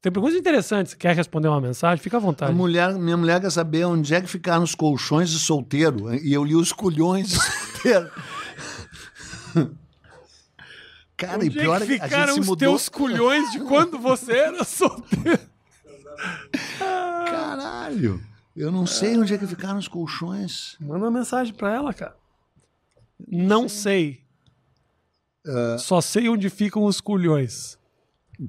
Speaker 1: Tem perguntas interessantes. Quer responder uma mensagem? Fica à
Speaker 2: a
Speaker 1: vontade.
Speaker 2: mulher, minha mulher quer saber onde é que ficaram os colchões de solteiro. E eu li os colhões de solteiro. Cara,
Speaker 1: Onde
Speaker 2: e pior
Speaker 1: é
Speaker 2: é
Speaker 1: que
Speaker 2: que a
Speaker 1: ficaram
Speaker 2: gente
Speaker 1: os
Speaker 2: se mudou.
Speaker 1: teus culhões de quando você era solteiro? Ah.
Speaker 2: Caralho. Eu não sei onde é que ficaram os colchões.
Speaker 1: Manda uma mensagem para ela, cara. Não sei.
Speaker 2: Ah.
Speaker 1: Só sei onde ficam os culhões.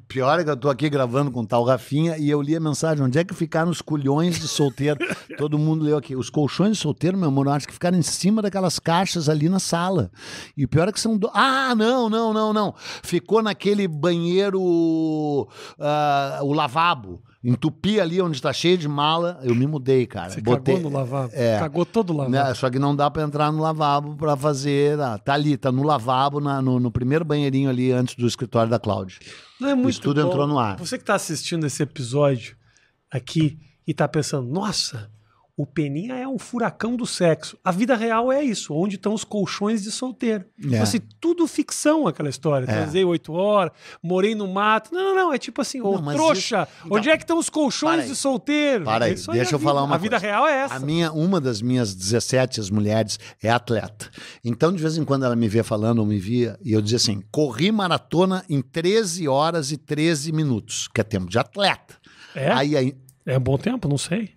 Speaker 2: Pior é que eu tô aqui gravando com o tal Rafinha e eu li a mensagem: onde é que ficaram os colhões de solteiro? Todo mundo leu aqui. Os colchões de solteiro, meu amor, eu acho que ficaram em cima daquelas caixas ali na sala. E o pior é que são. do- Ah, não, não, não, não. Ficou naquele banheiro. ah, o lavabo. Entupi ali onde tá cheio de mala. Eu me mudei, cara.
Speaker 1: Você cagou no lavabo.
Speaker 2: É.
Speaker 1: Cagou todo o lavabo.
Speaker 2: Né, Só que não dá pra entrar no lavabo pra fazer. ah, tá ali, tá no lavabo, na- no, no primeiro banheirinho ali antes do escritório da Cláudia.
Speaker 1: Não é muito
Speaker 2: Isso tudo
Speaker 1: bom.
Speaker 2: entrou no ar.
Speaker 1: Você que está assistindo esse episódio aqui e está pensando, nossa, o Peninha é um furacão do sexo. A vida real é isso, onde estão os colchões de solteiro.
Speaker 2: É.
Speaker 1: Assim, tudo ficção aquela história. Transei oito horas, morei no mato. Não, não, não. É tipo assim, ô
Speaker 2: Não, mas
Speaker 1: trouxa,
Speaker 2: isso- então,
Speaker 1: onde é que estão os colchões
Speaker 2: para aí.
Speaker 1: de solteiro?
Speaker 2: Para aí,
Speaker 1: Isso
Speaker 2: deixa
Speaker 1: é a
Speaker 2: eu falar
Speaker 1: vida.
Speaker 2: uma
Speaker 1: A vida
Speaker 2: coisa.
Speaker 1: real é essa.
Speaker 2: A minha, uma das minhas 17 mulheres é atleta. Então, de vez em quando ela me vê falando, ou me via, e eu dizia assim: corri maratona em 13 horas e 13 minutos, que é tempo de atleta.
Speaker 1: É?
Speaker 2: Aí, aí,
Speaker 1: É um bom tempo? Não sei.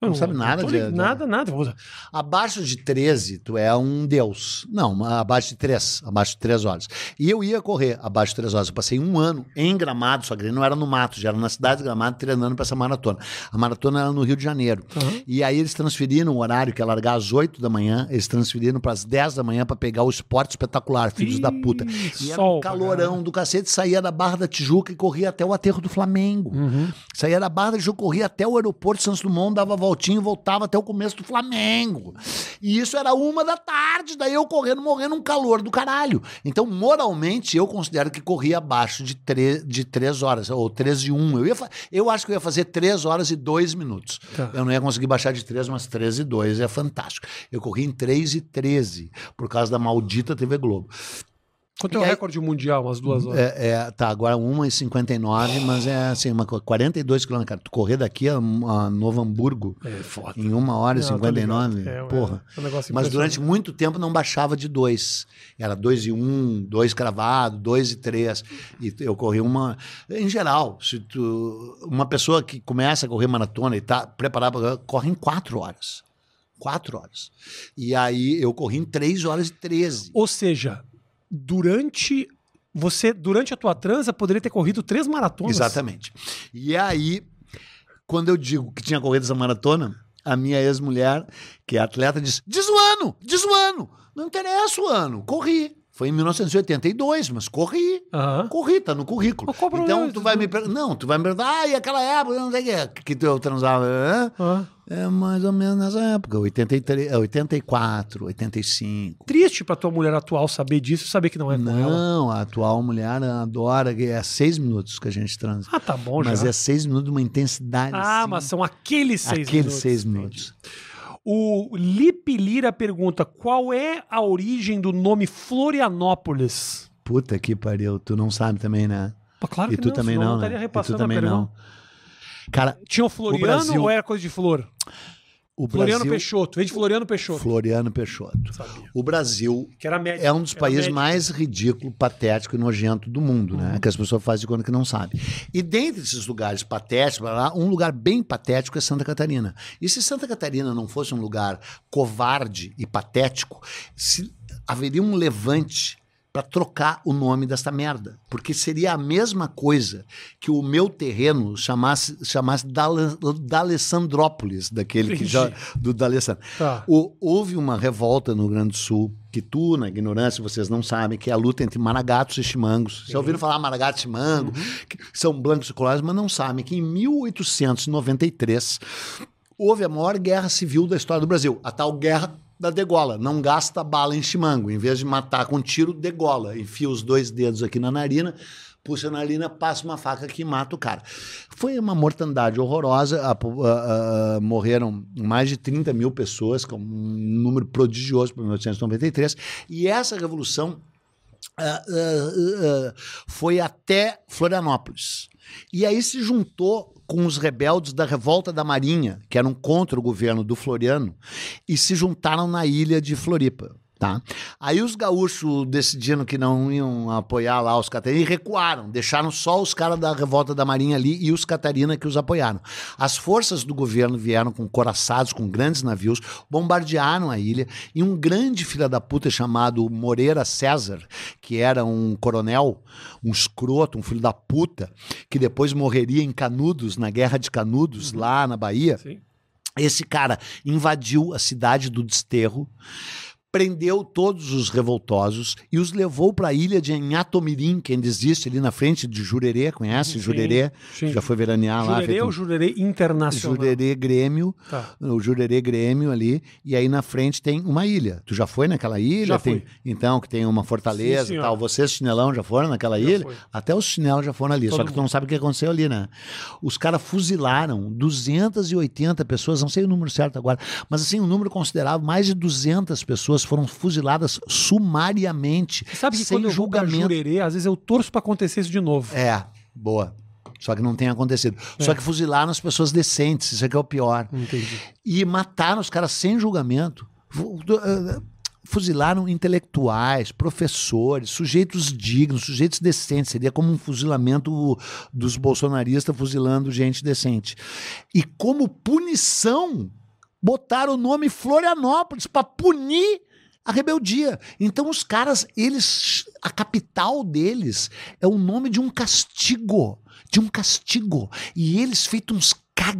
Speaker 1: Eu
Speaker 2: Não sabe nada
Speaker 1: tô
Speaker 2: de-
Speaker 1: ligado,
Speaker 2: de-
Speaker 1: Nada, nada. Vou-
Speaker 2: abaixo de 13, tu é um deus. Não, uma- abaixo de 3, abaixo de 3 horas. E eu ia correr abaixo de 3 horas. Eu passei um ano em Gramado, só que não era no mato, já era na cidade de Gramado, treinando para essa maratona. A maratona era no Rio de Janeiro.
Speaker 1: Aham.
Speaker 2: E aí eles transferiram o horário que ia largar às 8 da manhã, eles transferiram para as 10 da manhã para pegar o esporte espetacular, filhos da puta.
Speaker 1: Ih,
Speaker 2: E era
Speaker 1: sol
Speaker 2: um
Speaker 1: pra
Speaker 2: calorão do cacete, saía da Barra da Tijuca e corria até o aterro do Flamengo.
Speaker 1: Hum. Uhum.
Speaker 2: Saía da Barra da Tijuca, corria até o aeroporto de Santos Dumont, dava a voltinha e voltava até o começo do Flamengo. E isso era uma da tarde, daí eu correndo, morrendo um calor do caralho. Então, moralmente, eu considero que corria abaixo de 3, de três horas, ou 3 e 1. Eu, ia fa- eu acho que eu ia fazer 3 horas e 2 minutos.
Speaker 1: Tá.
Speaker 2: Eu não ia conseguir baixar de 3, mas 3 e 2 é fantástico. Eu corri em 3 e 13, por causa da maldita TV Globo.
Speaker 1: Quanto é o
Speaker 2: E aí-
Speaker 1: recorde mundial, umas duas horas?
Speaker 2: É, é, tá, agora 1h59, mas é assim, uma, co- 42 quilômetros. Cara, tu correr daqui a, a Novo Hamburgo
Speaker 1: É, foda.
Speaker 2: em 1 hora e
Speaker 1: Não, tô
Speaker 2: 59,
Speaker 1: ligado. É,
Speaker 2: porra.
Speaker 1: é um negócio
Speaker 2: Mas durante muito tempo não baixava de dois. Era dois e um, dois cravado, dois e três. E eu corri uma. Em geral, se tu, uma pessoa que começa a correr maratona e tá preparada pra- corre em quatro horas. Quatro horas. E aí eu corri em três horas e treze.
Speaker 1: Ou seja, durante você durante a tua transa poderia ter corrido três maratonas.
Speaker 2: Exatamente. E aí, quando eu digo que tinha corrido essa maratona, a minha ex-mulher, que é atleta, diz: diz o ano, diz o ano. Não interessa o ano, corri. Foi em 1982, mas corri.
Speaker 1: Aham.
Speaker 2: Corri, tá no currículo.
Speaker 1: Mas qual o problema
Speaker 2: Então tu vai me perguntar. Não, tu vai me perguntar, ah, e aquela época, não sei o que, é, que eu transava. Hã?
Speaker 1: Aham.
Speaker 2: É mais ou menos nessa época, 83, é, 84, 85.
Speaker 1: Triste pra tua mulher atual saber disso e saber que não é com ela.
Speaker 2: Não, a atual mulher adora, que é seis minutos que a gente transa.
Speaker 1: Ah, tá bom
Speaker 2: Mas
Speaker 1: já.
Speaker 2: é seis minutos de uma intensidade.
Speaker 1: ah,
Speaker 2: assim,
Speaker 1: mas são aqueles seis
Speaker 2: Aqueles
Speaker 1: minutos.
Speaker 2: seis minutos.
Speaker 1: O Lipe Lira pergunta: qual é a origem do nome Florianópolis?
Speaker 2: Puta que pariu. Tu não sabe também, né?
Speaker 1: Pô, claro
Speaker 2: e
Speaker 1: que
Speaker 2: tu
Speaker 1: não,
Speaker 2: também
Speaker 1: senão eu
Speaker 2: não,
Speaker 1: estaria
Speaker 2: né? E tu
Speaker 1: repassando a
Speaker 2: também
Speaker 1: pergunta.
Speaker 2: não. Cara,
Speaker 1: Tinha o Floriano
Speaker 2: Brasil-
Speaker 1: ou era coisa de flor?
Speaker 2: o
Speaker 1: Floriano
Speaker 2: Brasil...
Speaker 1: Peixoto, veio de Floriano Peixoto.
Speaker 2: Floriano Peixoto.
Speaker 1: Sabia.
Speaker 2: O Brasil
Speaker 1: Que era médico.
Speaker 2: é um dos
Speaker 1: Era
Speaker 2: países
Speaker 1: médico.
Speaker 2: mais ridículo, patético e nojento do mundo, né? Que as pessoas fazem de conta que não sabem. E dentre esses lugares patéticos, blá, blá, um lugar bem patético é Santa Catarina. E se Santa Catarina não fosse um lugar covarde e patético, se- haveria um levante para trocar o nome desta merda. Porque seria a mesma coisa que o meu terreno chamasse, chamasse Dala- D'Alessandrópolis, daquele que
Speaker 1: Entendi.
Speaker 2: já, do D'Alessandro.
Speaker 1: Tá.
Speaker 2: O- houve uma revolta no Rio Grande do Sul, que tu, na ignorância, vocês não sabem, que é a luta entre maragatos e chimangos. Já ouviram falar maragato e chimango, que são blancos e colares, mas não sabem que em 1893 houve a maior guerra civil da história do Brasil, a tal guerra da degola. Não gasta bala em chimango, em vez de matar com tiro, degola. Enfia os dois dedos aqui na narina, puxa a narina, passa uma faca que mata o cara. Foi uma mortandade horrorosa, a po- a- a- morreram mais de 30 mil pessoas, que é um número prodigioso para 1893, e essa revolução ah, ah, ah, foi até Florianópolis. E aí se juntou com os rebeldes da Revolta da Marinha, que eram contra o governo do Floriano, e se juntaram na ilha de Floripa. Tá? Aí os gaúchos decidiram que não iam apoiar lá os Catarina e recuaram, deixaram só os caras da Revolta da Marinha ali e os Catarina que os apoiaram. As forças do governo vieram com coraçados, com grandes navios, bombardearam a ilha e um grande filho da puta chamado Moreira César, que era um coronel, um escroto, um filho da puta, que depois morreria em Canudos, na Guerra de Canudos, lá na Bahia.
Speaker 1: Sim.
Speaker 2: Esse cara invadiu a cidade do Desterro, prendeu todos os revoltosos e os levou para a ilha de Anhatomirim, que ainda existe ali na frente de Jurerê, conhece
Speaker 1: Sim,
Speaker 2: Jurerê?
Speaker 1: sim.
Speaker 2: Já foi veranear lá.
Speaker 1: Jurerê é
Speaker 2: feito
Speaker 1: ou
Speaker 2: um-
Speaker 1: Jurerê Internacional?
Speaker 2: Jurerê Grêmio,
Speaker 1: Tá.
Speaker 2: o Jurerê Grêmio ali, e aí na frente tem uma ilha. Tu já foi naquela ilha?
Speaker 1: Já
Speaker 2: Tem-
Speaker 1: fui.
Speaker 2: Então, que tem uma fortaleza
Speaker 1: Sim,
Speaker 2: e
Speaker 1: senhor.
Speaker 2: tal. Vocês, chinelão, já foram naquela
Speaker 1: Já
Speaker 2: ilha?
Speaker 1: fui.
Speaker 2: Até os chinelos já foram ali,
Speaker 1: Todo
Speaker 2: só que tu
Speaker 1: mundo.
Speaker 2: não sabe o que aconteceu ali, né? Os caras fuzilaram 280 pessoas, não sei o número certo agora, mas assim, um número considerável, mais de 200 pessoas foram fuziladas sumariamente,
Speaker 1: Sabe que
Speaker 2: sem
Speaker 1: quando eu vou pra
Speaker 2: julgamento.
Speaker 1: Jurerê, às vezes eu torço pra acontecer isso de novo.
Speaker 2: É, boa. Só que não tem acontecido.
Speaker 1: É.
Speaker 2: Só que fuzilaram as pessoas decentes, isso é que é o pior
Speaker 1: Entendi.
Speaker 2: e mataram os caras sem julgamento. Fu- do- ah, Fuzilaram intelectuais, professores, sujeitos dignos, sujeitos decentes. Seria como um fuzilamento dos bolsonaristas fuzilando gente decente. E como punição, botaram o nome Florianópolis para punir a rebeldia. Então os caras, eles, a capital deles é o nome de um castigo, de um castigo. E eles feito uns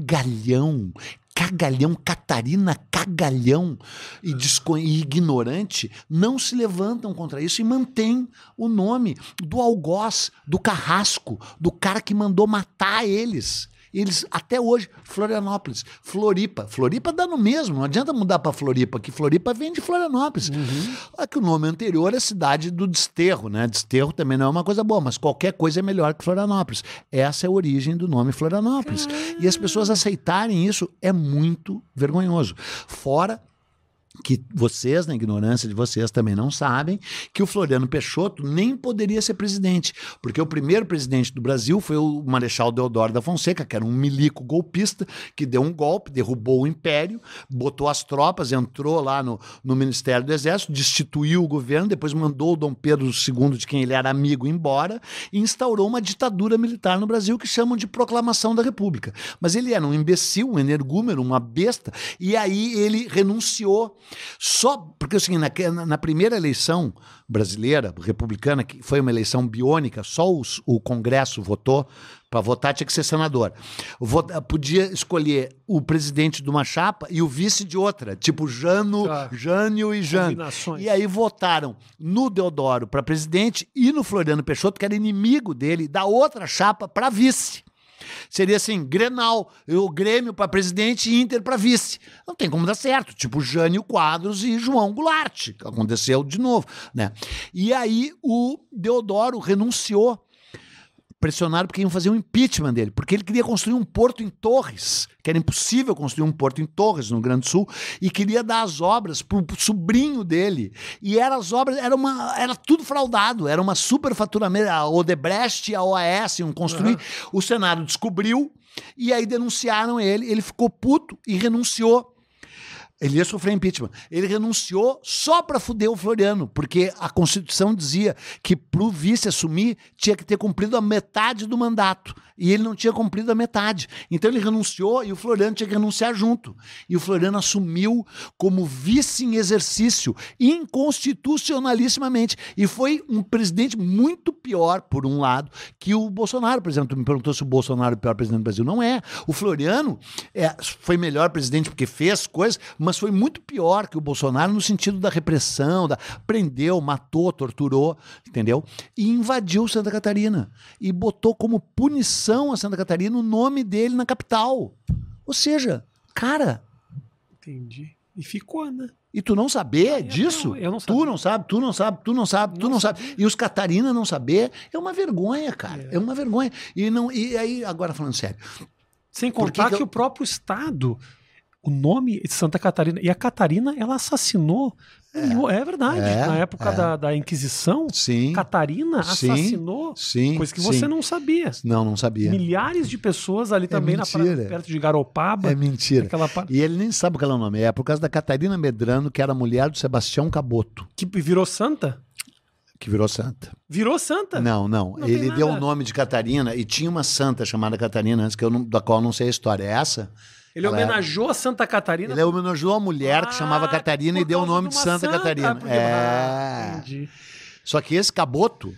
Speaker 2: cagalhão, cagalhão, Catarina cagalhão e, desco- e ignorante, não se levantam contra isso e mantém o nome do algoz, do carrasco, do cara que mandou matar eles. Eles, até hoje, Florianópolis, Floripa. Floripa dá no mesmo, não adianta mudar para Floripa, que Floripa vem de Florianópolis. É que o nome anterior é cidade do desterro, né? Desterro também não é uma coisa boa, mas qualquer coisa é melhor que Florianópolis. Essa é a origem do nome Florianópolis. E as pessoas aceitarem isso é muito vergonhoso. Fora que vocês, na ignorância de vocês, também não sabem, que o Floriano Peixoto nem poderia ser presidente, porque o primeiro presidente do Brasil foi o Marechal Deodoro da Fonseca, que era um milico golpista, que deu um golpe, derrubou o império, botou as tropas, entrou lá no, no Ministério do Exército, destituiu o governo, depois mandou o Dom Pedro II, de quem ele era amigo, embora, e instaurou uma ditadura militar no Brasil que chamam de Proclamação da República. Mas ele era um imbecil, um energúmeno, uma besta, e aí ele renunciou só porque assim, na, na primeira eleição brasileira, republicana, que foi uma eleição biônica, só os, o Congresso votou. Para votar tinha que ser senador. Vota, podia escolher o presidente de uma chapa e o vice de outra, tipo Jano,
Speaker 1: Tá.
Speaker 2: Jânio e Jânio.
Speaker 1: Combinações.
Speaker 2: E aí votaram no Deodoro para presidente e no Floriano Peixoto, que era inimigo dele, da outra chapa para vice. Seria assim, Grenal, o Grêmio para presidente e Inter para vice. Não tem como dar certo, tipo Jânio Quadros e João Goulart, que aconteceu de novo, né? E aí o Deodoro renunciou pressionaram porque iam fazer um impeachment dele, porque ele queria construir um porto em Torres, que era impossível construir um porto em Torres, no Rio Grande do Sul, e queria dar as obras pro sobrinho dele. E eram as obras, era, uma, era tudo fraudado, era uma superfaturamento, a Odebrecht e a OAS iam construir. O Senado descobriu, e aí denunciaram ele, ele ficou puto e renunciou. Ele ia sofrer impeachment. Ele renunciou só para fuder o Floriano, porque a Constituição dizia que pro vice assumir tinha que ter cumprido a metade do mandato. E ele não tinha cumprido a metade. Então ele renunciou e o Floriano tinha que renunciar junto. E o Floriano assumiu como vice em exercício, inconstitucionalissimamente. E foi um presidente muito pior, por um lado, que o Bolsonaro, por exemplo. Tu me perguntou se o Bolsonaro é o pior presidente do Brasil. Não é. O Floriano é, foi melhor presidente porque fez coisas, mas foi muito pior que o Bolsonaro no sentido da repressão, da prendeu, matou, torturou, entendeu? E invadiu Santa Catarina e botou como punição a Santa Catarina o nome dele na capital. Ou seja, cara,
Speaker 1: Entendi. E ficou, né?
Speaker 2: e tu não saber
Speaker 1: Eu
Speaker 2: disso?
Speaker 1: não- eu não
Speaker 2: Tu
Speaker 1: sabia.
Speaker 2: não sabe, tu não sabe, tu não sabe, tu não,
Speaker 1: Não
Speaker 2: sabe. E os Catarina não saber é uma vergonha, cara. É, uma vergonha. E não e aí agora falando sério.
Speaker 1: Sem
Speaker 2: Por que
Speaker 1: contar
Speaker 2: que
Speaker 1: que,
Speaker 2: eu-
Speaker 1: o próprio Estado, o nome de Santa Catarina, e a Catarina, ela assassinou. É, verdade.
Speaker 2: É,
Speaker 1: na época
Speaker 2: é.
Speaker 1: da, da Inquisição,
Speaker 2: Sim.
Speaker 1: Catarina
Speaker 2: Sim.
Speaker 1: assassinou,
Speaker 2: Sim.
Speaker 1: coisa que
Speaker 2: sim.
Speaker 1: você não sabia.
Speaker 2: Não, não sabia. É
Speaker 1: Milhares de pessoas ali também, na praia,
Speaker 2: mentira.
Speaker 1: perto de Garopaba.
Speaker 2: É mentira.
Speaker 1: Aquela parte
Speaker 2: E ele nem sabe qual é o nome. É por causa da Catarina Medrano, que era mulher do Sebastião Caboto,
Speaker 1: que virou santa?
Speaker 2: que virou santa.
Speaker 1: Virou santa?
Speaker 2: Não, não.
Speaker 1: Não tem
Speaker 2: ele deu o
Speaker 1: nada.
Speaker 2: nome de Catarina e tinha uma santa chamada Catarina antes, que eu não- da qual eu não sei a história. É essa?
Speaker 1: Ele
Speaker 2: Ela- é
Speaker 1: homenageou a Santa Catarina.
Speaker 2: Ele homenageou a mulher que
Speaker 1: Ah,
Speaker 2: chamava Catarina e
Speaker 1: por
Speaker 2: deu o
Speaker 1: causa
Speaker 2: nome de
Speaker 1: uma
Speaker 2: Santa, Catarina.
Speaker 1: porque- Ah,
Speaker 2: É.
Speaker 1: entendi.
Speaker 2: Só que esse caboto,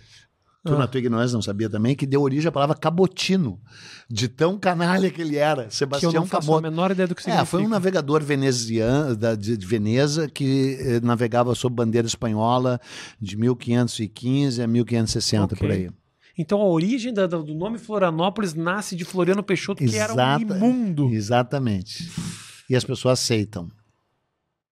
Speaker 2: tu
Speaker 1: Ah.
Speaker 2: na tua ignorância não sabia também, que deu origem à palavra cabotino, de tão canalha que ele era,
Speaker 1: Que eu
Speaker 2: Sebastião
Speaker 1: não faço a
Speaker 2: Caboto.
Speaker 1: menor ideia do que significa.
Speaker 2: um É, foi um navegador veneziano da, de, de Veneza que eh, navegava sob bandeira espanhola de 1515 a 1560
Speaker 1: Ok.
Speaker 2: por aí.
Speaker 1: Então a origem da- da- do nome Florianópolis nasce de Floriano Peixoto, que era um
Speaker 2: Exata-
Speaker 1: imundo.
Speaker 2: Exatamente. E as pessoas aceitam.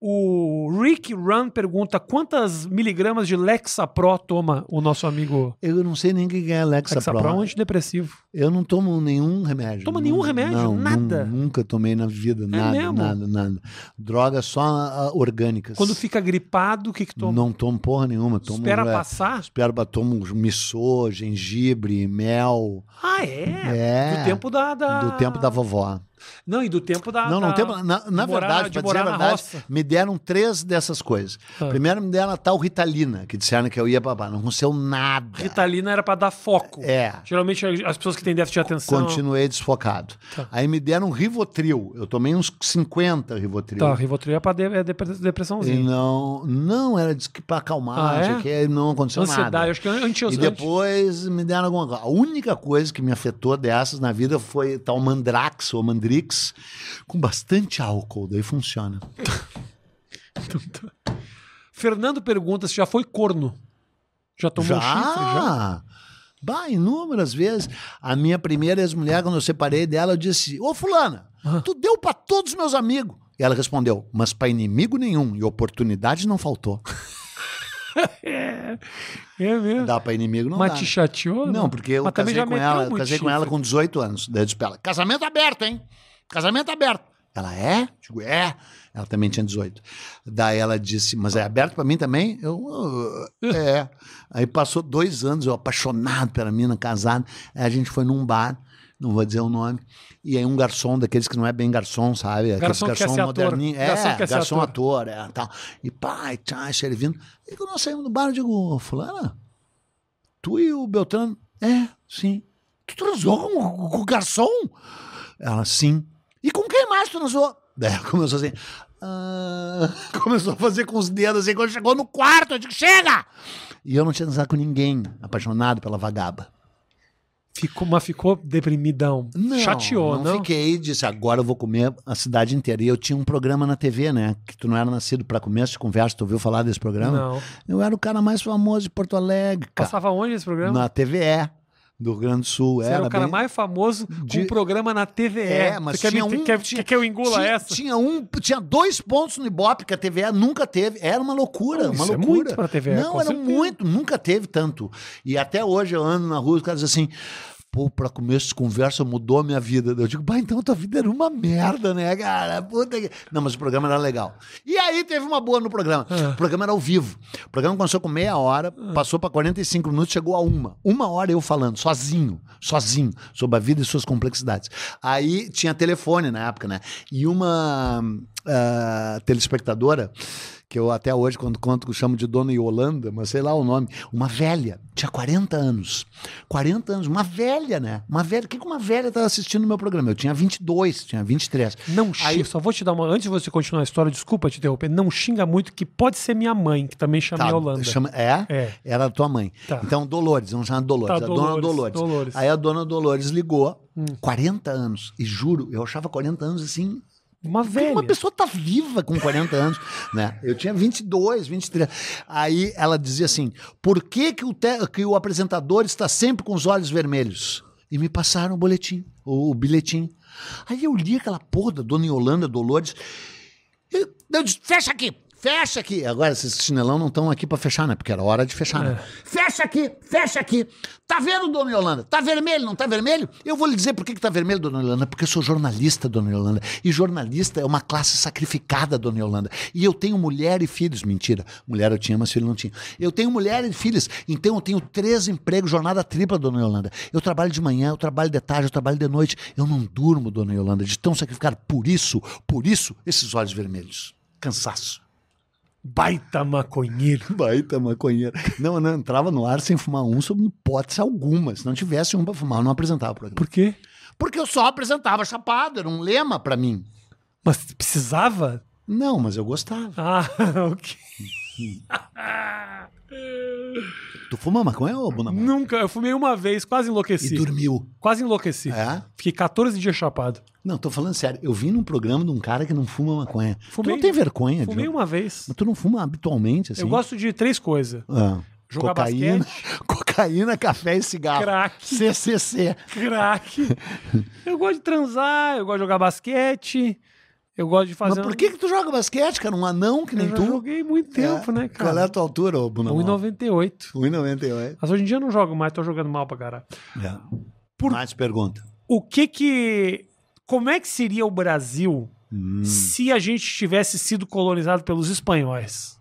Speaker 1: O Rick Run pergunta quantas miligramas de Lexapro toma o nosso amigo
Speaker 2: Eu não sei nem o que é
Speaker 1: Lexapro?
Speaker 2: Lexapro.
Speaker 1: É um antidepressivo.
Speaker 2: Eu não tomo nenhum remédio.
Speaker 1: Toma
Speaker 2: Não-
Speaker 1: nenhum remédio?
Speaker 2: não, nu-
Speaker 1: Nada? É
Speaker 2: Nunca tomei na vida, nada,
Speaker 1: mesmo?
Speaker 2: nada, nada. Drogas só ah, orgânicas.
Speaker 1: Quando fica gripado, o que que toma?
Speaker 2: Não tomo porra nenhuma. Tomo,
Speaker 1: Espera
Speaker 2: é,
Speaker 1: passar?
Speaker 2: Espero, ba- tomo missô, gengibre, mel.
Speaker 1: Ah, é?
Speaker 2: É.
Speaker 1: Do tempo da, da-
Speaker 2: Do tempo da vovó.
Speaker 1: Não, e do tempo da...
Speaker 2: não, não
Speaker 1: da-
Speaker 2: tem. Na, na
Speaker 1: de morar-
Speaker 2: verdade,
Speaker 1: de
Speaker 2: pra dizer
Speaker 1: morar
Speaker 2: a
Speaker 1: na
Speaker 2: verdade,
Speaker 1: roça.
Speaker 2: me deram três dessas coisas.
Speaker 1: Ah.
Speaker 2: Primeiro me deram a tal Ritalina, que disseram que eu ia babar. Não aconteceu nada.
Speaker 1: Ritalina era pra dar foco.
Speaker 2: É.
Speaker 1: Geralmente as pessoas que têm déficit de atenção...
Speaker 2: Continuei desfocado.
Speaker 1: Tá.
Speaker 2: Aí me deram um Rivotril. Eu tomei uns 50 Rivotril.
Speaker 1: Tá, Rivotril é pra de, é depre-
Speaker 2: E
Speaker 1: depressãozinha.
Speaker 2: não, não era diz que para acalmar,
Speaker 1: Ah,
Speaker 2: não
Speaker 1: é?
Speaker 2: sei o que, aí não aconteceu
Speaker 1: Ansiedade,
Speaker 2: nada.
Speaker 1: acho que é anti
Speaker 2: E depois me deram alguma coisa. A única coisa que me afetou dessas na vida foi tal Mandrax ou Mandrix com bastante álcool, daí funciona.
Speaker 1: Fernando pergunta se já foi corno. Já tomou um chifre? Já?
Speaker 2: já? Bah, inúmeras vezes. A minha primeira ex-mulher, quando eu separei dela, eu disse: Ô, Fulana,
Speaker 1: Ah.
Speaker 2: tu deu pra todos os meus amigos. E ela respondeu: Mas pra inimigo nenhum, e oportunidade não faltou.
Speaker 1: É mesmo.
Speaker 2: Dá pra inimigo não
Speaker 1: Mas
Speaker 2: dá. né?
Speaker 1: te chateou?
Speaker 2: Não, porque eu
Speaker 1: Mas Ah, também
Speaker 2: casei
Speaker 1: já
Speaker 2: com
Speaker 1: meteu
Speaker 2: ela, eu
Speaker 1: muito
Speaker 2: casei com
Speaker 1: chifre.
Speaker 2: ela com 18 anos. Daí eu disse pra ela, casamento aberto, hein? Casamento aberto. Ela é? Digo, é. Ela também tinha 18. Daí ela disse, mas é aberto pra mim também? Eu, "Ah, é. Aí passou dois anos, eu apaixonado pela mina, casado. Aí a gente foi num bar, não vou dizer o nome, e aí um garçom daqueles que não é bem garçom, sabe? Aqueles
Speaker 1: Garçom que quer ser ator.
Speaker 2: É,
Speaker 1: Garçom
Speaker 2: garçom,
Speaker 1: que quer ser
Speaker 2: ator. é, tal. E pai, tchau, servindo. E quando nós saímos do bar, eu digo, fulana, tu e o Beltrano? É, sim. Tu transou com, com o garçom? Ela, sim. E com quem mais tu transou? Daí ela começou assim. ah, começou a fazer com os dedos assim. Quando chegou no quarto, eu digo, chega! E eu não tinha transado com ninguém, apaixonado pela vagaba.
Speaker 1: Ficou, mas ficou deprimidão.
Speaker 2: Não,
Speaker 1: Chateou, não?
Speaker 2: não fiquei e disse, agora eu vou comer a cidade inteira. E eu tinha um programa na TV, né? Que tu não era nascido pra começo de conversa, tu ouviu falar desse programa?
Speaker 1: Não.
Speaker 2: Eu era o cara mais famoso de Porto Alegre, cara.
Speaker 1: Passava onde esse programa?
Speaker 2: Na TVE, do Rio Grande do Sul.
Speaker 1: Você
Speaker 2: era
Speaker 1: era o cara
Speaker 2: bem-
Speaker 1: mais famoso com
Speaker 2: de-
Speaker 1: um programa na TVE.
Speaker 2: É, mas
Speaker 1: Você quer,
Speaker 2: tinha
Speaker 1: me-
Speaker 2: um-
Speaker 1: quer,
Speaker 2: tinha-
Speaker 1: quer que eu engula
Speaker 2: tinha,
Speaker 1: essa?
Speaker 2: Tinha, um, tinha dois pontos no Ibope que a TVE nunca teve. Era uma loucura,
Speaker 1: Não,
Speaker 2: uma
Speaker 1: isso é
Speaker 2: loucura.
Speaker 1: muito pra TVE,
Speaker 2: Não,
Speaker 1: com
Speaker 2: era
Speaker 1: certeza.
Speaker 2: muito, nunca teve tanto. E até hoje eu ando na rua, os caras dizem assim. Pô, pra começo de conversa mudou a minha vida. Eu digo, bah, então tua vida era uma merda, né, cara? Puta que... Não, mas o programa era legal. E aí teve uma boa no programa.
Speaker 1: Ah.
Speaker 2: O programa era ao vivo. O programa começou com meia hora, passou pra 45 minutos, chegou a uma. Uma hora eu falando, sozinho, sozinho, sobre a vida e suas complexidades. Aí tinha telefone na época, né? E uma ah, telespectadora que eu até hoje, quando conto, chamo de Dona Yolanda, mas sei lá o nome, uma velha, tinha 40 anos. 40 anos, uma velha, né? Uma velha. O que que uma velha estava assistindo o meu programa? Eu tinha 22, tinha 23.
Speaker 1: Não xinga,
Speaker 2: Aí-
Speaker 1: só vou te dar uma. Antes de você continuar a história, desculpa te interromper. Não xinga muito, que pode ser minha mãe, que também chama
Speaker 2: Tá,
Speaker 1: em Holanda.
Speaker 2: chama- é?
Speaker 1: É.
Speaker 2: Era a tua mãe.
Speaker 1: Tá.
Speaker 2: Então, Dolores, vamos chamar de Dolores.
Speaker 1: Tá,
Speaker 2: a dona
Speaker 1: Dolores,
Speaker 2: Dolores.
Speaker 1: Dolores. Hum.
Speaker 2: Aí a dona Dolores ligou, 40 anos, e juro, eu achava 40 anos assim,
Speaker 1: Uma
Speaker 2: Porque
Speaker 1: velha.
Speaker 2: Uma pessoa tá viva com 40 anos, né? Eu tinha 22, 23. Aí ela dizia assim: "Por que que o te- que o apresentador está sempre com os olhos vermelhos?" E me passaram o boletim, o, o bilhetim. Aí eu li aquela porra da Dona Yolanda Dolores. E eu disse, fecha aqui, fecha aqui. Agora, esses chinelão não estão aqui pra fechar, né? Porque era hora de fechar, né? Fecha aqui, fecha aqui. Tá vendo, dona Yolanda? Tá vermelho, não tá vermelho? Eu vou lhe dizer por que, que tá vermelho, dona Yolanda. Porque eu sou jornalista, dona Yolanda. E jornalista é uma classe sacrificada, dona Yolanda. E eu tenho mulher e filhos. Mentira, mulher eu tinha, mas filho não tinha. Eu tenho mulher e filhos, então eu tenho três empregos, jornada tripla, dona Yolanda. Eu trabalho de manhã, eu trabalho de tarde, eu trabalho de noite. Eu não durmo, dona Yolanda, de tão sacrificado. Por isso, por isso, esses olhos vermelhos. Cansaço.
Speaker 1: Baita maconheiro.
Speaker 2: Baita maconheiro. Não, eu não entrava no ar sem fumar um, sob hipótese alguma. Se não tivesse um pra fumar, eu não apresentava o programa.
Speaker 1: Por quê?
Speaker 2: Porque eu só apresentava chapado, era um lema pra mim.
Speaker 1: Mas precisava?
Speaker 2: Não, mas eu gostava.
Speaker 1: Ah, ok.
Speaker 2: Tu fuma maconha ou Bonamar?
Speaker 1: Nunca. Eu fumei uma vez, quase
Speaker 2: E
Speaker 1: enlouqueci.
Speaker 2: dormiu.
Speaker 1: Quase enlouqueci.
Speaker 2: É?
Speaker 1: Fiquei 14 dias chapado.
Speaker 2: Não, tô falando sério. Eu vim num programa de um cara que não fuma maconha.
Speaker 1: Fumei- um-
Speaker 2: tu não tem vergonha,
Speaker 1: Fumei
Speaker 2: Diogo?
Speaker 1: uma vez.
Speaker 2: Mas tu não fuma habitualmente, assim?
Speaker 1: Eu gosto de três coisas.
Speaker 2: Ah,
Speaker 1: Jogar
Speaker 2: cocaína, Ah. cocaína, café e cigarro.
Speaker 1: Crack.
Speaker 2: CCC.
Speaker 1: Crack. eu gosto de transar, eu gosto de jogar basquete, eu gosto de
Speaker 2: Mas
Speaker 1: fazer... um-
Speaker 2: por que que tu joga basquete, cara? Um anão que
Speaker 1: Eu
Speaker 2: nem
Speaker 1: já
Speaker 2: tu?
Speaker 1: joguei muito tempo,
Speaker 2: É.
Speaker 1: né,
Speaker 2: Qual é a
Speaker 1: cara?
Speaker 2: tua altura, ô Bunamão?
Speaker 1: 1,98.
Speaker 2: 1,98.
Speaker 1: Mas hoje em dia eu não jogo mais, tô jogando mal pra caralho.
Speaker 2: É.
Speaker 1: Por-
Speaker 2: Mais pergunta.
Speaker 1: O que que... Como é que seria o Brasil
Speaker 2: Hum.
Speaker 1: se a gente tivesse sido colonizado pelos espanhóis?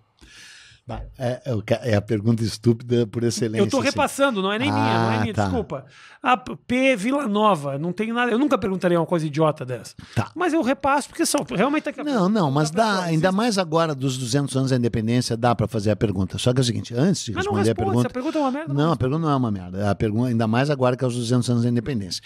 Speaker 2: Tá, É, é o ca- é a pergunta estúpida por excelência.
Speaker 1: eu tô
Speaker 2: assim.
Speaker 1: repassando, não é nem minha, não é
Speaker 2: Ah,
Speaker 1: minha,
Speaker 2: tá.
Speaker 1: desculpa. A P Vila Nova, não tem nada. Eu nunca perguntaria uma coisa idiota dessa.
Speaker 2: Tá.
Speaker 1: Mas eu repasso, porque são realmente aqui.
Speaker 2: Não, não, mas dá, ainda mais agora dos 200 anos da independência, dá pra fazer a pergunta. Só que é o seguinte, antes de
Speaker 1: Mas não
Speaker 2: responder a
Speaker 1: responde,
Speaker 2: pergunta,
Speaker 1: se a pergunta é uma merda.
Speaker 2: Não, a pergunta não é uma merda. A pergunta, ainda mais agora que é os 200 anos da independência.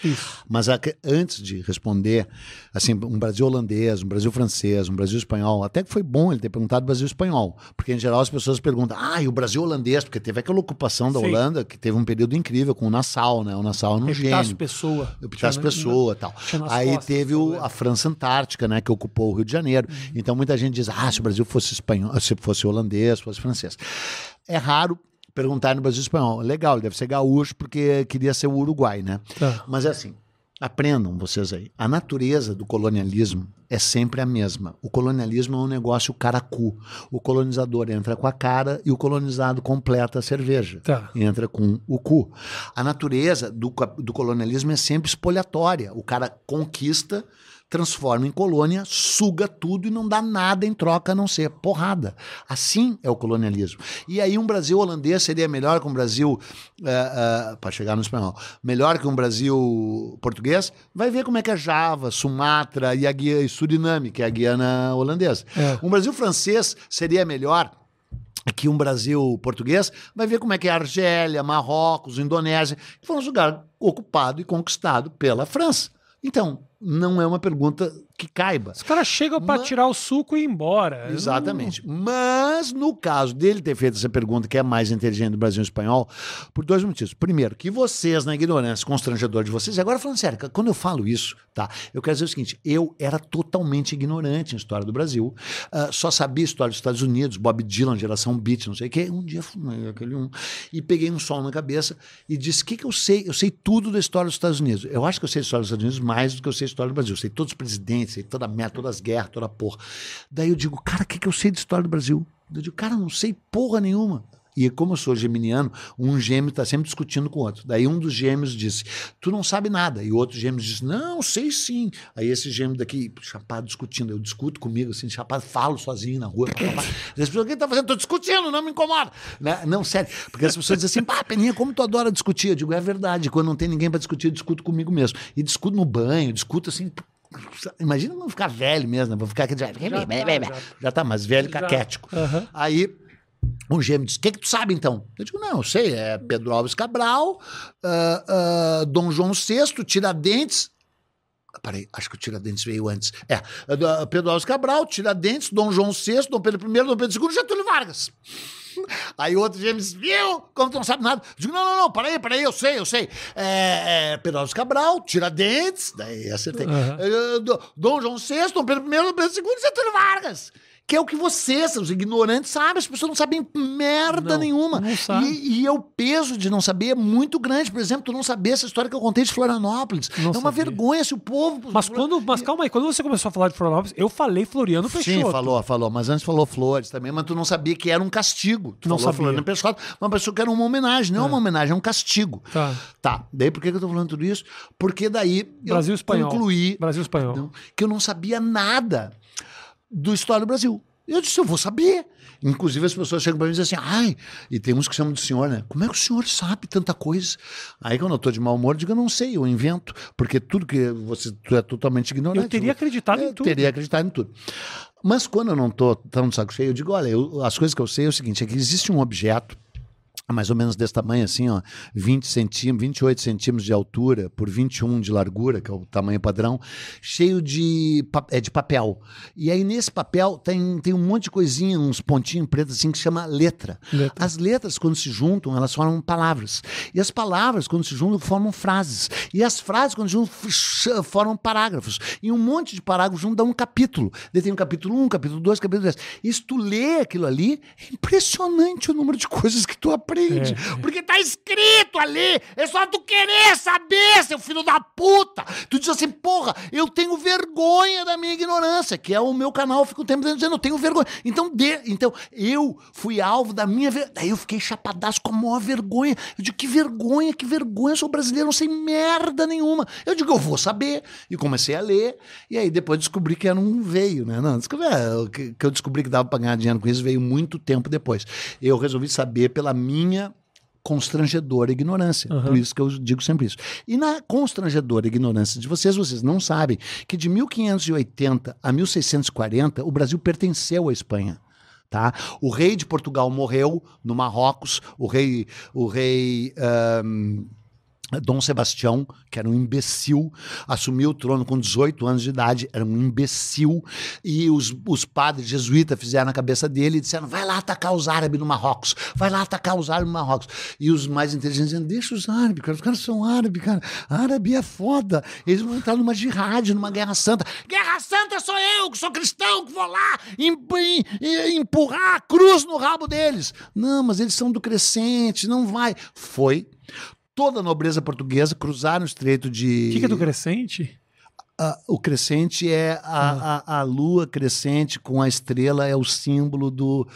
Speaker 2: Mas a que- antes de responder, assim, um Brasil holandês, um Brasil francês, um Brasil espanhol, até que foi bom ele ter perguntado Brasil espanhol, porque em geral as pessoas perguntam, ah, e o Brasil holandês, porque teve aquela ocupação da
Speaker 1: Sim.
Speaker 2: Holanda, que teve um período incrível com o Nassau, né? O Nassau era um
Speaker 1: Epitácio
Speaker 2: gênio.
Speaker 1: Pessoa.
Speaker 2: Epitácio
Speaker 1: Tinha-
Speaker 2: Pessoa e tal.
Speaker 1: tinha nas
Speaker 2: Aí
Speaker 1: costas, né?
Speaker 2: teve o- a França Antártica, né, que ocupou o Rio de Janeiro.
Speaker 1: Uhum.
Speaker 2: Então muita gente diz: ah, se o Brasil fosse espanhol, se fosse holandês, fosse francês. É raro perguntar no Brasil espanhol. Legal, deve ser gaúcho, porque queria ser o Uruguai, né?
Speaker 1: Tá.
Speaker 2: Mas é assim. Aprendam vocês aí. A natureza do colonialismo é sempre a mesma. O colonialismo é um negócio caracu. O colonizador entra com a cara e o colonizado completa a cerveja
Speaker 1: Tá.
Speaker 2: entra com o cu. A natureza do, cap- do colonialismo é sempre expoliatória. O cara conquista, transforma em colônia, suga tudo e não dá nada em troca a não ser porrada. Assim é o colonialismo. E aí um Brasil holandês seria melhor que um Brasil, para chegar no espanhol, melhor que um Brasil português? Vai ver como é que é Java, Sumatra e, a Guia, e Suriname, que é a Guiana holandesa.
Speaker 1: É.
Speaker 2: Um Brasil francês seria melhor que um Brasil português, vai ver como é que é Argélia, Marrocos, Indonésia, que foram um lugar ocupado e conquistado pela França. Então, não é uma pergunta que caiba.
Speaker 1: Os caras chegam pra
Speaker 2: Mas-
Speaker 1: tirar o suco e ir embora.
Speaker 2: Exatamente. Mas no caso dele ter feito essa pergunta, que é a mais inteligente do Brasil espanhol, por dois motivos. Primeiro, que vocês, na ignorância constrangedor de vocês, e agora falando sério, cara, quando eu falo isso, tá? Eu quero dizer o seguinte: eu era totalmente ignorante em história do Brasil, ah, só sabia história dos Estados Unidos, Bob Dylan, geração beat, não sei o quê. Um dia fumei aquele um e peguei um sol na cabeça e disse: o que, que eu sei? Eu sei tudo da história dos Estados Unidos. Eu acho que eu sei a história dos Estados Unidos mais do que eu sei a história do Brasil. Eu sei todos os presidentes, sei toda a merda, todas as guerras, toda a porra. Daí eu digo, cara, o que, que eu sei de história do Brasil? Eu digo, cara, não sei porra nenhuma. E é como eu sou geminiano, um gêmeo está sempre discutindo com o outro. Daí um dos gêmeos disse, tu não sabe nada. E o outro gêmeo disse, não, sei sim. Aí esse gêmeo daqui, chapado, discutindo. Eu discuto comigo, assim, chapado, falo sozinho na rua. pá, pá, pá. As pessoas, o que tá fazendo? Tô discutindo, não me incomoda. Né? Não, sério. Porque as pessoas dizem assim, pá, Peninha, como tu adora discutir? Eu digo, é verdade. Quando não tem ninguém para discutir, eu discuto comigo mesmo. E discuto no banho, discuto assim... Imagina não ficar velho mesmo, né? Vou ficar aqui... Já,
Speaker 1: Já tá, já.
Speaker 2: já tá mais velho,
Speaker 1: Já.
Speaker 2: caquético.
Speaker 1: Aham.
Speaker 2: Aí um gêmeo disse: O que, que tu sabe então? Eu digo: Não, eu sei, é Pedro Alves Cabral, ah, ah, Dom João VI, Tiradentes. Ah, Peraí, acho que o Tiradentes veio antes. É, ah, do- ah, Pedro Alves Cabral, Tiradentes, Dom João VI, Dom Pedro I, Dom Pedro II, Getúlio Vargas. Aí outro gêmeo disse, viu? Como tu não sabe nada? Eu digo, não, não, não, peraí, peraí, eu sei, eu sei. É, é, Pedro Alves Cabral, Tiradentes, daí acertei.
Speaker 1: Aham.
Speaker 2: É, do- Dom João VI, Dom Pedro I, Dom Pedro II, Getúlio Vargas. Que é o que vocês, os ignorantes, sabem. As pessoas não sabem merda
Speaker 1: Não,
Speaker 2: nenhuma.
Speaker 1: não sabe.
Speaker 2: E, e é o peso de não saber é muito grande. Por exemplo, tu não saber essa história que eu contei de Florianópolis.
Speaker 1: Não
Speaker 2: é uma
Speaker 1: sabia.
Speaker 2: vergonha se o povo...
Speaker 1: Mas quando. Mas calma aí, quando você começou a falar de Florianópolis, eu falei Floriano
Speaker 2: Sim,
Speaker 1: Peixoto.
Speaker 2: falou, falou. Mas antes falou Flores também, mas tu não sabia que era um castigo. Tu
Speaker 1: Não
Speaker 2: falou
Speaker 1: sabia.
Speaker 2: Floriano Peixoto, uma pessoa que era uma homenagem. Não é uma homenagem, é um castigo.
Speaker 1: Tá.
Speaker 2: Tá. Daí por que que eu tô falando tudo isso? Porque daí
Speaker 1: Brasil
Speaker 2: eu
Speaker 1: espanhol.
Speaker 2: concluí
Speaker 1: Brasil espanhol.
Speaker 2: não, que eu não sabia nada do história do Brasil. Eu disse, eu vou saber. Inclusive, as pessoas chegam para mim e dizem assim, ai, e tem uns que chamam de senhor, né? Como é que o senhor sabe tanta coisa? Aí, quando eu tô de mau humor, eu digo, eu não sei, eu invento, porque tudo que você tu é totalmente ignorante.
Speaker 1: Eu teria acreditado em
Speaker 2: Eu
Speaker 1: tudo.
Speaker 2: Teria acreditado em tudo. Mas quando eu não tô tão de saco cheio, eu digo, olha, eu- as coisas que eu sei é o seguinte, é que existe um objeto mais ou menos desse tamanho assim, ó, 20 centímetros, 28 centímetros de altura por 21 de largura, que é o tamanho padrão, cheio de, pa- é de papel. E aí nesse papel tem, tem um monte de coisinha, uns pontinhos pretos assim que chama letra.
Speaker 1: Letra.
Speaker 2: As letras quando se juntam, elas formam palavras. E as palavras quando se juntam formam frases. E as frases quando se juntam f- ch- formam parágrafos. E um monte de parágrafos junto dá um capítulo. Daí tem um capítulo 1, capítulo 2, capítulo 10. E se tu lê aquilo ali, é impressionante o número de coisas que tu aprende. Porque tá escrito ali. É só tu querer saber, seu filho da puta. Tu diz assim, porra, eu tenho vergonha da minha ignorância, que é o meu canal, eu fico o tempo inteiro dizendo, eu tenho vergonha. Então, de, então eu fui alvo da minha vergonha. Daí eu fiquei chapadaço com a maior vergonha. Eu digo, que vergonha, que vergonha, eu sou brasileiro, não sei merda nenhuma. Eu digo, eu vou saber. E comecei a ler. E aí depois descobri que era um veio, né? Não, descobri, é, o que, que eu descobri que dava pra ganhar dinheiro com isso veio muito tempo depois. Eu resolvi saber pela minha constrangedora ignorância.
Speaker 1: Aham.
Speaker 2: Por isso que eu digo sempre isso. E na constrangedora ignorância de vocês, vocês não sabem que de 1580 a 1640 o Brasil pertenceu à Espanha. Tá? O rei de Portugal morreu no Marrocos, o rei, o rei ahm, Dom Sebastião, que era um imbecil, assumiu o trono com 18 anos de idade, era um imbecil, e os, os padres jesuítas fizeram na cabeça dele e disseram: vai lá atacar os árabes no Marrocos, vai lá atacar os árabes no Marrocos. E os mais inteligentes dizendo: deixa os árabes, cara, os caras são árabes, cara, árabe é foda, eles vão entrar numa jihad, numa guerra santa. Guerra santa sou eu, que sou cristão, que vou lá em- em- em- empurrar a cruz no rabo deles. Não, mas eles são do crescente, não vai. Foi toda a nobreza portuguesa cruzaram o estreito
Speaker 1: O
Speaker 2: de.
Speaker 1: que, que é do Crescente?
Speaker 2: a- o crescente é a,
Speaker 1: Ah.
Speaker 2: a, a lua crescente com a estrela é o símbolo do,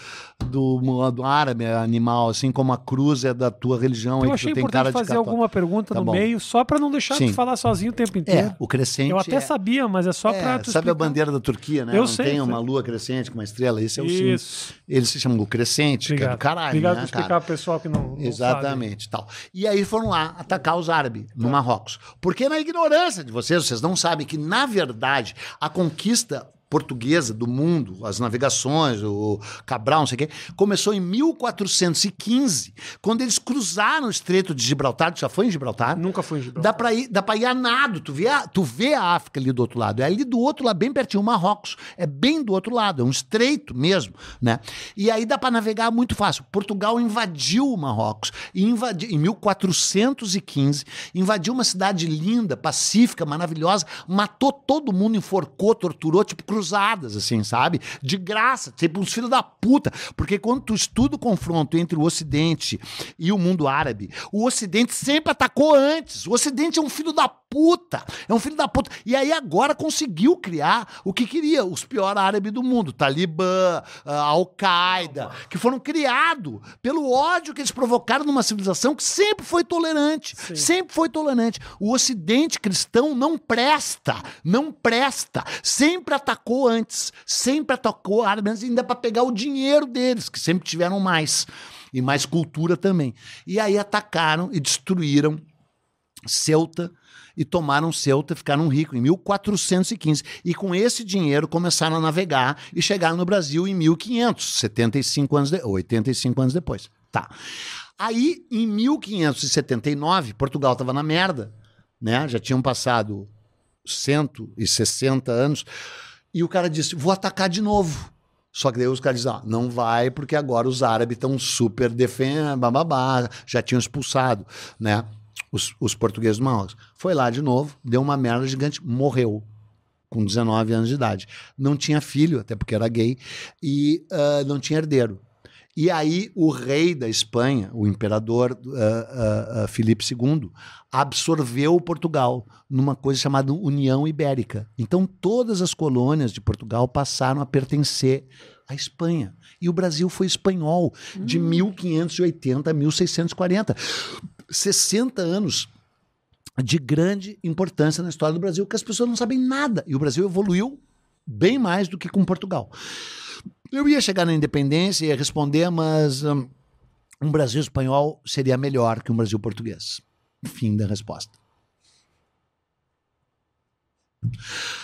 Speaker 2: do, do árabe animal, assim como a cruz é da tua religião.
Speaker 1: Eu
Speaker 2: aí que
Speaker 1: achei
Speaker 2: tu tem
Speaker 1: importante
Speaker 2: cara de
Speaker 1: fazer
Speaker 2: católico.
Speaker 1: alguma pergunta
Speaker 2: Tá
Speaker 1: no
Speaker 2: bom.
Speaker 1: meio, só pra não deixar
Speaker 2: Sim.
Speaker 1: tu falar sozinho o tempo inteiro.
Speaker 2: É, o crescente.
Speaker 1: eu até
Speaker 2: é,
Speaker 1: sabia, mas é só
Speaker 2: é,
Speaker 1: pra tu
Speaker 2: sabe a
Speaker 1: explicar.
Speaker 2: bandeira da Turquia, né?
Speaker 1: Eu
Speaker 2: Não
Speaker 1: sei,
Speaker 2: tem
Speaker 1: sei.
Speaker 2: uma lua crescente com uma estrela, esse é o símbolo.
Speaker 1: Isso.
Speaker 2: Ele se chama o crescente, que é do caralho,
Speaker 1: Obrigado
Speaker 2: né,
Speaker 1: por
Speaker 2: cara?
Speaker 1: explicar pro pessoal que não, não
Speaker 2: Exatamente, tal. E aí foram lá atacar os árabes
Speaker 1: Tá.
Speaker 2: no Marrocos. Porque na ignorância de vocês, vocês não sabem que, na verdade, a conquista portuguesa do mundo, as navegações, o Cabral, não sei o quê, começou em 1415, quando eles cruzaram o Estreito de Gibraltar, tu já foi em Gibraltar?
Speaker 1: sabe. Nunca fui em Gibraltar.
Speaker 2: Dá pra, ir, dá pra ir a nado, tu vê a, tu vê a África ali do outro lado. É ali do outro lado, bem pertinho, o Marrocos. É bem do outro lado, é um estreito mesmo, né? E aí dá pra navegar muito fácil. Portugal invadiu o Marrocos. E invadi, em 1415, invadiu uma cidade linda, pacífica, maravilhosa, matou todo mundo, enforcou, torturou, tipo cruzadas, assim, sabe? De graça, tipo uns filhos da puta. Porque quando tu estuda o confronto entre o Ocidente e o mundo árabe, o Ocidente sempre atacou antes. O Ocidente é um filho da puta. É um filho da puta. E aí agora conseguiu criar o que queria, os piores árabes do mundo. Talibã, ah, Al-Qaeda, que foram criados pelo ódio que eles provocaram numa civilização que sempre foi tolerante. Sempre foi tolerante. O Ocidente cristão não presta. Não presta. Sempre atacou antes. Sempre atacou árabes, ainda para pegar o dinheiro deles, que sempre tiveram mais e mais cultura também. E aí atacaram e destruíram Ceuta e tomaram Ceuta, ficaram ricos em 1415. E com esse dinheiro começaram a navegar e chegaram no Brasil em 1500, 75 anos de, 85 anos depois. Tá. Aí, em 1579, Portugal estava na merda, né? Já tinham passado 160 anos. E o cara disse: vou atacar de novo. Só que daí os caras dizem, ah, não vai, porque agora os árabes estão super defendendo, bababá, já tinham expulsado, né? Os, os portugueses do Marrocos. Foi lá de novo, deu uma merda gigante, morreu com 19 anos de idade. Não tinha filho, até porque era gay, e ah, não tinha herdeiro. E aí o rei da Espanha, o imperador ah, ah, ah, Filipe II, absorveu Portugal numa coisa chamada União Ibérica. Então todas as colônias de Portugal passaram a pertencer à Espanha. E o Brasil foi espanhol de 1580 a 1640. 60 anos de grande importância na história do Brasil, que as pessoas não sabem nada. E o Brasil evoluiu bem mais do que com Portugal. Eu ia chegar na independência e ia responder, mas hum, um Brasil espanhol seria melhor que um Brasil português. Fim da resposta.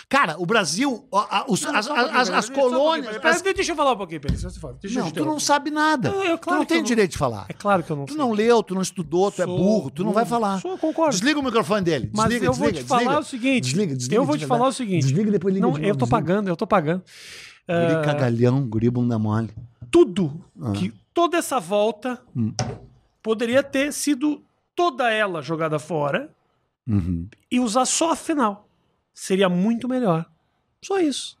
Speaker 2: Cara, o Brasil, ó, a- os- as,
Speaker 1: um
Speaker 2: as- as- as colônias. as-
Speaker 1: Deixa eu falar um pouquinho, Pedro. Deixa eu falar. Deixa eu
Speaker 2: não,
Speaker 1: te
Speaker 2: tu não
Speaker 1: interromper.
Speaker 2: sabe nada.
Speaker 1: Não, eu-
Speaker 2: tu
Speaker 1: claro
Speaker 2: não
Speaker 1: que eu
Speaker 2: tem
Speaker 1: não-
Speaker 2: direito de falar.
Speaker 1: É claro que eu não
Speaker 2: Tu
Speaker 1: sei.
Speaker 2: não leu, tu não estudou, tu é
Speaker 1: Sou
Speaker 2: burro, tu não vai falar.
Speaker 1: Sou, concordo.
Speaker 2: Desliga o microfone dele.
Speaker 1: Mas
Speaker 2: desliga,
Speaker 1: eu vou
Speaker 2: desliga,
Speaker 1: te falar
Speaker 2: desliga.
Speaker 1: o seguinte.
Speaker 2: Desliga, desliga.
Speaker 1: eu vou
Speaker 2: de
Speaker 1: te
Speaker 2: verdade.
Speaker 1: falar o seguinte.
Speaker 2: Desliga e depois liga
Speaker 1: não,
Speaker 2: de novo,
Speaker 1: eu tô
Speaker 2: desliga.
Speaker 1: pagando, eu tô pagando. Ah,
Speaker 2: Guri cagalhão, guri bunda mole.
Speaker 1: tudo
Speaker 2: Ah.
Speaker 1: que toda essa volta
Speaker 2: Hum.
Speaker 1: poderia ter sido toda ela jogada fora
Speaker 2: Uhum.
Speaker 1: e usar só a final. Seria muito melhor. Só isso.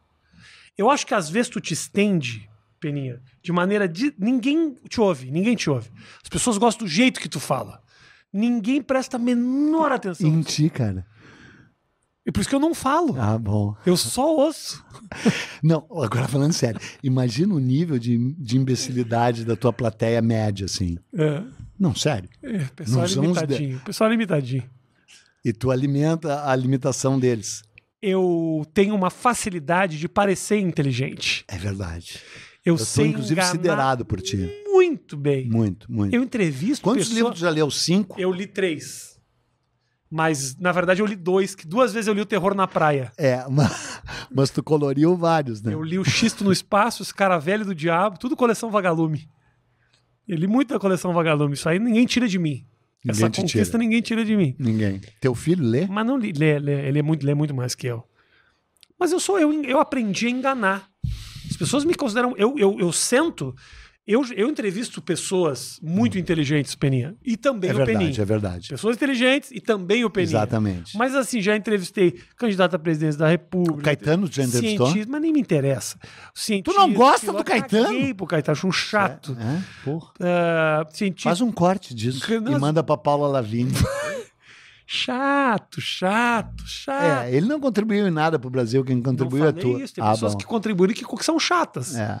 Speaker 1: Eu acho que às vezes tu te estende, Peninha, de maneira de. Ninguém te ouve, ninguém te ouve. As pessoas gostam do jeito que tu fala. Ninguém presta a menor atenção.
Speaker 2: Em ti, cara.
Speaker 1: E por isso que eu não falo.
Speaker 2: Ah, bom.
Speaker 1: Eu só ouço.
Speaker 2: Não, agora falando sério. Imagina o nível de, de imbecilidade da tua plateia média, assim.
Speaker 1: É,
Speaker 2: Não, sério.
Speaker 1: é, pessoal
Speaker 2: Não são os
Speaker 1: limitadinho. Pessoal é limitadinho.
Speaker 2: E tu alimenta a limitação deles.
Speaker 1: Eu tenho uma facilidade de parecer inteligente.
Speaker 2: É verdade.
Speaker 1: Eu,
Speaker 2: Eu tô,
Speaker 1: sei
Speaker 2: inclusive,
Speaker 1: enganar
Speaker 2: siderado por ti.
Speaker 1: muito bem.
Speaker 2: Muito, muito.
Speaker 1: Eu entrevisto
Speaker 2: Quantos
Speaker 1: pessoa-
Speaker 2: livros tu já leu? Cinco?
Speaker 1: Eu li três. Mas, na verdade, eu li dois, que duas vezes eu li o Terror na Praia.
Speaker 2: É, mas, mas tu coloriu vários, né?
Speaker 1: Eu li o Xisto no Espaço, Os Cara Velho do Diabo, tudo coleção Vagalume. Eu li muito da coleção Vagalume, isso aí ninguém tira de mim.
Speaker 2: Ninguém
Speaker 1: Essa
Speaker 2: te
Speaker 1: conquista
Speaker 2: tira.
Speaker 1: ninguém tira de mim.
Speaker 2: Ninguém. Teu filho lê? É
Speaker 1: Mas não li, lê, lê, ele é muito, lê muito mais que eu. Mas eu sou, eu, eu aprendi a enganar. As pessoas me consideram. Eu, eu, eu sento, eu, eu entrevisto pessoas muito inteligentes, Peninha. E também
Speaker 2: É
Speaker 1: o
Speaker 2: verdade,
Speaker 1: Peninha.
Speaker 2: é verdade.
Speaker 1: Pessoas inteligentes e também o Peninha.
Speaker 2: Exatamente.
Speaker 1: Mas assim, já entrevistei candidato à presidência da República.
Speaker 2: O Caetano tu já entrevistou?
Speaker 1: Cientista, mas nem me interessa. Cientista,
Speaker 2: Tu não gosta
Speaker 1: filó-
Speaker 2: do Caetano?
Speaker 1: Caguei pro Caetano, acho um chato.
Speaker 2: É? Porra.
Speaker 1: Ah, cientista,
Speaker 2: Faz um corte disso
Speaker 1: Renan-
Speaker 2: e manda pra Paula Lavigne.
Speaker 1: Chato, chato, chato.
Speaker 2: É, ele não contribuiu em nada pro Brasil, quem contribuiu
Speaker 1: Ah. não
Speaker 2: é
Speaker 1: falei
Speaker 2: tu.
Speaker 1: Isso, tem pessoas
Speaker 2: bom.
Speaker 1: que contribuíram e que são chatas.
Speaker 2: É.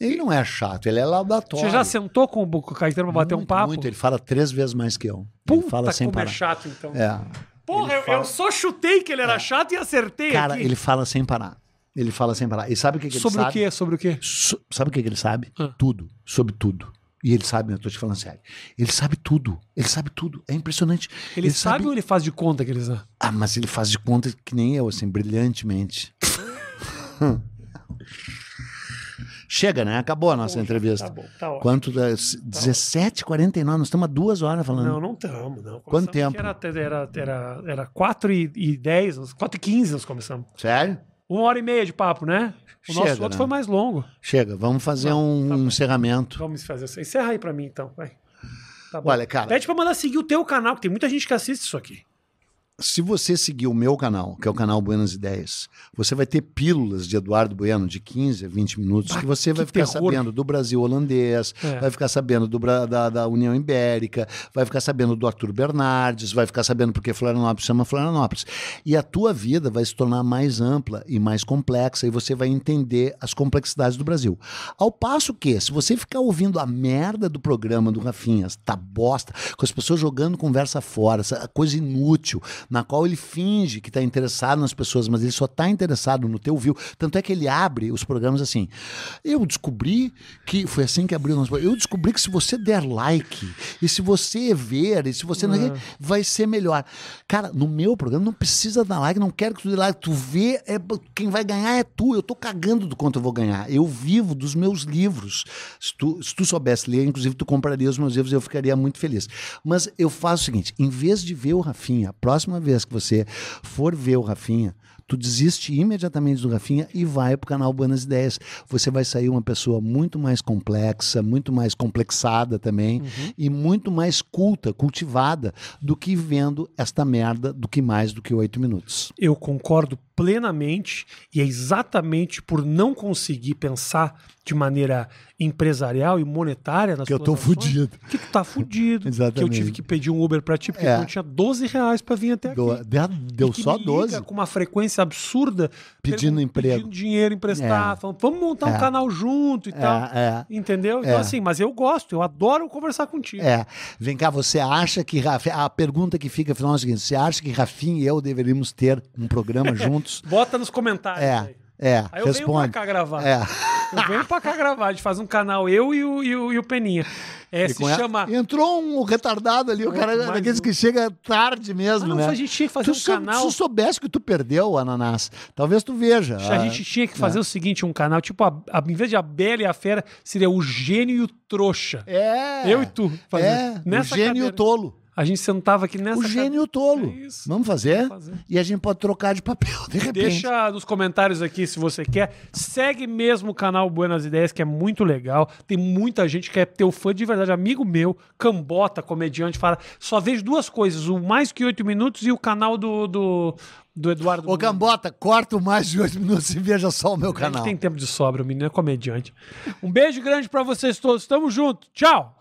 Speaker 2: Ele não é chato, ele é laudatório.
Speaker 1: Você já sentou com o Buco Caetano pra bater um
Speaker 2: Muito,
Speaker 1: papo?
Speaker 2: Muito, ele fala três vezes mais que eu.
Speaker 1: Puta
Speaker 2: ele fala sem
Speaker 1: como é
Speaker 2: parar.
Speaker 1: chato, então.
Speaker 2: É.
Speaker 1: Porra,
Speaker 2: Ele
Speaker 1: eu,
Speaker 2: fala- É.
Speaker 1: eu só chutei que ele era chato e acertei
Speaker 2: Cara,
Speaker 1: aqui.
Speaker 2: ele fala sem parar. Ele fala sem parar. E sabe o que, que ele
Speaker 1: Sobre
Speaker 2: sabe?
Speaker 1: o quê? Sobre o quê?
Speaker 2: So- sabe o que, que ele sabe?
Speaker 1: Ah.
Speaker 2: Tudo. Sobre tudo. E ele sabe, eu tô te falando sério. Ele sabe tudo. Ele sabe tudo. É impressionante.
Speaker 1: Ele, sabe, ou ele faz de conta que ele sabe?
Speaker 2: Ah, mas ele faz de conta que nem eu, assim, brilhantemente. Chega, né? Acabou a nossa entrevista.
Speaker 1: Tá bom, tá ótimo.
Speaker 2: Quanto? das- 17h49, nós estamos há duas horas falando.
Speaker 1: Não, não estamos, não. Começamos
Speaker 2: Quanto
Speaker 1: que
Speaker 2: tempo?
Speaker 1: Era, até- era, era, era 4 e, e 10, uns 4 e 15 nós começamos.
Speaker 2: Sério?
Speaker 1: Uma hora e meia de papo, né? O nosso
Speaker 2: Chega,
Speaker 1: outro
Speaker 2: né?
Speaker 1: foi mais longo.
Speaker 2: Chega, vamos fazer um
Speaker 1: tá bom.
Speaker 2: encerramento.
Speaker 1: Vamos fazer isso. Encerra aí pra mim, então. Vai. Tá bom.
Speaker 2: Olha, cara,
Speaker 1: Pede pra mandar seguir o teu canal, que tem muita gente que assiste isso aqui.
Speaker 2: se você seguir o meu canal, que é o canal Buenas Ideias, você vai ter pílulas de Eduardo Bueno de 15 a 20 minutos,
Speaker 1: Bah,
Speaker 2: que você vai
Speaker 1: Ah, que
Speaker 2: ficar
Speaker 1: terror.
Speaker 2: sabendo do Brasil holandês,
Speaker 1: É.
Speaker 2: vai ficar sabendo do, Bra- da, da União Ibérica, vai ficar sabendo do Arthur Bernardes, vai ficar sabendo porque Florianópolis chama Florianópolis. E a tua vida vai se tornar mais ampla e mais complexa, e você vai entender as complexidades do Brasil. Ao passo que, se você ficar ouvindo a merda do programa do Rafinha, tá bosta, com as pessoas jogando conversa fora, essa coisa inútil, na qual ele finge que tá interessado nas pessoas, mas ele só tá interessado no teu view. Tanto é que ele abre os programas assim. Eu descobri que. Foi assim que abriu o nosso programa. Eu descobri que se você der like, e se você ver, e se você não. vai ser melhor. Cara, no meu programa não precisa dar like, não quero que tu dê like. Tu vê, é, quem vai ganhar é tu. Eu tô cagando do quanto eu vou ganhar. Eu vivo dos meus livros. Se tu, se tu soubesse ler, inclusive, tu compraria os meus livros e eu ficaria muito feliz. Mas eu faço o seguinte: em vez de ver o Rafinha, a próxima vez que você for ver o Rafinha, tu desiste imediatamente do Rafinha e vai pro canal Buenas Ideias. Você vai sair uma pessoa muito mais complexa, muito mais complexada também
Speaker 1: Uhum.
Speaker 2: e muito mais culta, cultivada do que vendo esta merda do que mais do que oito minutos.
Speaker 1: Eu concordo plenamente e é exatamente por não conseguir pensar de maneira empresarial e monetária nas
Speaker 2: Que eu
Speaker 1: tuas
Speaker 2: tô
Speaker 1: ações,
Speaker 2: fudido.
Speaker 1: Que tu tá fudido.
Speaker 2: Exatamente.
Speaker 1: Que eu tive que pedir um Uber pra ti, porque
Speaker 2: É.
Speaker 1: não tinha 12 reais pra vir até aqui.
Speaker 2: Deu, deu- deu
Speaker 1: E que
Speaker 2: só
Speaker 1: me liga
Speaker 2: 12
Speaker 1: com uma frequência absurda.
Speaker 2: pedindo
Speaker 1: pergun-
Speaker 2: emprego.
Speaker 1: Pedindo dinheiro emprestado.
Speaker 2: É.
Speaker 1: falando, vamos montar um
Speaker 2: É.
Speaker 1: canal junto e tal.
Speaker 2: É,
Speaker 1: Entendeu? Então,
Speaker 2: É.
Speaker 1: assim, mas eu gosto, eu adoro conversar contigo.
Speaker 2: é, é. Vem cá, você acha que Rafa- a pergunta que fica afinal é a seguinte: você acha que Rafinha e eu deveríamos ter um programa juntos?
Speaker 1: Bota nos comentários.
Speaker 2: É,
Speaker 1: Aí.
Speaker 2: é,
Speaker 1: Aí eu venho
Speaker 2: responde.
Speaker 1: pra cá gravar.
Speaker 2: É.
Speaker 1: Eu venho pra cá gravar. A gente faz um canal, eu e o, e o, e o Peninha. É,
Speaker 2: E
Speaker 1: se
Speaker 2: com ela-
Speaker 1: chama.
Speaker 2: Entrou um retardado ali, o
Speaker 1: Outro
Speaker 2: cara é
Speaker 1: mais
Speaker 2: daqueles
Speaker 1: um.
Speaker 2: que chega tarde
Speaker 1: Ah,
Speaker 2: mesmo,
Speaker 1: não,
Speaker 2: né?
Speaker 1: a gente tinha que fazer
Speaker 2: tu
Speaker 1: um
Speaker 2: sou-
Speaker 1: canal.
Speaker 2: Se soubesse que tu perdeu, Ananás, talvez tu veja.
Speaker 1: A gente tinha que
Speaker 2: É.
Speaker 1: fazer o seguinte: um canal, tipo, a, a, em vez de a Bela e a Fera, seria o gênio e o trouxa.
Speaker 2: É.
Speaker 1: Eu e tu. fazer-
Speaker 2: É, o gênio e o
Speaker 1: cadeira.
Speaker 2: tolo.
Speaker 1: A gente sentava aqui nessa.
Speaker 2: o gênio e o tolo.
Speaker 1: É isso.
Speaker 2: Vamos fazer?
Speaker 1: Vamos fazer.
Speaker 2: E a gente pode trocar de papel, de repente.
Speaker 1: Deixa nos comentários aqui se você quer. Segue mesmo o canal Buenas Ideias, que é muito legal. Tem muita gente que é teu fã de verdade. Amigo meu, cambota, comediante, fala. Só vejo duas coisas: o mais que oito minutos e o canal do, do, do Eduardo.
Speaker 2: Ô, Gambota, corta o mais de oito minutos e veja só o meu
Speaker 1: A gente
Speaker 2: canal.
Speaker 1: tem tempo de sobra, o menino é comediante. Um beijo grande pra vocês todos. Tamo junto. Tchau.